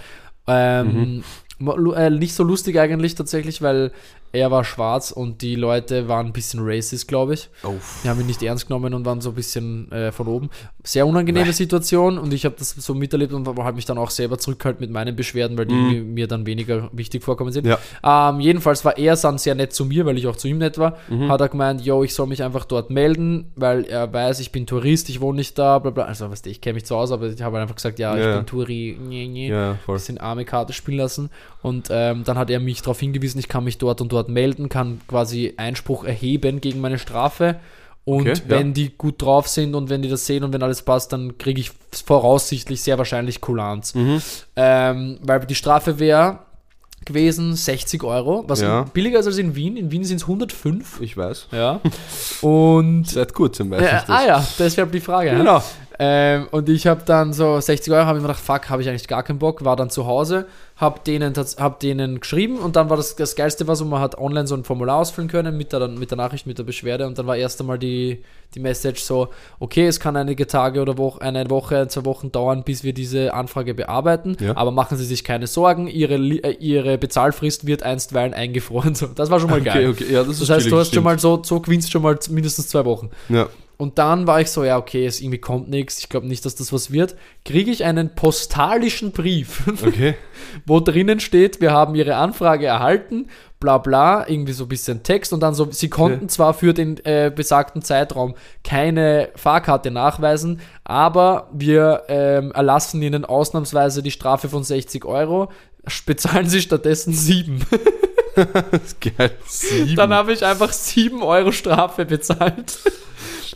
Speaker 1: Ähm, ma- lu- äh, Nicht so lustig eigentlich tatsächlich, weil er war schwarz und die Leute waren ein bisschen racist, glaube ich. Die haben ihn nicht ernst genommen und waren so ein bisschen äh, von oben. Sehr unangenehme Situation und ich habe das so miterlebt und habe mich dann auch selber zurückgehalten mit meinen Beschwerden, weil die mi- mir dann weniger wichtig vorkommen sind.
Speaker 2: Ja.
Speaker 1: Ähm, jedenfalls war er dann sehr nett zu mir, weil ich auch zu ihm nett war.
Speaker 2: Mhm.
Speaker 1: Hat er gemeint, yo, ich soll mich einfach dort melden, weil er weiß, ich bin Tourist, ich wohne nicht da, bla bla. Also, weißt du, ich kenne mich zu Hause, aber ich habe einfach gesagt, ja,
Speaker 2: Ja.
Speaker 1: ich bin Touri, nee, nee
Speaker 2: Ja, voll.
Speaker 1: bisschen arme Karte spielen lassen. Und ähm, dann hat er mich darauf hingewiesen, ich kann mich dort und dort melden, kann quasi Einspruch erheben gegen meine Strafe. Und
Speaker 2: Okay,
Speaker 1: wenn
Speaker 2: ja.
Speaker 1: die gut drauf sind und wenn die das sehen und wenn alles passt, dann kriege ich voraussichtlich sehr wahrscheinlich Kulanz.
Speaker 2: Mhm.
Speaker 1: Ähm, weil die Strafe wäre gewesen 60 Euro, was
Speaker 2: Ja.
Speaker 1: billiger ist als in Wien. In Wien sind es 105.
Speaker 2: Ich weiß. halt
Speaker 1: Ja. Und.
Speaker 2: Seit kurzem weiß
Speaker 1: Äh,
Speaker 2: ich das.
Speaker 1: ah ja, deshalb die Frage. ja.
Speaker 2: Genau.
Speaker 1: Ähm, und ich habe dann so 60 Euro, habe ich mir gedacht, fuck, habe ich eigentlich gar keinen Bock, war dann zu Hause, habe denen, tats- hab denen geschrieben und dann war das, das Geilste war so, man hat online so ein Formular ausfüllen können mit der, mit der Nachricht, mit der Beschwerde und dann war erst einmal die, die Message so, okay, es kann einige Tage oder Woche, eine Woche, zwei Wochen dauern, bis wir diese Anfrage bearbeiten,
Speaker 2: Ja.
Speaker 1: aber machen Sie sich keine Sorgen, Ihre, Li- äh, Ihre Bezahlfrist wird einstweilen eingefroren. So, das war schon mal geil.
Speaker 2: Okay, okay. Ja, das,
Speaker 1: Das
Speaker 2: ist
Speaker 1: heißt, du
Speaker 2: chillig,
Speaker 1: hast schon
Speaker 2: stimmt.
Speaker 1: mal so, so gewinnst schon mal mindestens zwei Wochen.
Speaker 2: Ja.
Speaker 1: Und dann war ich so, ja, okay, es irgendwie kommt nichts, ich glaube nicht, dass das was wird. Kriege ich einen postalischen Brief,
Speaker 2: Okay.
Speaker 1: wo drinnen steht, wir haben Ihre Anfrage erhalten, bla bla, irgendwie so ein bisschen Text und dann so, Sie konnten
Speaker 2: Ja.
Speaker 1: zwar für den äh, besagten Zeitraum keine Fahrkarte nachweisen, aber wir ähm, erlassen Ihnen ausnahmsweise die Strafe von 60 Euro, bezahlen Sie stattdessen 7.
Speaker 2: Das ist geil. Sieben.
Speaker 1: Dann habe ich einfach 7 Euro Strafe bezahlt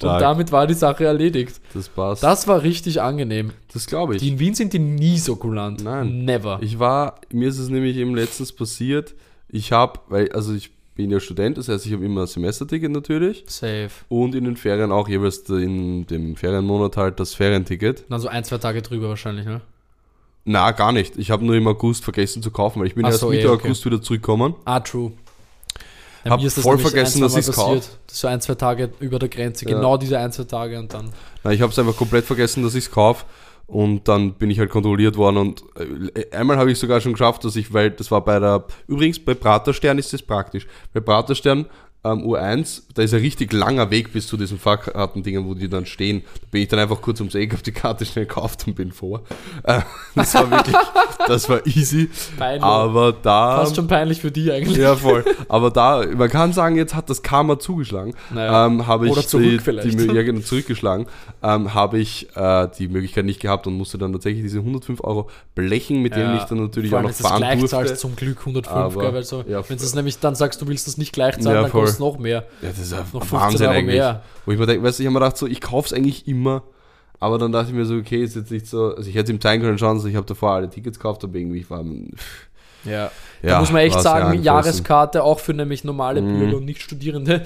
Speaker 1: und
Speaker 2: Stark.
Speaker 1: damit war die Sache erledigt.
Speaker 2: Das passt. Das,
Speaker 1: Das war richtig angenehm.
Speaker 2: glaube ich.
Speaker 1: Die in Wien sind die nie so kulant.
Speaker 2: Nein.
Speaker 1: Never.
Speaker 2: Ich war, mir ist es nämlich eben letztens passiert. Ich habe, weil, also ich bin ja Student, das heißt, ich habe immer ein Semesterticket natürlich.
Speaker 1: Safe.
Speaker 2: Und in den Ferien auch jeweils in dem Ferienmonat halt das Ferienticket.
Speaker 1: Dann so ein, zwei Tage drüber wahrscheinlich, ne?
Speaker 2: Na, gar nicht. Ich habe nur im August vergessen zu kaufen, weil ich bin
Speaker 1: Ach
Speaker 2: erst
Speaker 1: so,
Speaker 2: Mitte
Speaker 1: eh, okay.
Speaker 2: August wieder zurückgekommen.
Speaker 1: Ah, true. Ja,
Speaker 2: Hab
Speaker 1: mir ist das
Speaker 2: voll
Speaker 1: nämlich
Speaker 2: vergessen,
Speaker 1: ein,
Speaker 2: dass
Speaker 1: zweimal
Speaker 2: ich's kauf.
Speaker 1: passiert. Das ist so ein, zwei Tage über der Grenze.
Speaker 2: Ja.
Speaker 1: Genau diese ein, zwei Tage und dann.
Speaker 2: Na, ich habe es einfach komplett vergessen, dass ich es kaufe. Und dann bin ich halt kontrolliert worden. Und äh, einmal habe ich sogar schon geschafft, dass ich, weil das war bei der. Übrigens, bei Praterstern ist das praktisch. Bei Praterstern ähm, U1, da ist ein richtig langer Weg bis zu diesen Fahrkartendingen, wo die dann stehen. Da bin ich dann einfach kurz ums Eck, auf die Karte schnell gekauft und bin vor. Äh, das war wirklich. das war easy.
Speaker 1: Peinlich.
Speaker 2: Aber da.
Speaker 1: Fast schon peinlich für die eigentlich.
Speaker 2: Ja, voll. Aber da, man kann sagen, jetzt hat das Karma zugeschlagen.
Speaker 1: Naja.
Speaker 2: Ähm, habe ich
Speaker 1: Oder zurück
Speaker 2: die,
Speaker 1: vielleicht.
Speaker 2: Die, Mö- ja, genau, zurückgeschlagen. Ähm, habe ich äh, die Möglichkeit nicht gehabt und musste dann tatsächlich diese 105 Euro blechen, mit denen ich dann natürlich
Speaker 1: Vor
Speaker 2: auch
Speaker 1: allem,
Speaker 2: noch
Speaker 1: dass du es
Speaker 2: fahren
Speaker 1: gleich
Speaker 2: durfte.
Speaker 1: zahlst, zum Glück 105,
Speaker 2: Aber-
Speaker 1: gell, weil so,
Speaker 2: ja,
Speaker 1: wenn du es nämlich dann sagst, du willst das nicht gleich zahlen,
Speaker 2: Ja,
Speaker 1: dann
Speaker 2: voll.
Speaker 1: kostet es noch mehr.
Speaker 2: Ja, das ist
Speaker 1: Noch
Speaker 2: einfach
Speaker 1: 15
Speaker 2: Wahnsinn
Speaker 1: Euro
Speaker 2: eigentlich.
Speaker 1: mehr.
Speaker 2: Wo ich mir denke, weißt du, ich habe mir gedacht, so, ich kaufe es eigentlich immer. Aber dann dachte ich mir so, okay, ist jetzt nicht so, also ich hätte es ihm zeigen können, schauen Sie, ich habe davor alle Tickets gekauft, aber irgendwie ich war, pff,
Speaker 1: Ja. Da
Speaker 2: ja,
Speaker 1: muss man echt
Speaker 2: war sehr
Speaker 1: sagen,
Speaker 2: angefressen.
Speaker 1: Jahreskarte auch für nämlich normale Bürger und nicht Studierende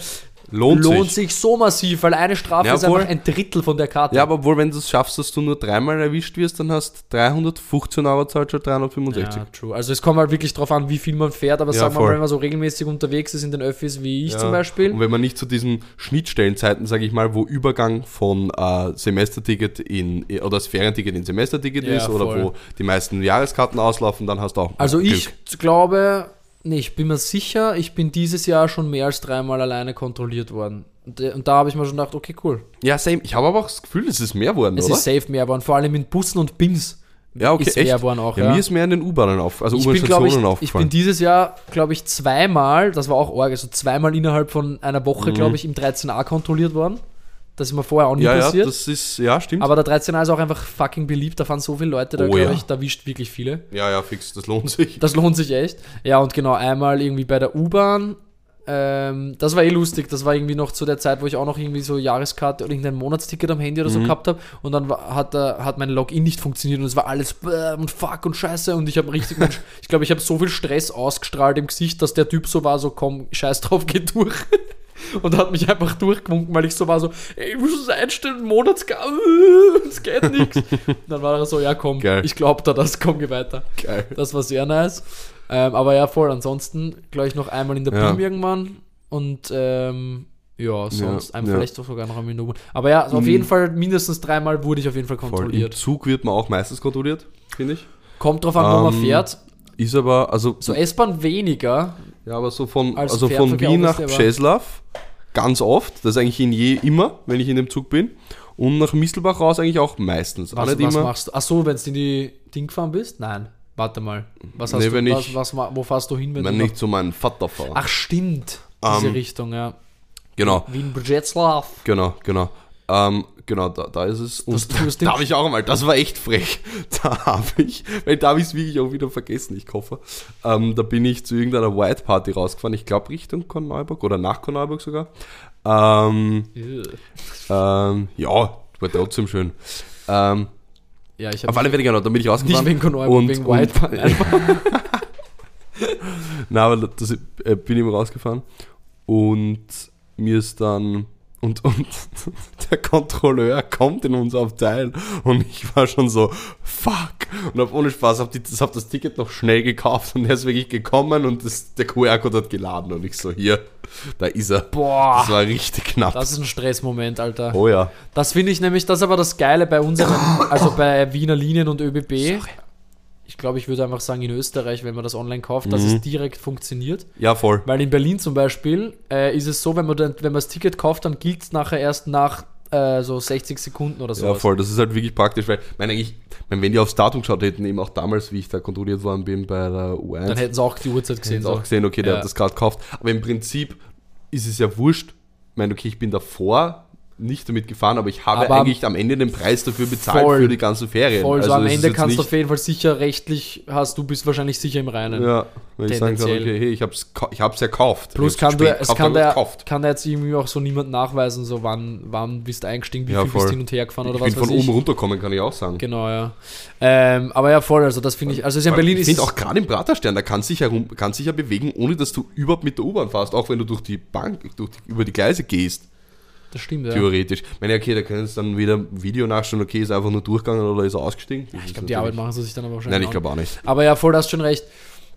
Speaker 2: lohnt,
Speaker 1: lohnt
Speaker 2: sich.
Speaker 1: sich. so massiv, weil eine Strafe
Speaker 2: Ja,
Speaker 1: ist einfach
Speaker 2: obwohl-
Speaker 1: ein Drittel von der Karte.
Speaker 2: Ja, aber obwohl, wenn du es schaffst, dass du nur dreimal erwischt wirst, dann hast 315 Euro zahlt schon 365.
Speaker 1: Ja, true. Also es kommt halt wirklich drauf an, wie viel man fährt, aber
Speaker 2: Ja,
Speaker 1: sagen wir mal,
Speaker 2: voll.
Speaker 1: wenn man so regelmäßig unterwegs ist in den Öffis, wie ich
Speaker 2: Ja.
Speaker 1: zum
Speaker 2: Und
Speaker 1: Beispiel.
Speaker 2: wenn man nicht zu diesen Schnittstellenzeiten, sage ich mal, wo Übergang von äh, Semesterticket in äh, oder das Ferienticket in Semesterticket
Speaker 1: Ja,
Speaker 2: ist oder
Speaker 1: voll.
Speaker 2: wo die meisten Jahreskarten auslaufen, dann hast du auch.
Speaker 1: Also
Speaker 2: Glück.
Speaker 1: ich glaube, nee, ich bin mir sicher, ich bin dieses Jahr schon mehr als dreimal alleine kontrolliert worden. Und, äh, und da habe ich mir schon gedacht, okay, cool.
Speaker 2: Ja, same. Ich habe aber auch das Gefühl, es ist mehr worden,
Speaker 1: Es
Speaker 2: oder?
Speaker 1: ist safe mehr geworden, vor allem in Bussen und BIMs.
Speaker 2: ja, okay,
Speaker 1: ist
Speaker 2: echt.
Speaker 1: mehr worden auch,
Speaker 2: ja,
Speaker 1: ja.
Speaker 2: Mir ist mehr in den U-Bahnen auf, also
Speaker 1: Ich bin, glaube ich,
Speaker 2: U-Bahn-Stationen
Speaker 1: ich bin
Speaker 2: aufgefallen.
Speaker 1: dieses Jahr, glaube ich, zweimal, das war auch arg, also zweimal innerhalb von einer Woche, glaube ich, im 13a kontrolliert worden. Das ist mir vorher auch nie
Speaker 2: Mhm. ja, ja,
Speaker 1: passiert.
Speaker 2: das ist, ja, stimmt.
Speaker 1: aber der 13a ist auch einfach fucking beliebt, da fahren so viele Leute, da
Speaker 2: Oh,
Speaker 1: glaube
Speaker 2: ja.
Speaker 1: ich, da wischt wirklich viele.
Speaker 2: ja, ja, fix, das lohnt sich.
Speaker 1: Das lohnt sich echt. Ja, und genau, einmal irgendwie bei der U-Bahn. Ähm, das war eh lustig. Das war irgendwie noch zu der Zeit, wo ich auch noch irgendwie so Jahreskarte oder irgendein Monatsticket am Handy oder so gehabt habe. Und dann war, hat, äh, hat mein Login nicht funktioniert und es war alles bäh und fuck und scheiße. Und ich habe richtig, ich glaube, ich habe so viel Stress ausgestrahlt im Gesicht, dass der Typ so war, so komm, scheiß drauf, geh durch. Und hat mich einfach durchgewunken, weil ich so war so, ey, ich muss es einstellen, Monatskarte, äh, es geht nichts. Dann war er so, ja komm,
Speaker 2: Geil.
Speaker 1: ich glaub da das, komm, geh weiter.
Speaker 2: Geil.
Speaker 1: Das war sehr nice. Ähm, aber ja, voll. Ansonsten, glaube ich, noch einmal in der
Speaker 2: Ja.
Speaker 1: BIM irgendwann. Und ähm, ja, sonst
Speaker 2: Ja,
Speaker 1: einem
Speaker 2: ja. Mhm.
Speaker 1: vielleicht doch sogar noch einmal in der U-Bahn. Aber ja, also auf jeden Fall mindestens dreimal wurde ich auf jeden Fall
Speaker 2: Voll. Im
Speaker 1: kontrolliert.
Speaker 2: Zug wird man auch meistens kontrolliert, finde ich.
Speaker 1: Kommt drauf an, wo man
Speaker 2: Ähm,
Speaker 1: fährt.
Speaker 2: Ist aber, also,
Speaker 1: So S-Bahn weniger.
Speaker 2: ja, aber so von,
Speaker 1: als
Speaker 2: also von
Speaker 1: Fernverkehr
Speaker 2: Wien
Speaker 1: auch ist der
Speaker 2: nach
Speaker 1: aber-
Speaker 2: Pscheslaw ganz oft, das ist eigentlich in je immer, wenn ich in dem Zug bin. Und nach Mistelbach raus eigentlich auch meistens. Auch
Speaker 1: Was,
Speaker 2: nicht
Speaker 1: was
Speaker 2: immer.
Speaker 1: machst du? Ach so, wenn du in die Ding gefahren bist? Nein. Warte mal. Was hast
Speaker 2: Nee,
Speaker 1: du,
Speaker 2: wenn
Speaker 1: was,
Speaker 2: ich-
Speaker 1: was, ma- wo fährst du hin, wenn,
Speaker 2: Wenn
Speaker 1: du
Speaker 2: ich zu meinem Vater fahre.
Speaker 1: Ach stimmt, diese
Speaker 2: Ähm,
Speaker 1: Richtung, ja.
Speaker 2: Genau,
Speaker 1: Wien Brzezlaw.
Speaker 2: genau, genau. Ähm, genau, da, da ist es. Und
Speaker 1: Das- das-
Speaker 2: da habe ich auch einmal, das war echt frech. Da habe ich, weil da habe ich es wirklich auch wieder vergessen, ich hoffe. Ähm, da bin ich zu irgendeiner White Party rausgefahren, ich glaube Richtung Korneuburg oder nach Korneuburg sogar. Ähm, ähm, ja, war trotzdem schön. Ähm,
Speaker 1: Ja, ich
Speaker 2: auf
Speaker 1: habe
Speaker 2: alle Fälle genau, da bin ich
Speaker 1: nicht
Speaker 2: rausgefahren.
Speaker 1: wegen Konoi,
Speaker 2: und-
Speaker 1: wegen
Speaker 2: und-
Speaker 1: White Party.
Speaker 2: Na, aber das, äh, bin ich mal rausgefahren und mir ist dann und, und der Kontrolleur kommt in unser Abteil und ich war schon so fuck und hab ohne Spaß hab, die, hab das Ticket noch schnell gekauft und er ist wirklich gekommen und das, der QR-Code hat geladen und ich so hier da ist er das
Speaker 1: Boah,
Speaker 2: war richtig knapp
Speaker 1: das ist ein Stressmoment, Alter.
Speaker 2: oh ja
Speaker 1: Das finde ich nämlich, das ist aber das Geile bei unseren, also bei Wiener Linien und ÖBB. Ich glaube, ich würde einfach sagen, in Österreich, wenn man das online kauft,
Speaker 2: Mhm.
Speaker 1: dass es direkt funktioniert.
Speaker 2: ja voll
Speaker 1: Weil in Berlin zum Beispiel äh, ist es so, wenn man, dann, wenn man das Ticket kauft, dann gilt es nachher erst nach äh, so 60 Sekunden oder so.
Speaker 2: ja voll das ist halt wirklich praktisch weil ich meine eigentlich ich meine, wenn die aufs Datum geschaut hätten eben auch damals wie ich da kontrolliert worden bin bei der U1
Speaker 1: Dann hätten sie auch die Uhrzeit gesehen.
Speaker 2: jetzt auch gesehen, okay, der
Speaker 1: Ja.
Speaker 2: hat das gerade gekauft. Aber im Prinzip ist es ja wurscht. Ich meine, okay, ich bin davor nicht damit gefahren, aber ich habe
Speaker 1: Aber
Speaker 2: eigentlich am Ende den Preis dafür bezahlt
Speaker 1: Voll.
Speaker 2: für die ganzen Ferien.
Speaker 1: Voll, so
Speaker 2: Also
Speaker 1: am
Speaker 2: es ist
Speaker 1: Ende
Speaker 2: jetzt
Speaker 1: kannst du
Speaker 2: nicht-
Speaker 1: auf jeden Fall sicher rechtlich hast, du bist wahrscheinlich sicher im Reinen.
Speaker 2: Ja, wenn ich sagen kann,
Speaker 1: tendenziell.
Speaker 2: okay, hey, ich habe es ich hab's ja gekauft.
Speaker 1: Plus
Speaker 2: Ich
Speaker 1: kann
Speaker 2: hab's
Speaker 1: du,
Speaker 2: spät
Speaker 1: es
Speaker 2: gekauft,
Speaker 1: kann
Speaker 2: aber ich
Speaker 1: der,
Speaker 2: gekauft.
Speaker 1: kann der jetzt irgendwie auch so niemand nachweisen, so wann, wann bist du eingestiegen, wie
Speaker 2: Ja,
Speaker 1: viel
Speaker 2: voll.
Speaker 1: bist du hin und her gefahren oder
Speaker 2: Ich
Speaker 1: was
Speaker 2: bin von
Speaker 1: weiß
Speaker 2: oben
Speaker 1: ich.
Speaker 2: runterkommen, kann ich auch sagen.
Speaker 1: Genau, ja. Ähm, aber ja, voll, also das finde ich, also ist ja in
Speaker 2: Weil
Speaker 1: Berlin
Speaker 2: ich
Speaker 1: ist
Speaker 2: finde
Speaker 1: es-
Speaker 2: auch gerade im Praterstern, da kannst du dich, herum, kannst dich ja bewegen, ohne dass du überhaupt mit der U-Bahn fährst, auch wenn du durch die Bank, durch die, über die Gleise gehst.
Speaker 1: das stimmt, ja.
Speaker 2: Theoretisch. Ich meine, okay, da können sie dann wieder ein Video nachschauen, okay, ist er einfach nur durchgegangen oder ist er ausgestiegen? Das
Speaker 1: Ich
Speaker 2: ist
Speaker 1: glaube, die
Speaker 2: natürlich-
Speaker 1: Arbeit machen sie sich dann aber wahrscheinlich
Speaker 2: Nein, ich
Speaker 1: auch
Speaker 2: glaube auch nicht.
Speaker 1: Aber ja, voll, da hast schon recht.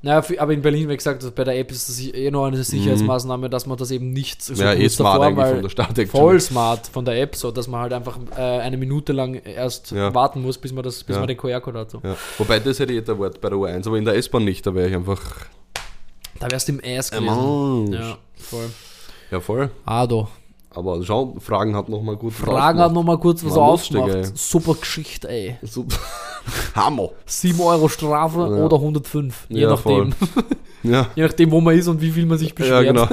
Speaker 1: Naja, für- aber in Berlin, wie gesagt, das- bei der App ist das eh noch eine Sicherheitsmaßnahme, dass man das eben nicht so
Speaker 2: Mhm. Ja, eh
Speaker 1: kurz
Speaker 2: smart eigentlich
Speaker 1: weil
Speaker 2: von der Stadt, actually.
Speaker 1: Voll smart von der App, so dass man halt einfach äh, eine Minute lang erst
Speaker 2: Ja.
Speaker 1: warten muss, bis man, das, bis
Speaker 2: Ja.
Speaker 1: man den QR-Code hat. So.
Speaker 2: Ja. Wobei, das hätte ich jetzt erwartet bei der U1, aber in der S-Bahn nicht, da wäre ich einfach...
Speaker 1: Da wärst du im Ass
Speaker 2: Ein
Speaker 1: gewesen.
Speaker 2: Mensch.
Speaker 1: Ja, voll.
Speaker 2: Ja, voll.
Speaker 1: Ado.
Speaker 2: Aber schau, Fragen hat nochmal gut
Speaker 1: Fragen hat nochmal kurz was
Speaker 2: War lustig,
Speaker 1: aufgemacht.
Speaker 2: ey.
Speaker 1: Super Geschichte, ey.
Speaker 2: Super. Hammer.
Speaker 1: 7 Euro Strafe
Speaker 2: Ja.
Speaker 1: oder 105. Je
Speaker 2: Ja,
Speaker 1: nachdem.
Speaker 2: Ja,
Speaker 1: Je nachdem, wo man ist und wie viel man sich
Speaker 2: ja
Speaker 1: beschwert.
Speaker 2: genau.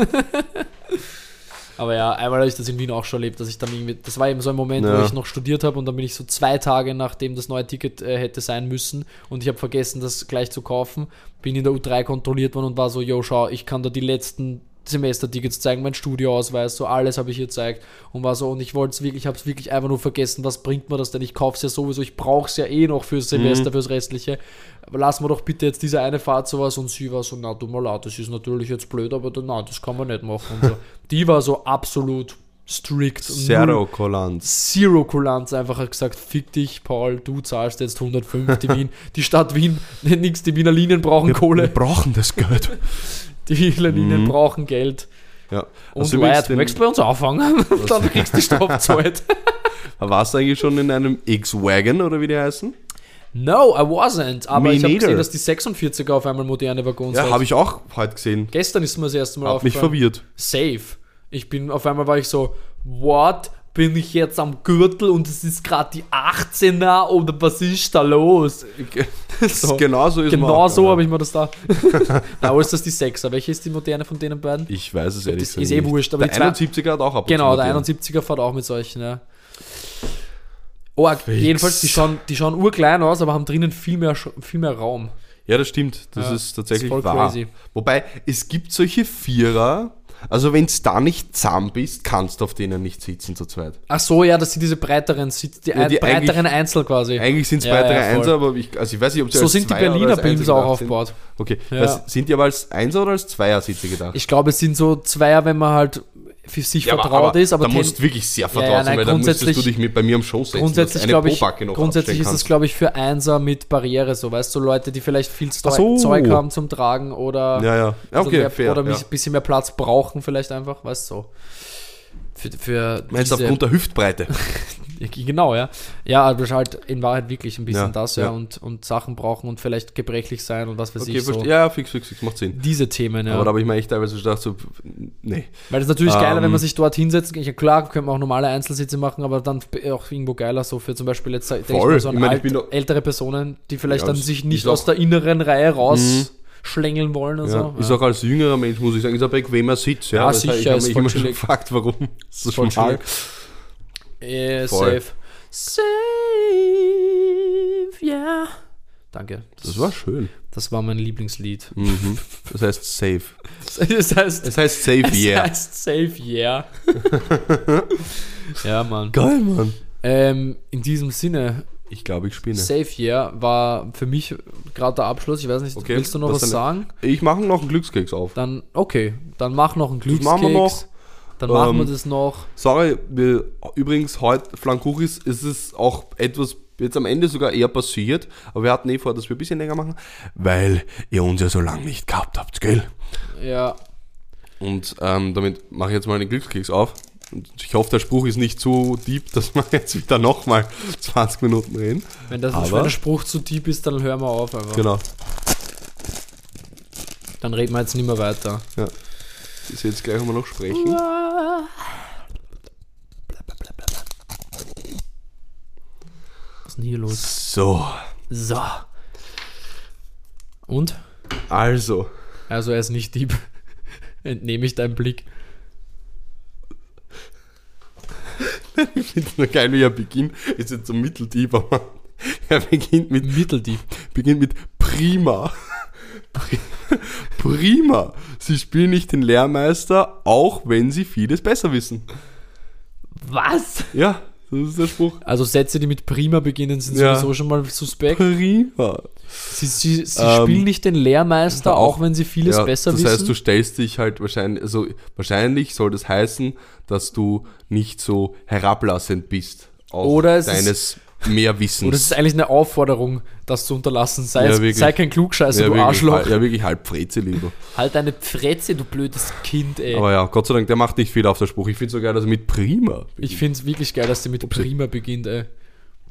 Speaker 1: Aber ja, einmal habe ich das in Wien auch schon erlebt, dass ich dann irgendwie, das war eben so ein Moment, wo
Speaker 2: Ja.
Speaker 1: ich noch studiert habe und dann bin ich so zwei Tage nachdem das neue Ticket äh, hätte sein müssen und ich habe vergessen, das gleich zu kaufen, bin in der U3 kontrolliert worden und war so, yo, schau, ich kann da die letzten Semestertickets zeigen, mein Studioausweis, so alles habe ich hier gezeigt und war so, und ich wollte es wirklich, ich habe es wirklich einfach nur vergessen, was bringt mir das denn? Ich kaufe es ja sowieso, ich brauche es ja eh noch fürs Semester, fürs Restliche. Aber lass mir doch bitte jetzt diese eine Fahrt sowas und sie war so, na du mal, leid, das ist natürlich jetzt blöd, aber dann, na, das kann man nicht machen. Und so. Die war so absolut strikt. und null-
Speaker 2: Zero Collanz.
Speaker 1: Zero Kulanz einfach hat gesagt, fick dich, Paul, du zahlst jetzt 105, die Wien, die Stadt Wien, nix, die Wiener Linien brauchen
Speaker 2: Wir
Speaker 1: Kohle,
Speaker 2: brauchen das Geld.
Speaker 1: die Wiener Linien brauchen Geld
Speaker 2: Ja.
Speaker 1: und
Speaker 2: Hast Mhm. Also du übrigens
Speaker 1: Riot,
Speaker 2: den-
Speaker 1: möchtest du bei uns anfangen? Dann kriegst du die Strafzeit.
Speaker 2: Warst du eigentlich schon in einem X-Wagon oder wie die heißen?
Speaker 1: No, I wasn't, aber
Speaker 2: Me
Speaker 1: ich habe
Speaker 2: neither.
Speaker 1: gesehen, dass die 46er auf einmal moderne Waggons
Speaker 2: Ja,
Speaker 1: hat.
Speaker 2: habe ich auch heute gesehen.
Speaker 1: Gestern ist mir das erste Mal
Speaker 2: Hat mich
Speaker 1: aufgefallen.
Speaker 2: verwirrt.
Speaker 1: safe. Ich bin, auf einmal war ich so, what? Bin ich jetzt am Gürtel und es ist gerade die 18er oder was ist da los? So.
Speaker 2: Genau so ist man
Speaker 1: Genau
Speaker 2: auch,
Speaker 1: so
Speaker 2: Alter.
Speaker 1: habe ich mir das da. Na, aber ist das die 6er? Welche ist die moderne von denen beiden?
Speaker 2: Ich weiß es ehrlich
Speaker 1: Das
Speaker 2: gesagt
Speaker 1: ist eh
Speaker 2: nicht.
Speaker 1: wurscht, aber
Speaker 2: der
Speaker 1: die zwei-
Speaker 2: 71er hat auch ab und
Speaker 1: Genau,
Speaker 2: zu
Speaker 1: der
Speaker 2: Martin.
Speaker 1: 71er fährt auch mit solchen, ja. Org, jedenfalls, die schauen, die schauen urklein aus, aber haben drinnen viel mehr, Sch- viel mehr Raum.
Speaker 2: Ja, das stimmt. Das
Speaker 1: Ja,
Speaker 2: ist tatsächlich
Speaker 1: ist voll
Speaker 2: wahr.
Speaker 1: crazy.
Speaker 2: Wobei, es gibt solche Vierer, also wenn du da nicht zahm bist, kannst du auf denen nicht sitzen zu zweit.
Speaker 1: Ach so, ja, das sind diese breiteren, Sitz- die, ein-
Speaker 2: die
Speaker 1: breiteren Einzel quasi.
Speaker 2: Eigentlich sind es
Speaker 1: Ja,
Speaker 2: ja,
Speaker 1: ja,
Speaker 2: weitere
Speaker 1: voll.
Speaker 2: Einser, aber ich, also ich weiß nicht, ob sie
Speaker 1: So
Speaker 2: als
Speaker 1: sind die
Speaker 2: Zweier oder
Speaker 1: Berliner
Speaker 2: als Einser
Speaker 1: Beams auch
Speaker 2: gedacht sind.
Speaker 1: aufgebaut.
Speaker 2: Okay,
Speaker 1: Ja.
Speaker 2: was, sind die aber als Einser oder als Zweiersitze gedacht?
Speaker 1: Ich glaube, es sind so Zweier, wenn man halt für sich
Speaker 2: Ja,
Speaker 1: vertraut ist, aber
Speaker 2: da
Speaker 1: ten-
Speaker 2: musst du wirklich sehr vertraut
Speaker 1: ja,
Speaker 2: sein,
Speaker 1: nein,
Speaker 2: weil dann müsstest du
Speaker 1: grundsätzlich-
Speaker 2: dich mit bei mir am Show setzen,
Speaker 1: grundsätzlich,
Speaker 2: dass du
Speaker 1: glaube
Speaker 2: eine
Speaker 1: ich,
Speaker 2: Pobacke noch
Speaker 1: grundsätzlich ist
Speaker 2: aufstellen
Speaker 1: es, glaube ich, für Einser mit Barriere so, weißt du, Leute, die vielleicht viel Steu-
Speaker 2: Ach so.
Speaker 1: Zeug haben zum Tragen oder,
Speaker 2: kannst. Ja, ja. ja
Speaker 1: also
Speaker 2: okay,
Speaker 1: mehr,
Speaker 2: fair.
Speaker 1: oder
Speaker 2: ja.
Speaker 1: ein bisschen mehr Platz brauchen vielleicht einfach, weißt du, so. Für, für
Speaker 2: Meinst du
Speaker 1: diese-
Speaker 2: aufgrund der Hüftbreite?
Speaker 1: Ja, Genau, ja. Ja, aber halt in Wahrheit wirklich ein bisschen
Speaker 2: Ja,
Speaker 1: das, ja,
Speaker 2: ja.
Speaker 1: Und, und Sachen brauchen und vielleicht gebrechlich sein und was weiß
Speaker 2: Okay,
Speaker 1: ich so.
Speaker 2: verste- Ja, ja, fix, fix, fix, macht Sinn.
Speaker 1: Diese Themen, ja.
Speaker 2: Aber da habe ich mir echt teilweise gedacht, so, pf, nee.
Speaker 1: Weil es ist natürlich geiler, wenn
Speaker 2: Ähm,
Speaker 1: man sich dort hinsetzt. Ich, klar, könnte man auch normale Einzelsitze machen, aber dann äh, auch irgendwo geiler so für zum Beispiel jetzt denke ich
Speaker 2: Voll.
Speaker 1: mal, so an
Speaker 2: Ich meine, ich
Speaker 1: alt,
Speaker 2: bin doch-
Speaker 1: ältere Personen, die vielleicht
Speaker 2: Ja,
Speaker 1: dann
Speaker 2: das
Speaker 1: sich
Speaker 2: ist
Speaker 1: nicht
Speaker 2: auch-
Speaker 1: aus der inneren Reihe rausschlängeln wollen und
Speaker 2: Also, Ja.
Speaker 1: so.
Speaker 2: Ist auch als jüngerer Mensch, muss ich sagen, ist ein bequemer Sitz. Ja,
Speaker 1: Ja,
Speaker 2: Das heißt,
Speaker 1: sicher, ist
Speaker 2: ich
Speaker 1: voll
Speaker 2: habe mich immer schon
Speaker 1: chillig.
Speaker 2: gefragt, warum. So
Speaker 1: voll
Speaker 2: schmal.
Speaker 1: Äh,
Speaker 2: Voll.
Speaker 1: safe. Safe, yeah. Danke.
Speaker 2: Das war schön.
Speaker 1: das war mein Lieblingslied.
Speaker 2: Mhm. Das heißt safe.
Speaker 1: Das heißt,
Speaker 2: Das heißt safe,
Speaker 1: es
Speaker 2: yeah.
Speaker 1: heißt safe, yeah. ja, Mann.
Speaker 2: Geil, Mann.
Speaker 1: Ähm, in diesem Sinne,
Speaker 2: Ich glaube, ich spinne.
Speaker 1: Safe Year war für mich gerade der Abschluss. Ich weiß nicht,
Speaker 2: Okay,
Speaker 1: willst du noch
Speaker 2: was
Speaker 1: was,
Speaker 2: dann-
Speaker 1: sagen?
Speaker 2: Ich mache noch einen Glückskeks auf.
Speaker 1: Dann, okay, dann mach noch einen Glückskeks.
Speaker 2: machen wir noch.
Speaker 1: Dann machen wir
Speaker 2: Ähm,
Speaker 1: das noch.
Speaker 2: Sorry, wir, übrigens, heute Flankuchis ist es auch etwas jetzt am Ende sogar eher passiert, aber wir hatten eh vor, dass wir ein bisschen länger machen, weil ihr uns ja so lange nicht gehabt habt, gell?
Speaker 1: Ja,
Speaker 2: Und ähm, damit mache ich jetzt mal den Glückskeks auf. Und ich hoffe, der Spruch ist nicht so deep, dass wir jetzt wieder nochmal 20 Minuten reden.
Speaker 1: wenn, das,
Speaker 2: Aber-
Speaker 1: wenn der Spruch zu deep ist, dann hören wir auf einfach.
Speaker 2: Genau.
Speaker 1: Dann reden wir jetzt nicht mehr weiter.
Speaker 2: Ist jetzt gleich einmal noch sprechen.
Speaker 1: Ah. Was ist denn hier los?
Speaker 2: So,
Speaker 1: So. Und?
Speaker 2: also.
Speaker 1: Also er ist nicht deep. Entnehme ich deinen Blick.
Speaker 2: Ich finde es nur geil, wie er beginnt. Ist jetzt so mitteldeep, aber er beginnt mit
Speaker 1: Mitteldeep.
Speaker 2: beginnt mit Prima. Pri- Prima. Sie spielen nicht den Lehrmeister, auch wenn sie vieles besser wissen.
Speaker 1: Was?
Speaker 2: Ja, das ist der Spruch.
Speaker 1: Also Sätze, die mit Prima beginnen, sind
Speaker 2: Ja.
Speaker 1: sowieso schon mal suspekt.
Speaker 2: Prima.
Speaker 1: Sie, sie, sie
Speaker 2: Ähm,
Speaker 1: spielen nicht den Lehrmeister,
Speaker 2: auch-
Speaker 1: auch, wenn sie vieles
Speaker 2: Ja,
Speaker 1: besser
Speaker 2: das
Speaker 1: wissen.
Speaker 2: heißt, du stellst dich halt wahrscheinlich, also wahrscheinlich soll das heißen, dass du nicht so herablassend bist auf
Speaker 1: Oder es
Speaker 2: deines Mehrwissens.
Speaker 1: Und das ist eigentlich eine Aufforderung, das zu unterlassen. Sei,
Speaker 2: Ja,
Speaker 1: es-
Speaker 2: wirklich.
Speaker 1: sei kein Klugscheißer,
Speaker 2: ja,
Speaker 1: du
Speaker 2: wirklich,
Speaker 1: Arschloch.
Speaker 2: halb- ja, wirklich halb Freze, lieber.
Speaker 1: Halt deine Pfreze, du blödes Kind, ey.
Speaker 2: Aber ja, Gott sei Dank, der macht nicht viel auf der Spruch. Ich finde so geil, dass er mit Prima.
Speaker 1: ich finde es wirklich geil, dass die mit Prima beginnt, ey.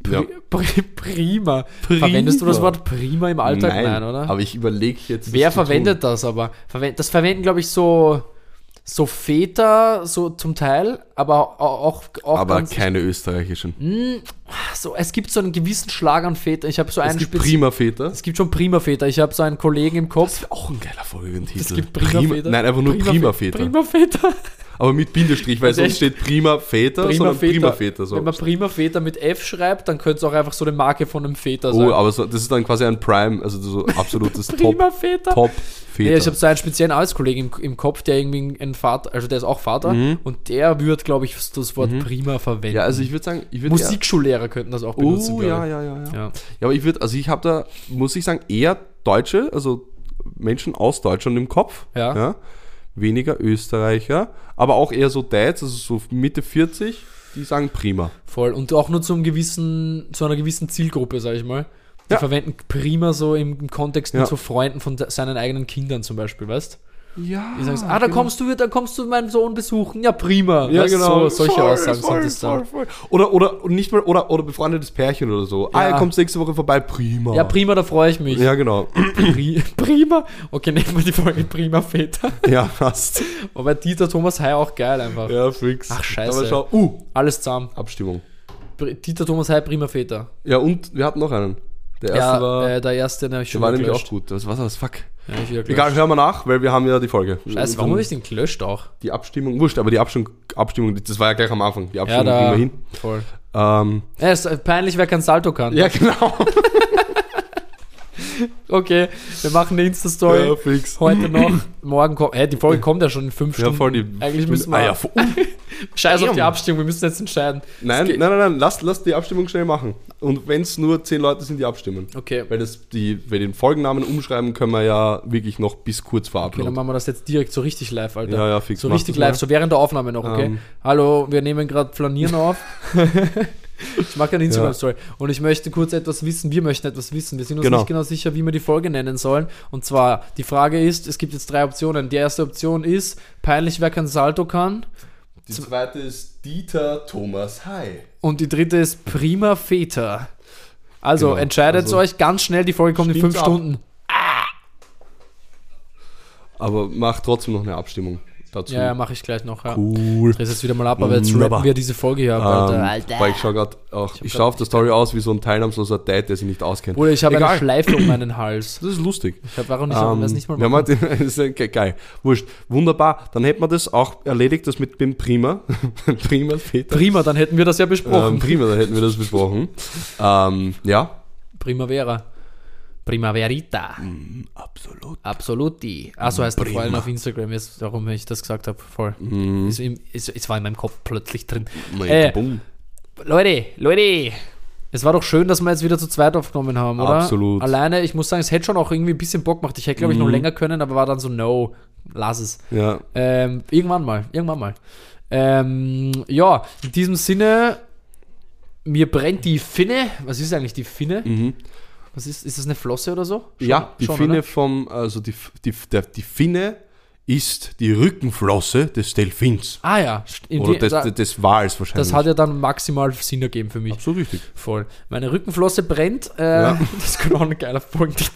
Speaker 1: Pri
Speaker 2: Ja.
Speaker 1: pri prima. Verwendest du das
Speaker 2: Prima.
Speaker 1: Wort Prima im Alltag? Nein, oder?
Speaker 2: Aber ich überlege jetzt.
Speaker 1: Wer
Speaker 2: das zu tun.
Speaker 1: verwendet das aber? Verwen- Das verwenden, glaube ich, so, so Väter, so zum Teil, aber auch, auch
Speaker 2: Aber
Speaker 1: ganz-
Speaker 2: keine österreichischen.
Speaker 1: so, es gibt so einen gewissen Schlag an Väter. Ich habe so einen
Speaker 2: es gibt
Speaker 1: spezi-
Speaker 2: Prima Väter.
Speaker 1: Es gibt schon Prima Väter. Ich habe so einen Kollegen im Kopf.
Speaker 2: Auch ein geiler Folgentitel.
Speaker 1: Es gibt Prima Väter.
Speaker 2: Nein, einfach nur Prima, Väter.
Speaker 1: Prima Väter.
Speaker 2: Aber mit Bindestrich, weil
Speaker 1: Also
Speaker 2: sonst
Speaker 1: echt-
Speaker 2: steht Prima Väter,
Speaker 1: Prima
Speaker 2: sondern
Speaker 1: Väter.
Speaker 2: Prima Väter. So.
Speaker 1: Wenn man Prima Väter mit F schreibt, dann könnte es auch einfach so eine Marke von einem Väter sein.
Speaker 2: Oh, aber so, das ist dann quasi ein Prime, also so absolutes
Speaker 1: Prima
Speaker 2: Top,
Speaker 1: Väter.
Speaker 2: Top
Speaker 1: Nee, ich
Speaker 2: Väter.
Speaker 1: habe so einen speziellen Arbeitskollegen im, im Kopf, der irgendwie ein Vater, also der ist auch Vater und der wird, glaube ich, das Wort Prima verwenden.
Speaker 2: Mhm. ja, also ich würde sagen, ich würde
Speaker 1: Musikschullehrer könnten das auch
Speaker 2: Eher,
Speaker 1: benutzen.
Speaker 2: oh,
Speaker 1: glaub
Speaker 2: ja,
Speaker 1: ich.
Speaker 2: ja, ja, ja.
Speaker 1: ja.
Speaker 2: Ja, aber ich würde, also ich habe da, muss ich sagen, eher Deutsche, also Menschen aus Deutschland im Kopf.
Speaker 1: Ja.
Speaker 2: Weniger Österreicher, aber auch eher so Dads, also so Mitte 40, die sagen prima.
Speaker 1: Voll. Und auch nur zum gewissen, zu einer gewissen Zielgruppe, sag ich mal. Die
Speaker 2: Ja.
Speaker 1: verwenden prima so im, im Kontext
Speaker 2: Ja.
Speaker 1: mit so Freunden von de- seinen eigenen Kindern zum Beispiel, weißt
Speaker 2: Ja. genau.
Speaker 1: Die sagen so, ah, da kommst du, da kommst du meinen Sohn besuchen. Ja, prima.
Speaker 2: Ja,
Speaker 1: Weißt, So,
Speaker 2: genau.
Speaker 1: solche
Speaker 2: Voll,
Speaker 1: Aussagen
Speaker 2: voll,
Speaker 1: sind das
Speaker 2: voll,
Speaker 1: dann.
Speaker 2: voll. Oder, oder, und nicht mal, oder, oder befreundetes Pärchen oder so. Ah,
Speaker 1: Ja.
Speaker 2: er kommt nächste Woche vorbei, prima.
Speaker 1: Ja, prima, da freue ich mich.
Speaker 2: Ja, genau.
Speaker 1: Pri prima. Okay, nehmen wir die Folge Prima Väter.
Speaker 2: ja, fast.
Speaker 1: Wobei Dieter Thomas Hei auch geil einfach.
Speaker 2: Ja, fix.
Speaker 1: Ach, scheiße.
Speaker 2: Aber schau, uh,
Speaker 1: Alles zusammen.
Speaker 2: Abstimmung.
Speaker 1: Pri Dieter Thomas Hei, Prima Väter.
Speaker 2: Ja, und wir hatten noch einen. Der erste
Speaker 1: Ja,
Speaker 2: war,
Speaker 1: äh, der erste, den hab ich
Speaker 2: der
Speaker 1: schon
Speaker 2: war
Speaker 1: wieder
Speaker 2: nämlich auch
Speaker 1: gelöscht.
Speaker 2: gut. Was war das? Fuck.
Speaker 1: Ja, hab ich wieder
Speaker 2: Egal,
Speaker 1: gelöscht.
Speaker 2: hören wir nach, weil wir haben ja die Folge.
Speaker 1: Scheiße, warum habe ich den gelöscht auch?
Speaker 2: Die Abstimmung, wurscht, aber die Abstimmung, Abstimmung, das war ja gleich am Anfang. Die
Speaker 1: Ja,
Speaker 2: Abstimmung ja,
Speaker 1: da.
Speaker 2: ging immerhin.
Speaker 1: Voll.
Speaker 2: Ähm,
Speaker 1: Ja, ist äh, peinlich, wer kein Salto kann.
Speaker 2: ja, genau.
Speaker 1: Okay, wir machen eine Insta-Story.
Speaker 2: ja, fix.
Speaker 1: Heute noch, morgen kommt. Hä, die Folge kommt ja schon in fünf
Speaker 2: Ja,
Speaker 1: Stunden.
Speaker 2: voll die.
Speaker 1: Eigentlich müssen wir.
Speaker 2: Ah, ja, vo- uh,
Speaker 1: Scheiß auf die
Speaker 2: Damn.
Speaker 1: Abstimmung, wir müssen jetzt entscheiden.
Speaker 2: Nein,
Speaker 1: Es geht-
Speaker 2: nein, nein, nein, lass, lass die Abstimmung schnell machen. Und wenn es nur zehn Leute sind, die abstimmen.
Speaker 1: Okay.
Speaker 2: Weil das die, wir den Folgennamen umschreiben, können wir ja wirklich noch bis kurz vor
Speaker 1: Okay, dann
Speaker 2: Upload.
Speaker 1: machen wir das jetzt direkt so richtig live, Alter.
Speaker 2: Ja, ja, fix,
Speaker 1: So
Speaker 2: mach
Speaker 1: richtig
Speaker 2: das mal.
Speaker 1: live, so während der Aufnahme noch, okay?
Speaker 2: Ähm.
Speaker 1: Hallo, wir nehmen gerade Flanieren auf. ich mache eine Instagram-Story. Und ich möchte kurz etwas wissen, wir möchten etwas wissen. Wir sind uns
Speaker 2: Genau.
Speaker 1: nicht genau sicher, wie wir die Folge nennen sollen. Und zwar, die Frage ist, es gibt jetzt drei Optionen. Die erste Option ist, peinlich, wer kein Salto kann.
Speaker 2: die zweite ist Dieter Thomas Hai.
Speaker 1: Und die dritte ist Prima Feta. Also
Speaker 2: Genau,
Speaker 1: entscheidet
Speaker 2: also-
Speaker 1: euch ganz schnell, die Folge kommt in
Speaker 2: Stimmt's
Speaker 1: fünf
Speaker 2: ab.
Speaker 1: Stunden.
Speaker 2: Aber mach trotzdem noch eine Abstimmung dazu.
Speaker 1: Ja, ja, mache ich gleich noch. Ja.
Speaker 2: Cool.
Speaker 1: Dreh es jetzt wieder mal ab, aber jetzt rappen
Speaker 2: Wunderbar.
Speaker 1: wir diese Folge hier ab, Alter.
Speaker 2: Ähm, weil ich schaue gerade, ich, ich schaue auf der Story aus wie so ein teilnahmsloser Dad, der sich nicht auskennt.
Speaker 1: Bruder, ich habe
Speaker 2: Egal.
Speaker 1: eine Schleife um meinen Hals.
Speaker 2: Das ist lustig.
Speaker 1: Ich habe warum nicht,
Speaker 2: Ähm,
Speaker 1: das nicht mal
Speaker 2: wir haben halt, das ist ja ge- geil. Wurscht. Wunderbar. Dann hätten wir das auch erledigt, das mit dem Prima. Prima Väter.
Speaker 1: Prima, dann hätten wir das ja besprochen.
Speaker 2: halt- Ähm, prima, dann hätten wir das besprochen. ähm, ja.
Speaker 1: Primavera. Primaverita.
Speaker 2: Absolut.
Speaker 1: Absoluti. Ah, so heißt der
Speaker 2: Mhm. Prima. Mhm.
Speaker 1: Freund auf Instagram. Jetzt, warum ich das gesagt habe, voll. Ist, im, ist, ist war in meinem Kopf plötzlich drin. Äh, Leute, Leute. Es war doch schön, dass wir jetzt wieder zu zweit aufgenommen haben, oder?
Speaker 2: Absolut. Mhm.
Speaker 1: Alleine, ich muss sagen, es hätte schon auch irgendwie ein bisschen Bock gemacht. Ich hätte, glaube ich, noch länger können, aber war dann so, no, lass es.
Speaker 2: Ja.
Speaker 1: Ähm, irgendwann mal, irgendwann mal. Ähm, ja, in diesem Sinne, mir brennt die Finne. Was ist eigentlich die Finne? Was ist, ist das eine Flosse oder so? Schon-
Speaker 2: Mhm. ja, die
Speaker 1: schon,
Speaker 2: Finne
Speaker 1: oder?
Speaker 2: vom, also die, F- die, F- der, die Finne ist die Rückenflosse des Delfins.
Speaker 1: Ah ja, st- in
Speaker 2: Oder
Speaker 1: die,
Speaker 2: des,
Speaker 1: da,
Speaker 2: des, des Wals wahrscheinlich.
Speaker 1: das hat ja dann maximal Sinn ergeben für mich.
Speaker 2: so richtig.
Speaker 1: Voll. Meine Rückenflosse brennt. Äh,
Speaker 2: Ja.
Speaker 1: Das kann auch ein geiler Punkt.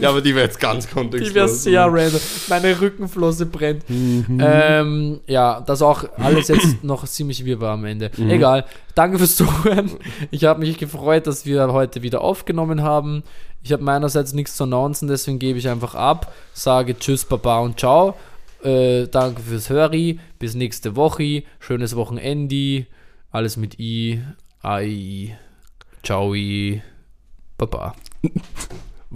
Speaker 2: Ja, aber die wäre jetzt ganz kontextlos. Mhm.
Speaker 1: Die wäre sehr random. Meine Rückenflosse brennt. Ähm, ja, das auch alles jetzt noch ziemlich wirr war am Ende. Egal. Danke fürs Zuhören. Ich habe mich gefreut, dass wir heute wieder aufgenommen haben. Ich habe meinerseits nichts zu announcen, deswegen gebe ich einfach ab, sage Tschüss, Baba und Ciao. Äh, danke fürs Höri. Bis nächste Woche. Schönes Wochenende. Alles mit I. Ai. Ciao. Baba.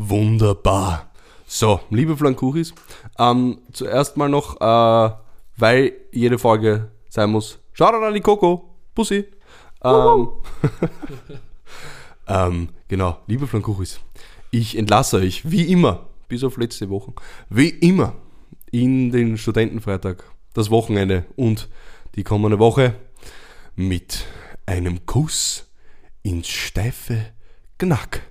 Speaker 2: Wunderbar. So, liebe Flankuchis, ähm, zuerst mal noch, äh, weil jede Folge sein muss. Shoutout an die Coco. Bussi. Ähm, ähm, genau, liebe Flankuchis, ich entlasse euch wie immer, bis auf letzte Woche, wie immer in den Studentenfreitag, das Wochenende und die kommende Woche mit einem Kuss ins steife Knack.